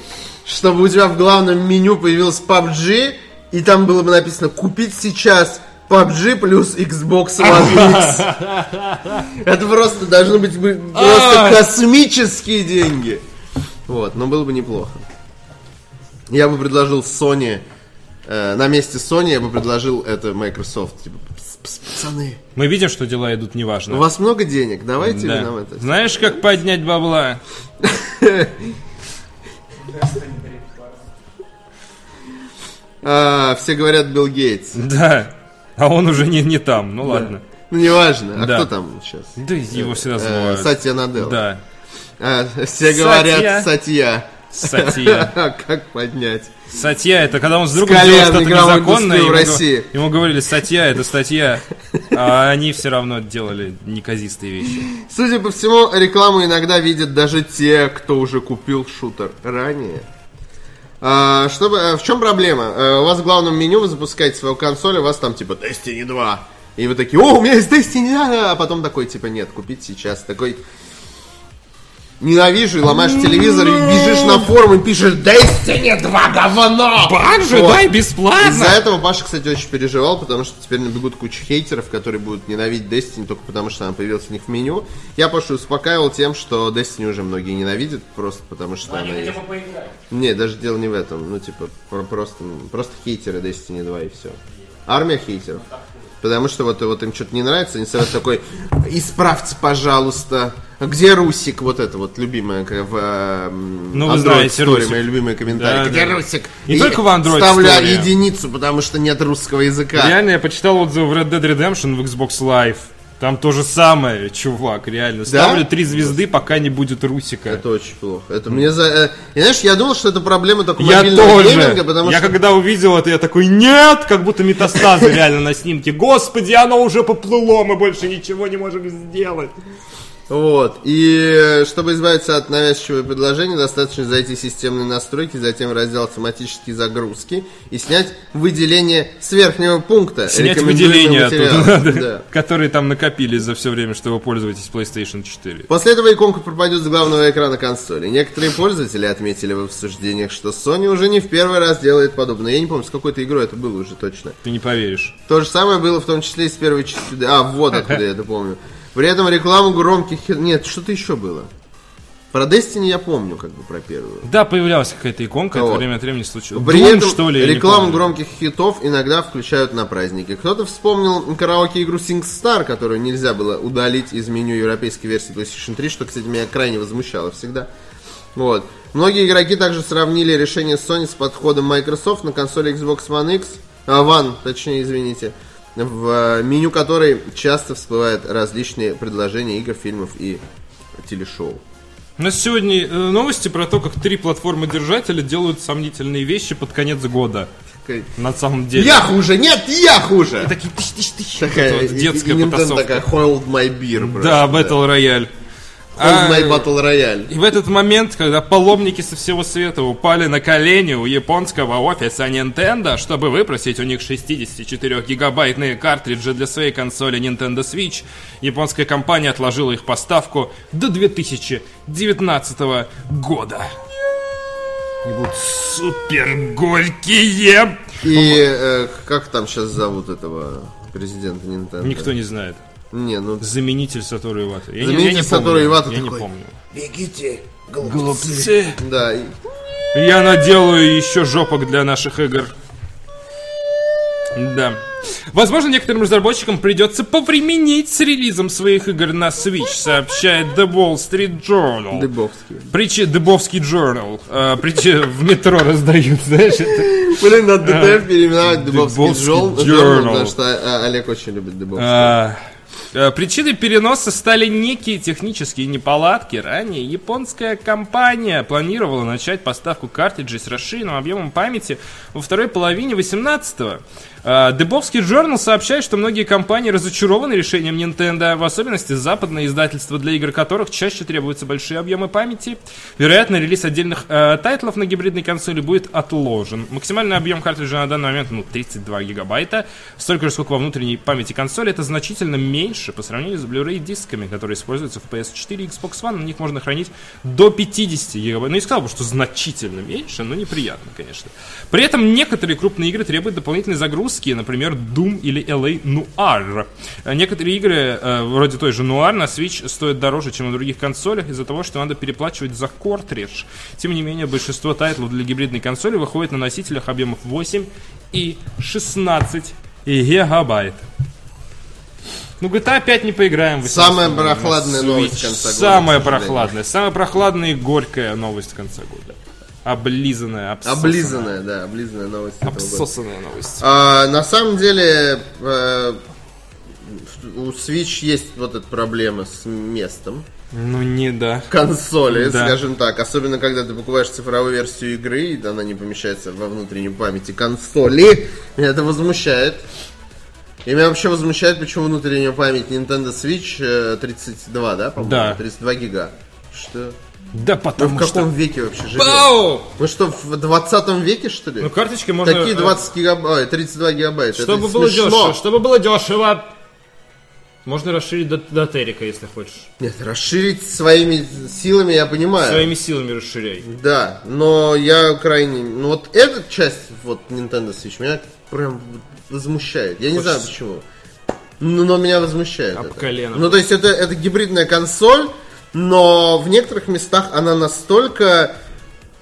[SPEAKER 2] чтобы у тебя в главном меню появилось PUBG, и там было бы написано «Купить сейчас PUBG плюс Xbox One X». Это просто должны быть бы просто космические деньги. Вот, но было бы неплохо. Я бы предложил Sony... э, на месте Sony я бы предложил это Microsoft. Типа, «Пс- пс- пацаны,
[SPEAKER 1] Мы видим, что дела идут
[SPEAKER 2] у
[SPEAKER 1] неважно.
[SPEAKER 2] вас много денег, давайте
[SPEAKER 1] Да.
[SPEAKER 2] вы нам это...
[SPEAKER 1] Знаешь, как поднять бабла?
[SPEAKER 2] А, все говорят Билл Гейтс.
[SPEAKER 1] Да. А он уже не, не там, ну ладно.
[SPEAKER 2] Ну, неважно. А
[SPEAKER 1] Да.
[SPEAKER 2] кто там сейчас?
[SPEAKER 1] Да его всегда
[SPEAKER 2] Э,
[SPEAKER 1] забывают.
[SPEAKER 2] Сатья Надел. А,
[SPEAKER 1] Да.
[SPEAKER 2] все говорят Сатья. [LAUGHS] А
[SPEAKER 1] Сатья.
[SPEAKER 2] Как поднять?
[SPEAKER 1] Сатья это когда он с другом
[SPEAKER 2] Скалян
[SPEAKER 1] делал что-то
[SPEAKER 2] игровой
[SPEAKER 1] незаконное.
[SPEAKER 2] индустрии в
[SPEAKER 1] Ему, гов-
[SPEAKER 2] России.
[SPEAKER 1] ему говорили, статья это
[SPEAKER 2] [LAUGHS]
[SPEAKER 1] статья. А они все равно делали неказистые вещи.
[SPEAKER 2] Судя по всему, рекламу иногда видят даже те, кто уже купил шутер ранее. А, чтобы, а, в чем проблема? А, у вас в главном меню вы запускаете свою консоль, у вас там типа Destiny 2. И вы такие, о, у меня есть Destiny 2, а потом такой, типа, нет, купить сейчас. Такой, ненавижу, и ломаешь телевизор, и бежишь на форум и пишешь Destiny 2, говно!
[SPEAKER 4] Банжи,
[SPEAKER 2] Вот.
[SPEAKER 4] дай бесплатно!
[SPEAKER 2] Из-за этого Паша, кстати, очень переживал, потому что теперь набегут куча хейтеров, которые будут ненавидеть Destiny только потому, что она появилась у них в меню. Я Пашу успокаивал тем, что Destiny уже многие ненавидят, просто потому что
[SPEAKER 3] Ну, Они
[SPEAKER 2] она
[SPEAKER 3] хотя
[SPEAKER 2] есть.
[SPEAKER 3] бы поиграли.
[SPEAKER 2] Не, даже дело не в этом. Ну, типа, про- просто, просто хейтеры Destiny 2 и все. Армия хейтеров. Потому что вот, вот им что-то не нравится, они сразу такой, исправьте, пожалуйста. А Где Русик? Вот это вот любимая как в э, м,
[SPEAKER 1] Ну, вы
[SPEAKER 2] Android
[SPEAKER 1] знаете,
[SPEAKER 2] Story,
[SPEAKER 1] Русик.
[SPEAKER 2] мои любимые комментарии.
[SPEAKER 1] Да,
[SPEAKER 2] Где
[SPEAKER 1] да.
[SPEAKER 2] Русик?
[SPEAKER 1] И только в Android
[SPEAKER 2] Ставлю
[SPEAKER 1] Story.
[SPEAKER 2] единицу, потому что нет русского языка.
[SPEAKER 1] Реально, я почитал отзывы в Red Dead Redemption в Xbox Live. Там то же самое, чувак, реально. Ставлю три звезды, пока не будет Русика.
[SPEAKER 2] Это очень плохо. Это мне за... э, и знаешь, я думал, что это проблема только
[SPEAKER 1] Я
[SPEAKER 2] мобильного
[SPEAKER 1] тоже.
[SPEAKER 2] гейминга, потому
[SPEAKER 1] я
[SPEAKER 2] что...
[SPEAKER 1] когда увидел это, я такой, нет, как будто метастазы [LAUGHS] реально на снимке. Господи, оно уже поплыло, мы больше ничего не можем сделать.
[SPEAKER 2] Вот. И э, чтобы избавиться от навязчивого предложения, достаточно зайти в системные настройки, затем в раздел автоматические загрузки и снять выделение с верхнего пункта.
[SPEAKER 1] Снять
[SPEAKER 2] рекомендуемый
[SPEAKER 1] выделение [LAUGHS]
[SPEAKER 2] материал.
[SPEAKER 1] оттуда надо,
[SPEAKER 2] Да.
[SPEAKER 1] которые там накопились за все время, что вы пользуетесь PlayStation 4.
[SPEAKER 2] После этого иконка пропадет с главного экрана консоли. Некоторые пользователи отметили в обсуждениях, что Sony уже не в первый раз делает подобное. Я не помню, с какой-то игрой это было уже точно.
[SPEAKER 1] Ты не поверишь.
[SPEAKER 2] То же самое было в том числе и с первой частью. А, вот откуда я это помню. При этом рекламу громких... Нет, что-то еще было. Про Destiny я помню, как бы про первую.
[SPEAKER 1] Да, появлялась какая-то иконка,
[SPEAKER 2] Вот.
[SPEAKER 1] это время от времени случилось.
[SPEAKER 2] При
[SPEAKER 1] Doom,
[SPEAKER 2] этом
[SPEAKER 1] что ли? я не
[SPEAKER 2] рекламу
[SPEAKER 1] помню.
[SPEAKER 2] громких хитов иногда включают на праздники. Кто-то вспомнил караоке-игру SingStar, которую нельзя было удалить из меню европейской версии PlayStation 3, что, кстати, меня крайне возмущало всегда. Вот. Многие игроки также сравнили решение Sony с подходом Microsoft на консоли Xbox One X, а, One, точнее, извините, в э, меню которой часто всплывают различные предложения игр, фильмов и телешоу.
[SPEAKER 1] У нас сегодня э, новости про то, как три платформы-держателя делают сомнительные вещи под конец года.
[SPEAKER 2] Такая,
[SPEAKER 1] На самом деле.
[SPEAKER 2] Я хуже, нет, я хуже!
[SPEAKER 1] Такие тыщ-тыщ-тыщ.
[SPEAKER 2] Такая
[SPEAKER 1] Вот это вот детская
[SPEAKER 2] и- и Nintendo
[SPEAKER 1] потасовка.
[SPEAKER 2] такая hold my beer. просто,
[SPEAKER 1] Да, Battle Royale.
[SPEAKER 2] Hold
[SPEAKER 1] А,
[SPEAKER 2] my battle royale.
[SPEAKER 1] И в этот момент, когда паломники со всего света упали на колени у японского офиса Nintendo, чтобы выпросить у них 64-гигабайтные картриджи для своей консоли Nintendo Switch, японская компания отложила их поставку до 2019 года. И вот супер горькие
[SPEAKER 2] И э, как там сейчас зовут этого президента Nintendo?
[SPEAKER 1] Никто не знает.
[SPEAKER 2] Не, ну...
[SPEAKER 1] Заменитель Сатору Ивата. Я, не-
[SPEAKER 2] Заменитель
[SPEAKER 1] я не
[SPEAKER 2] Сатору
[SPEAKER 1] помню.
[SPEAKER 2] Ивата
[SPEAKER 1] Я не
[SPEAKER 2] такой.
[SPEAKER 1] помню.
[SPEAKER 2] Бегите,
[SPEAKER 1] Голубцы.
[SPEAKER 2] Да, и-
[SPEAKER 1] Я наделаю еще жопок для наших игр. Да. Возможно, некоторым разработчикам придется повременить с релизом своих игр на Switch, сообщает The Wall Street Journal. [LAUGHS]
[SPEAKER 2] Дыбовский.
[SPEAKER 1] Причи Дыбовский Journal. А, причи [LAUGHS] в метро раздают, знаешь, это.
[SPEAKER 2] Блин, надо ДТФ переименовать
[SPEAKER 1] Дыбовский
[SPEAKER 2] Дыбовский Journal,
[SPEAKER 1] Journal.
[SPEAKER 2] потому что э, Олег очень любит Дыбовский.
[SPEAKER 1] А, а, Причиной переноса стали некие технические неполадки. Ранее японская компания планировала начать поставку картриджей с расширенным объемом памяти во второй половине 18-го. А, Дебовский журнал сообщает, что многие компании разочарованы решением Nintendo, в особенности западные издательства, для игр которых чаще требуются большие объемы памяти. Вероятно, релиз отдельных э, тайтлов на гибридной консоли будет отложен. Максимальный объем картриджа на данный момент ну, 32 гигабайта. Столько же, сколько во внутренней памяти консоли. Это значительно меньше по сравнению с Blu-ray дисками, которые используются в PS4 и Xbox One. На них можно хранить до 50 гигабайт. Ну, не сказал бы, что значительно меньше, но неприятно, конечно. При этом некоторые крупные игры требуют дополнительной загрузки, например, Doom или LA Noir. Э, Некоторые игры, э, вроде той же Noir, на Switch стоят дороже, чем на других консолях, из-за того, что надо переплачивать за кортридж. Тем не менее, большинство тайтлов для гибридной консоли выходит на носителях объемов 8 и 16 гигабайт. Ну, GTA опять не поиграем. в 18
[SPEAKER 2] Самая
[SPEAKER 1] на
[SPEAKER 2] прохладная
[SPEAKER 1] Switch.
[SPEAKER 2] новость конца года,
[SPEAKER 1] Самая
[SPEAKER 2] к сожалению.
[SPEAKER 1] прохладная. Самая прохладная и горькая новость конца года. Облизанная, обсосанная.
[SPEAKER 2] Облизанная, да, облизанная новость этого года.
[SPEAKER 1] Обсосанная новость.
[SPEAKER 2] А, на самом деле э, у Switch есть вот эта проблема с местом
[SPEAKER 1] Ну не да.
[SPEAKER 2] консоли,
[SPEAKER 1] Да.
[SPEAKER 2] скажем так. Особенно, когда ты покупаешь цифровую версию игры, и она не помещается во внутренней памяти консоли. Меня это возмущает. И меня вообще возмущает, почему внутренняя память Nintendo Switch э, 32, да, по-моему?
[SPEAKER 1] Да.
[SPEAKER 2] 32 гига. Что?
[SPEAKER 1] Да
[SPEAKER 2] Мы
[SPEAKER 1] потому
[SPEAKER 2] Ну, в
[SPEAKER 1] что...
[SPEAKER 2] каком веке вообще живем? Мы что, в 20 веке, что ли?
[SPEAKER 4] Ну, карточки можно...
[SPEAKER 2] Такие
[SPEAKER 4] э,
[SPEAKER 2] 20 гигабайт, 32 гигабайта.
[SPEAKER 4] Чтобы
[SPEAKER 2] это
[SPEAKER 4] было
[SPEAKER 2] смешно.
[SPEAKER 4] дешево, чтобы было дешево. Можно расширить до, до Терика, если хочешь.
[SPEAKER 2] Нет, расширить своими силами я понимаю.
[SPEAKER 4] Своими силами расширяй.
[SPEAKER 2] Да, но я крайне... Ну вот эта часть вот Nintendo Switch меня прям возмущает. Я не знаю почему. Но, но меня возмущает.
[SPEAKER 4] Об
[SPEAKER 2] это.
[SPEAKER 4] колено.
[SPEAKER 2] Ну то есть это, это гибридная консоль, но в некоторых местах она настолько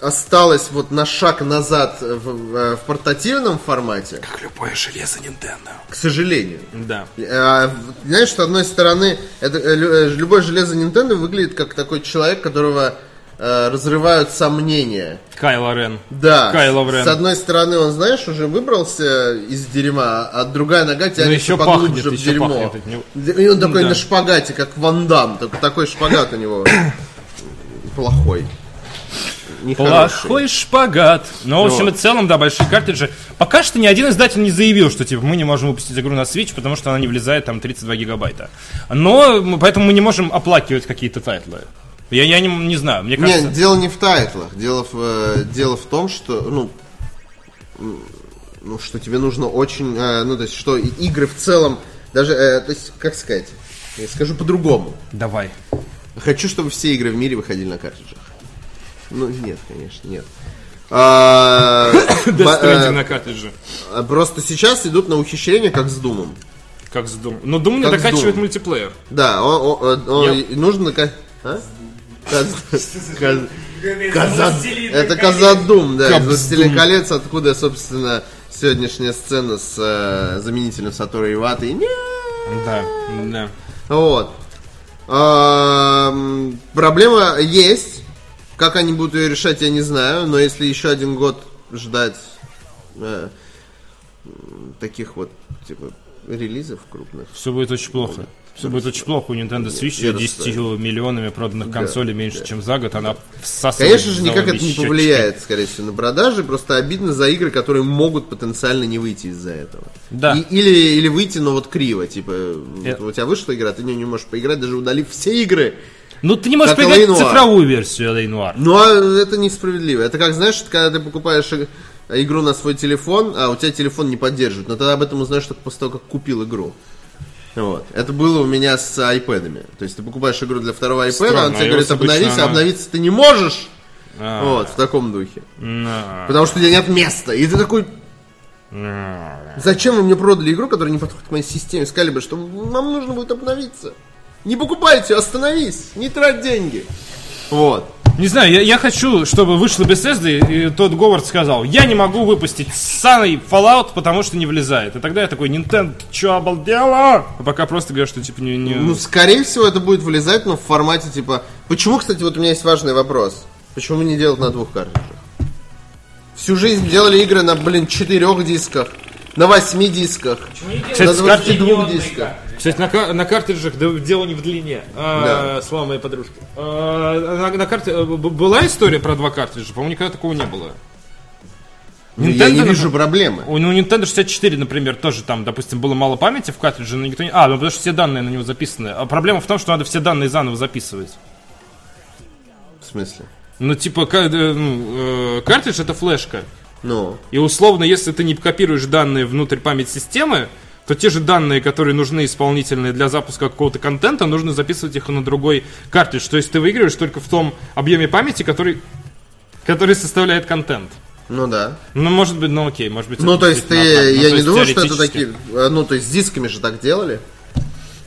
[SPEAKER 2] осталась вот на шаг назад в, в- в портативном формате. Как любое железо Nintendo. К сожалению.
[SPEAKER 1] Да.
[SPEAKER 2] Э, в- Знаешь, с одной стороны, это, э, лю- э, любое железо Nintendo выглядит как такой человек, которого э, разрывают сомнения.
[SPEAKER 1] Кайло Рен.
[SPEAKER 2] Да.
[SPEAKER 1] Кайло Рен.
[SPEAKER 2] С одной стороны, он, знаешь, уже выбрался из дерьма, а другая нога тянется
[SPEAKER 1] еще
[SPEAKER 2] поглубже
[SPEAKER 1] Ну, пахнет,
[SPEAKER 2] в
[SPEAKER 1] еще
[SPEAKER 2] дерьмо.
[SPEAKER 1] пахнет от него. Ну
[SPEAKER 2] И он такой
[SPEAKER 1] Да.
[SPEAKER 2] на шпагате, как Ван Дам. Только такой шпагат
[SPEAKER 1] [COUGHS]
[SPEAKER 2] у него плохой. Нехороший.
[SPEAKER 1] Плохой шпагат. Но, в общем и целом, да, большие картриджи. Пока что ни один издатель не заявил, что, типа, мы не можем выпустить игру на Switch, потому что она не влезает, там, 32 гигабайта. Но, мы- поэтому мы не можем оплакивать какие-то тайтлы. Я, я не, не знаю, мне кажется...
[SPEAKER 2] Нет, дело не в тайтлах. Дело в, э, дело в том, что, ну, м, ну, что тебе нужно очень, э, ну, то есть, что и- игры в целом, даже, э, то есть, как сказать, я скажу по-другому.
[SPEAKER 1] Давай.
[SPEAKER 2] Хочу, чтобы все игры в мире выходили на картриджах. Ну, нет, конечно, нет. А, ба-
[SPEAKER 4] Стрейдинг
[SPEAKER 2] э,
[SPEAKER 4] на картридже.
[SPEAKER 2] а, Просто сейчас идут на ухищрение, как с Думом.
[SPEAKER 4] Как с Doom. Но Doom не
[SPEAKER 2] Как с
[SPEAKER 4] докачивает
[SPEAKER 2] Doom.
[SPEAKER 4] мультиплеер.
[SPEAKER 2] Да, о- о- о- о, и нужно... ка- а? Каз- каз- Каза- Это Казадум, да, из «Властелин колец», откуда, собственно, сегодняшняя сцена с э, заменителем Сатора Иваты.
[SPEAKER 1] Да, да.
[SPEAKER 2] Вот. Эм, Проблема есть. Как они будут ее решать, я не знаю. Но если еще один год ждать э, м, таких вот, типа, релизов крупных.
[SPEAKER 1] Все будет очень плохо. Все будет очень плохо. У Nintendo Switch ее
[SPEAKER 2] я
[SPEAKER 1] 10
[SPEAKER 2] расстроен.
[SPEAKER 1] миллионами проданных консолей меньше, чем за год. Она всасывает.
[SPEAKER 2] Конечно же, никак
[SPEAKER 1] залами
[SPEAKER 2] это не
[SPEAKER 1] щечки.
[SPEAKER 2] повлияет, скорее всего, на продажи. Просто обидно за игры, которые могут потенциально не выйти из-за этого.
[SPEAKER 1] Да.
[SPEAKER 2] И- или, или выйти, но вот криво. Типа, вот
[SPEAKER 1] Э.
[SPEAKER 2] у тебя вышла игра, ты в нее не можешь поиграть, даже удалив все игры.
[SPEAKER 1] Ну, ты не можешь
[SPEAKER 2] Как
[SPEAKER 1] поиграть в
[SPEAKER 2] LA Noir.
[SPEAKER 1] цифровую версию LA Noir.
[SPEAKER 2] Ну, а это несправедливо. Это как, знаешь, когда ты покупаешь иг- игру на свой телефон, а у тебя телефон не поддерживает. Но тогда об этом узнаешь только после того, как купил игру. Вот. Это было у меня с айпэдами. То есть ты покупаешь игру для второго айпэда, он
[SPEAKER 1] Странно,
[SPEAKER 2] тебе
[SPEAKER 1] iOS
[SPEAKER 2] говорит, обновись,
[SPEAKER 1] обычно
[SPEAKER 2] а
[SPEAKER 1] она-
[SPEAKER 2] обновиться ты не можешь. Вот, в таком духе.
[SPEAKER 1] На.
[SPEAKER 2] Потому что у тебя нет места. И ты такой... Зачем вы мне продали игру, которая не подходит к моей системе? Сказали бы, что нам нужно будет обновиться. Не покупайте, остановись, не трать деньги. Вот.
[SPEAKER 1] Не знаю, я, я хочу, чтобы вышла Bethesda, и тот Говард сказал, я не могу выпустить ссаный Fallout, потому что не влезает. И тогда я такой, Nintendo, ты чё, обалдела? А пока просто говорю, что типа не... не-
[SPEAKER 2] Ну, скорее всего, это будет влезать, но в формате типа... Почему, кстати, вот у меня есть важный вопрос. Почему не делать на двух картриджах? Всю жизнь делали игры на, блин, четырех дисках, на восьми дисках, на
[SPEAKER 1] Кстати, с карты
[SPEAKER 2] двадцати двух дисках.
[SPEAKER 4] Кстати, на, ка- на картриджах да, дело не в длине. А, Слава моей подружке. А, на, на карте э, б- была история про два картриджа? По-моему, никогда такого не было.
[SPEAKER 2] Ну, Я не
[SPEAKER 1] Nintendo,
[SPEAKER 2] вижу проблемы.
[SPEAKER 1] У, у Nintendo 64, например, тоже там, допустим, было мало памяти в картридже, но никто не... А, ну потому что все данные на него записаны. А проблема в том, что надо все данные заново записывать.
[SPEAKER 2] В смысле?
[SPEAKER 1] Ну, типа, ка- э, ну, э, картридж это флешка.
[SPEAKER 2] Ну,
[SPEAKER 1] И условно, если ты не копируешь данные внутрь память системы, то те же данные, которые нужны исполнительные для запуска какого-то контента, нужно записывать их на другой картридж. То есть ты выигрываешь только в том объеме памяти, который, который составляет контент.
[SPEAKER 2] ну да.
[SPEAKER 1] Ну, может быть, ну окей, может быть.
[SPEAKER 2] Ну,
[SPEAKER 1] это
[SPEAKER 2] то есть ты,
[SPEAKER 1] действительно оправдано. Ну,
[SPEAKER 2] я
[SPEAKER 1] то
[SPEAKER 2] не
[SPEAKER 1] есть
[SPEAKER 2] думаю, что это
[SPEAKER 1] теоретически.
[SPEAKER 2] такие, э, ну, то есть с дисками же так делали.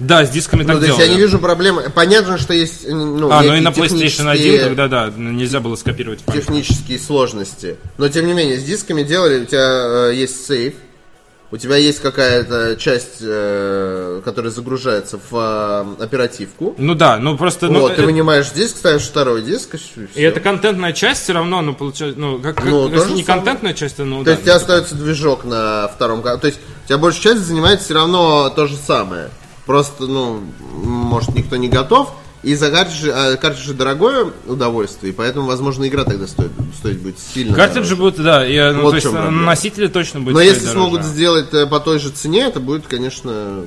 [SPEAKER 1] Да, с дисками
[SPEAKER 2] Ну,
[SPEAKER 1] так
[SPEAKER 2] то есть я
[SPEAKER 1] делали.
[SPEAKER 2] не вижу проблемы. Понятно, что есть, э, ну,
[SPEAKER 1] А, ну и
[SPEAKER 2] некие
[SPEAKER 1] на PlayStation 1,
[SPEAKER 2] технические-
[SPEAKER 1] когда, да, нельзя было скопировать память.
[SPEAKER 2] технические сложности. Но тем не менее, с дисками делали, у тебя э, есть сейф, у тебя есть какая-то часть, э, которая загружается в э, оперативку.
[SPEAKER 1] Ну да, ну просто... ну,
[SPEAKER 2] вот, ты
[SPEAKER 1] э,
[SPEAKER 2] вынимаешь диск, ставишь второй диск, и всё.
[SPEAKER 1] И это контентная часть все равно, ну, получается, ну, как, как-
[SPEAKER 2] Ну, то
[SPEAKER 1] если
[SPEAKER 2] же
[SPEAKER 1] не
[SPEAKER 2] самое.
[SPEAKER 1] контентная часть, то, ну,
[SPEAKER 2] То
[SPEAKER 1] да,
[SPEAKER 2] есть у тебя остается движок на втором ка- То есть у тебя большая часть занимает все равно то же самое. Просто, ну, может, никто не готов. И за картриджи, а картриджи дорогое удовольствие, и поэтому, возможно, игра тогда стоит, стоить будет сильно.
[SPEAKER 1] Картриджи
[SPEAKER 2] дороже.
[SPEAKER 1] будут, да, и, ну, то
[SPEAKER 2] Вот в
[SPEAKER 1] есть
[SPEAKER 2] чем
[SPEAKER 1] на
[SPEAKER 2] проблема.
[SPEAKER 1] носители точно будет
[SPEAKER 2] Но
[SPEAKER 1] стоить
[SPEAKER 2] если
[SPEAKER 1] дороже.
[SPEAKER 2] смогут сделать э, по той же цене, это будет, конечно,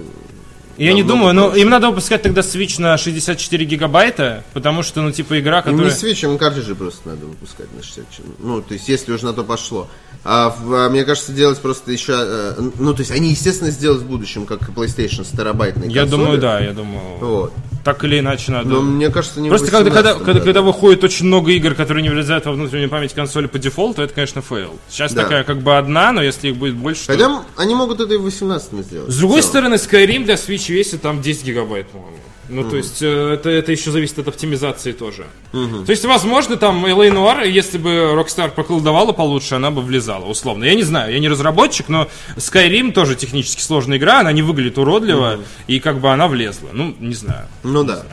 [SPEAKER 1] Я не
[SPEAKER 2] намного
[SPEAKER 1] думаю, но
[SPEAKER 2] проще.
[SPEAKER 1] им надо выпускать тогда Switch на 64 гигабайта, потому что, ну, типа, игра,
[SPEAKER 2] Им не
[SPEAKER 1] которая...
[SPEAKER 2] Switch, им картриджи просто надо выпускать на 60 чем- Ну, то есть, если уже на то пошло. А, в- а, мне кажется, делать просто еще... э, ну, то есть, они, естественно, сделают в будущем, как и PlayStation с терабайтной
[SPEAKER 1] Я
[SPEAKER 2] консолью.
[SPEAKER 1] думаю, да, я думаю.
[SPEAKER 2] Вот.
[SPEAKER 1] Так или иначе надо.
[SPEAKER 2] Но Ну, мне кажется, не в
[SPEAKER 1] Просто когда, когда,
[SPEAKER 2] 18-м
[SPEAKER 1] когда,
[SPEAKER 2] году.
[SPEAKER 1] когда выходит очень много игр, которые не влезают во внутреннюю память консоли по дефолту, это, конечно, фейл. Сейчас
[SPEAKER 2] Да.
[SPEAKER 1] такая как бы одна, но если их будет больше, то-
[SPEAKER 2] Хотя м- они могут это и в 18 сделать.
[SPEAKER 1] С другой
[SPEAKER 2] в целом.
[SPEAKER 1] стороны, Skyrim для Switch весит там 10 гигабайт, по-моему. Ну, то есть, э, это, это еще зависит от оптимизации тоже. То есть, возможно, там LA Noir, если бы Rockstar поколдовала получше, она бы влезала, условно. Я не знаю, я не разработчик, но Skyrim тоже технически сложная игра, она не выглядит уродливо, и как бы она влезла. Ну, не знаю.
[SPEAKER 2] Ну да.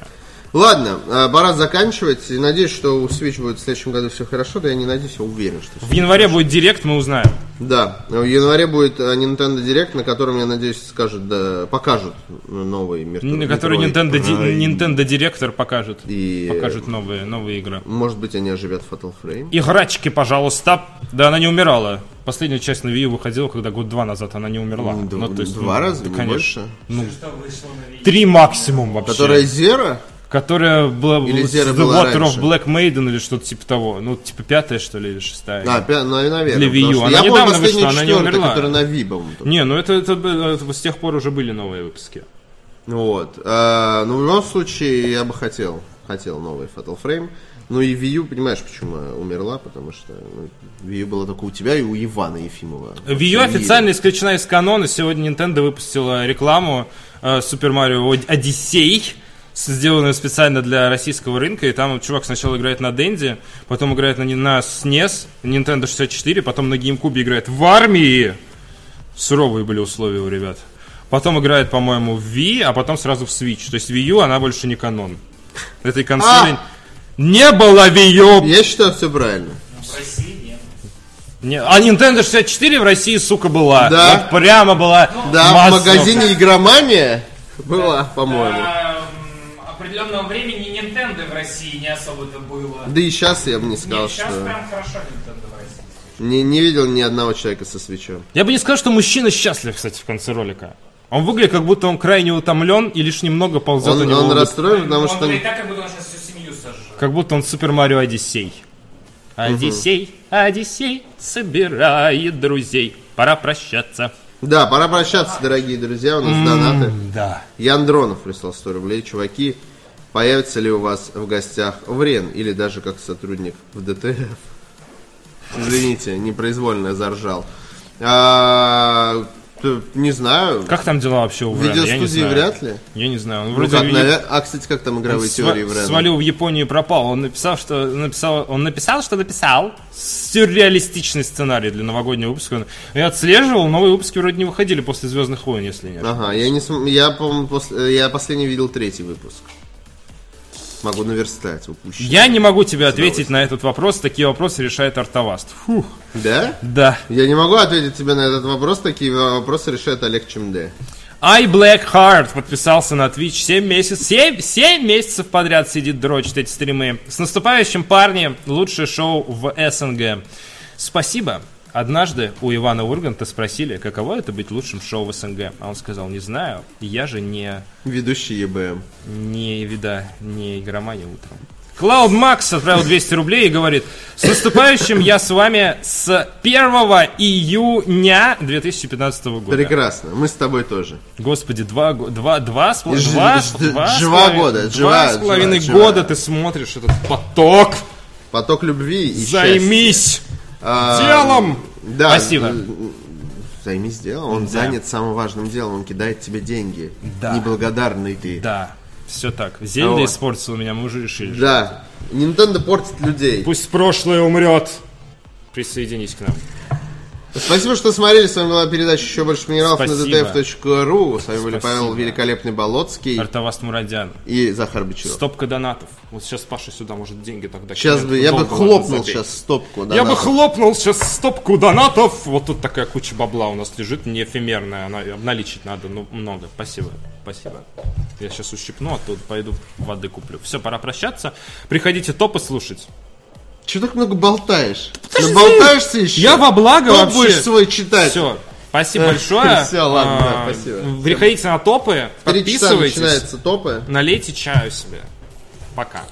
[SPEAKER 2] Ладно, а, пора заканчивать. И Надеюсь, что у Switch будет в следующем году все хорошо. Да я не надеюсь, я уверен, что
[SPEAKER 1] В январе будет директ, мы узнаем.
[SPEAKER 2] Да, в январе будет э, Nintendo Direct, на котором, я надеюсь, скажут, да, покажут новый мир.
[SPEAKER 1] На который Nintendo, Ди- Nintendo Директор покажет.
[SPEAKER 2] И-
[SPEAKER 1] Покажет новые, новые игры.
[SPEAKER 2] Может быть, они оживят Fatal Frame.
[SPEAKER 1] Играчки, пожалуйста. Да, она не умирала. Последняя часть на Wii U выходила, когда год-два назад она не умерла.
[SPEAKER 2] Да,
[SPEAKER 1] Ну, то есть,
[SPEAKER 2] два
[SPEAKER 1] ну,
[SPEAKER 2] раза,
[SPEAKER 1] да,
[SPEAKER 2] не
[SPEAKER 1] конечно.
[SPEAKER 2] больше.
[SPEAKER 1] Три максимум вообще.
[SPEAKER 2] Которая
[SPEAKER 1] Которая,
[SPEAKER 2] Зера?
[SPEAKER 1] была
[SPEAKER 2] Или
[SPEAKER 1] с
[SPEAKER 2] Зера
[SPEAKER 1] The
[SPEAKER 2] была
[SPEAKER 1] Water
[SPEAKER 2] раньше.
[SPEAKER 1] of Black Maiden или что-то типа того. Ну, типа пятая, что ли, или шестая.
[SPEAKER 2] А, пя- ну, и,
[SPEAKER 1] Для
[SPEAKER 2] наверное.
[SPEAKER 1] Wii U.
[SPEAKER 2] потому
[SPEAKER 1] Она
[SPEAKER 2] что я помню
[SPEAKER 1] недавно
[SPEAKER 2] последнюю
[SPEAKER 1] вышла, она не
[SPEAKER 2] четвертую,
[SPEAKER 1] умерла.
[SPEAKER 2] которая на Wii, по-моему, только.
[SPEAKER 1] Не, ну это, это, бы- это с тех пор уже были новые выпуски.
[SPEAKER 2] Вот. А, ну, в любом случае, я бы хотел. Хотел новый Fatal Frame. Ну и Wii U, понимаешь, почему она умерла? Потому что ну, Wii U была только у тебя и у Ивана Ефимова.
[SPEAKER 1] Wii U официально исключена из канона. Сегодня Nintendo выпустила рекламу э, Super Mario Од- Odyssey, с- сделанную специально для российского рынка. И там чувак сначала играет на Денди, потом играет на, ни- на SNES, Nintendo 64, потом на GameCube играет в армии. Суровые были условия у ребят. Потом играет, по-моему, в Wii, а потом сразу в Switch. То есть Wii U, она больше не канон. Этой консоли не было Wii U,
[SPEAKER 2] Я считаю, все правильно.
[SPEAKER 3] В России нет.
[SPEAKER 1] не- а Nintendo 64 в России, сука, была.
[SPEAKER 2] Да.
[SPEAKER 1] Вот прямо была.
[SPEAKER 2] Да,
[SPEAKER 1] массово.
[SPEAKER 2] в магазине «Игромания» была, по-моему.
[SPEAKER 3] До м, определенного А, времени Nintendo в России не особо-то было.
[SPEAKER 2] Да и сейчас я бы не сказал,
[SPEAKER 3] Нет, сейчас
[SPEAKER 2] что...
[SPEAKER 3] прям хорошо Nintendo в России.
[SPEAKER 2] Не, не видел ни одного человека со свечом.
[SPEAKER 1] Я бы не сказал, что мужчина счастлив, кстати, в конце ролика. Он выглядит, как будто он крайне утомлен и лишь немного ползет
[SPEAKER 2] Он,
[SPEAKER 1] у него.
[SPEAKER 2] он
[SPEAKER 1] улыбка.
[SPEAKER 2] расстроен, потому
[SPEAKER 3] Он
[SPEAKER 2] что...
[SPEAKER 3] говорит так, как будто он сейчас всю семью сожжет.
[SPEAKER 1] Как будто он Супер Марио Одиссей. Одиссей, Одиссей, собирает друзей. Пора прощаться.
[SPEAKER 2] Да, пора прощаться, дорогие друзья, у нас донаты.
[SPEAKER 1] Да.
[SPEAKER 2] Яндронов прислал 100 рублей. Чуваки, появится ли у вас в гостях Врен или даже как сотрудник в ДТФ? Извините, непроизвольно заржал. А, т- не знаю.
[SPEAKER 1] Как там дела вообще у Врена? Я не
[SPEAKER 2] Видеостудии
[SPEAKER 1] знаю.
[SPEAKER 2] вряд ли.
[SPEAKER 1] Я не знаю. Он
[SPEAKER 2] Ну,
[SPEAKER 1] вроде
[SPEAKER 2] как,
[SPEAKER 1] и-
[SPEAKER 2] навер- А, кстати, как там игровые
[SPEAKER 1] сва-
[SPEAKER 2] теории Врена?
[SPEAKER 1] свалил в Японию и пропал. Он написал, что написал, он написал, что написал сюрреалистичный сценарий для новогоднего выпуска. Он- Я отслеживал, новые выпуски вроде не выходили после Звездных войн, если нет.
[SPEAKER 2] Ага, я не см- я, по-моему, после- я последний видел третий выпуск. Могу наверстать упущенное.
[SPEAKER 1] Я не могу тебе ответить на этот вопрос. Такие вопросы решает Артоваст. Фух.
[SPEAKER 2] Да?
[SPEAKER 1] Да.
[SPEAKER 2] Я не могу ответить тебе на этот вопрос, такие вопросы решает Олег Чемде.
[SPEAKER 1] I Black Heart подписался на Twitch 7 месяцев. 7, месяцев подряд сидит дрочит эти стримы. С наступающим, парни, лучшее шоу в СНГ. Спасибо. Однажды у Ивана Урганта спросили, каково это быть лучшим шоу в СНГ. А он сказал, не знаю, я же не,
[SPEAKER 2] Ведущий ЕБМ.
[SPEAKER 1] не вида, не игромания утром. Клауд Макс отправил 200 рублей и говорит, с наступающим я с вами с 1 июня 2015 года.
[SPEAKER 2] Прекрасно, мы с тобой тоже.
[SPEAKER 1] Господи, два, го- два, два, с пол-
[SPEAKER 2] Ж-
[SPEAKER 1] два,
[SPEAKER 2] ж-
[SPEAKER 1] два с
[SPEAKER 2] жива
[SPEAKER 1] половиной-
[SPEAKER 2] года,
[SPEAKER 1] два
[SPEAKER 2] жива,
[SPEAKER 1] с половиной
[SPEAKER 2] жива, жива.
[SPEAKER 1] года ты смотришь этот поток.
[SPEAKER 2] Поток любви и счастья.
[SPEAKER 1] Займись
[SPEAKER 2] А,
[SPEAKER 1] делом.
[SPEAKER 2] Да.
[SPEAKER 1] Спасибо.
[SPEAKER 2] э, Займись делом, он занят самым важным делом, он кидает тебе деньги.
[SPEAKER 1] Да.
[SPEAKER 2] Неблагодарный ты.
[SPEAKER 1] Да, все так. Зельда
[SPEAKER 2] Вот.
[SPEAKER 1] испортила меня, мы уже решили.
[SPEAKER 2] Да. Nintendo портит людей.
[SPEAKER 1] Пусть прошлое умрет. Присоединись к нам.
[SPEAKER 2] Спасибо, что смотрели. С вами была передача «Еще больше минералов»
[SPEAKER 1] Спасибо.
[SPEAKER 2] на dtf.ru. С вами были
[SPEAKER 1] Спасибо.
[SPEAKER 2] Павел Великолепный Болоцкий
[SPEAKER 1] Артаваст Мурадян.
[SPEAKER 2] и Захар Бичев.
[SPEAKER 1] Стопка донатов. Вот сейчас Паша сюда может деньги тогда.
[SPEAKER 2] Сейчас
[SPEAKER 1] кинет.
[SPEAKER 2] бы, я бы
[SPEAKER 1] Долго ладно
[SPEAKER 2] хлопнул
[SPEAKER 1] забей.
[SPEAKER 2] сейчас стопку.
[SPEAKER 1] Я бы
[SPEAKER 2] донатов.
[SPEAKER 1] хлопнул сейчас стопку донатов. Вот тут такая куча бабла у нас лежит, не эфемерная. Она обналичить надо, ну, много. Спасибо. Спасибо. Я сейчас ущипну, а тут пойду воды куплю. Все, пора прощаться. Приходите топы слушать.
[SPEAKER 2] Чего так много болтаешь? Наболтаешься еще?
[SPEAKER 1] Я во благо
[SPEAKER 2] Кто
[SPEAKER 1] вообще.
[SPEAKER 2] будешь свой читать?
[SPEAKER 1] Все. Спасибо большое.
[SPEAKER 2] всё, ладно,
[SPEAKER 1] А,
[SPEAKER 2] спасибо.
[SPEAKER 1] Приходите на топы,
[SPEAKER 2] Три часа
[SPEAKER 1] подписывайтесь,
[SPEAKER 2] начинается топы.
[SPEAKER 1] налейте чаю себе. Пока.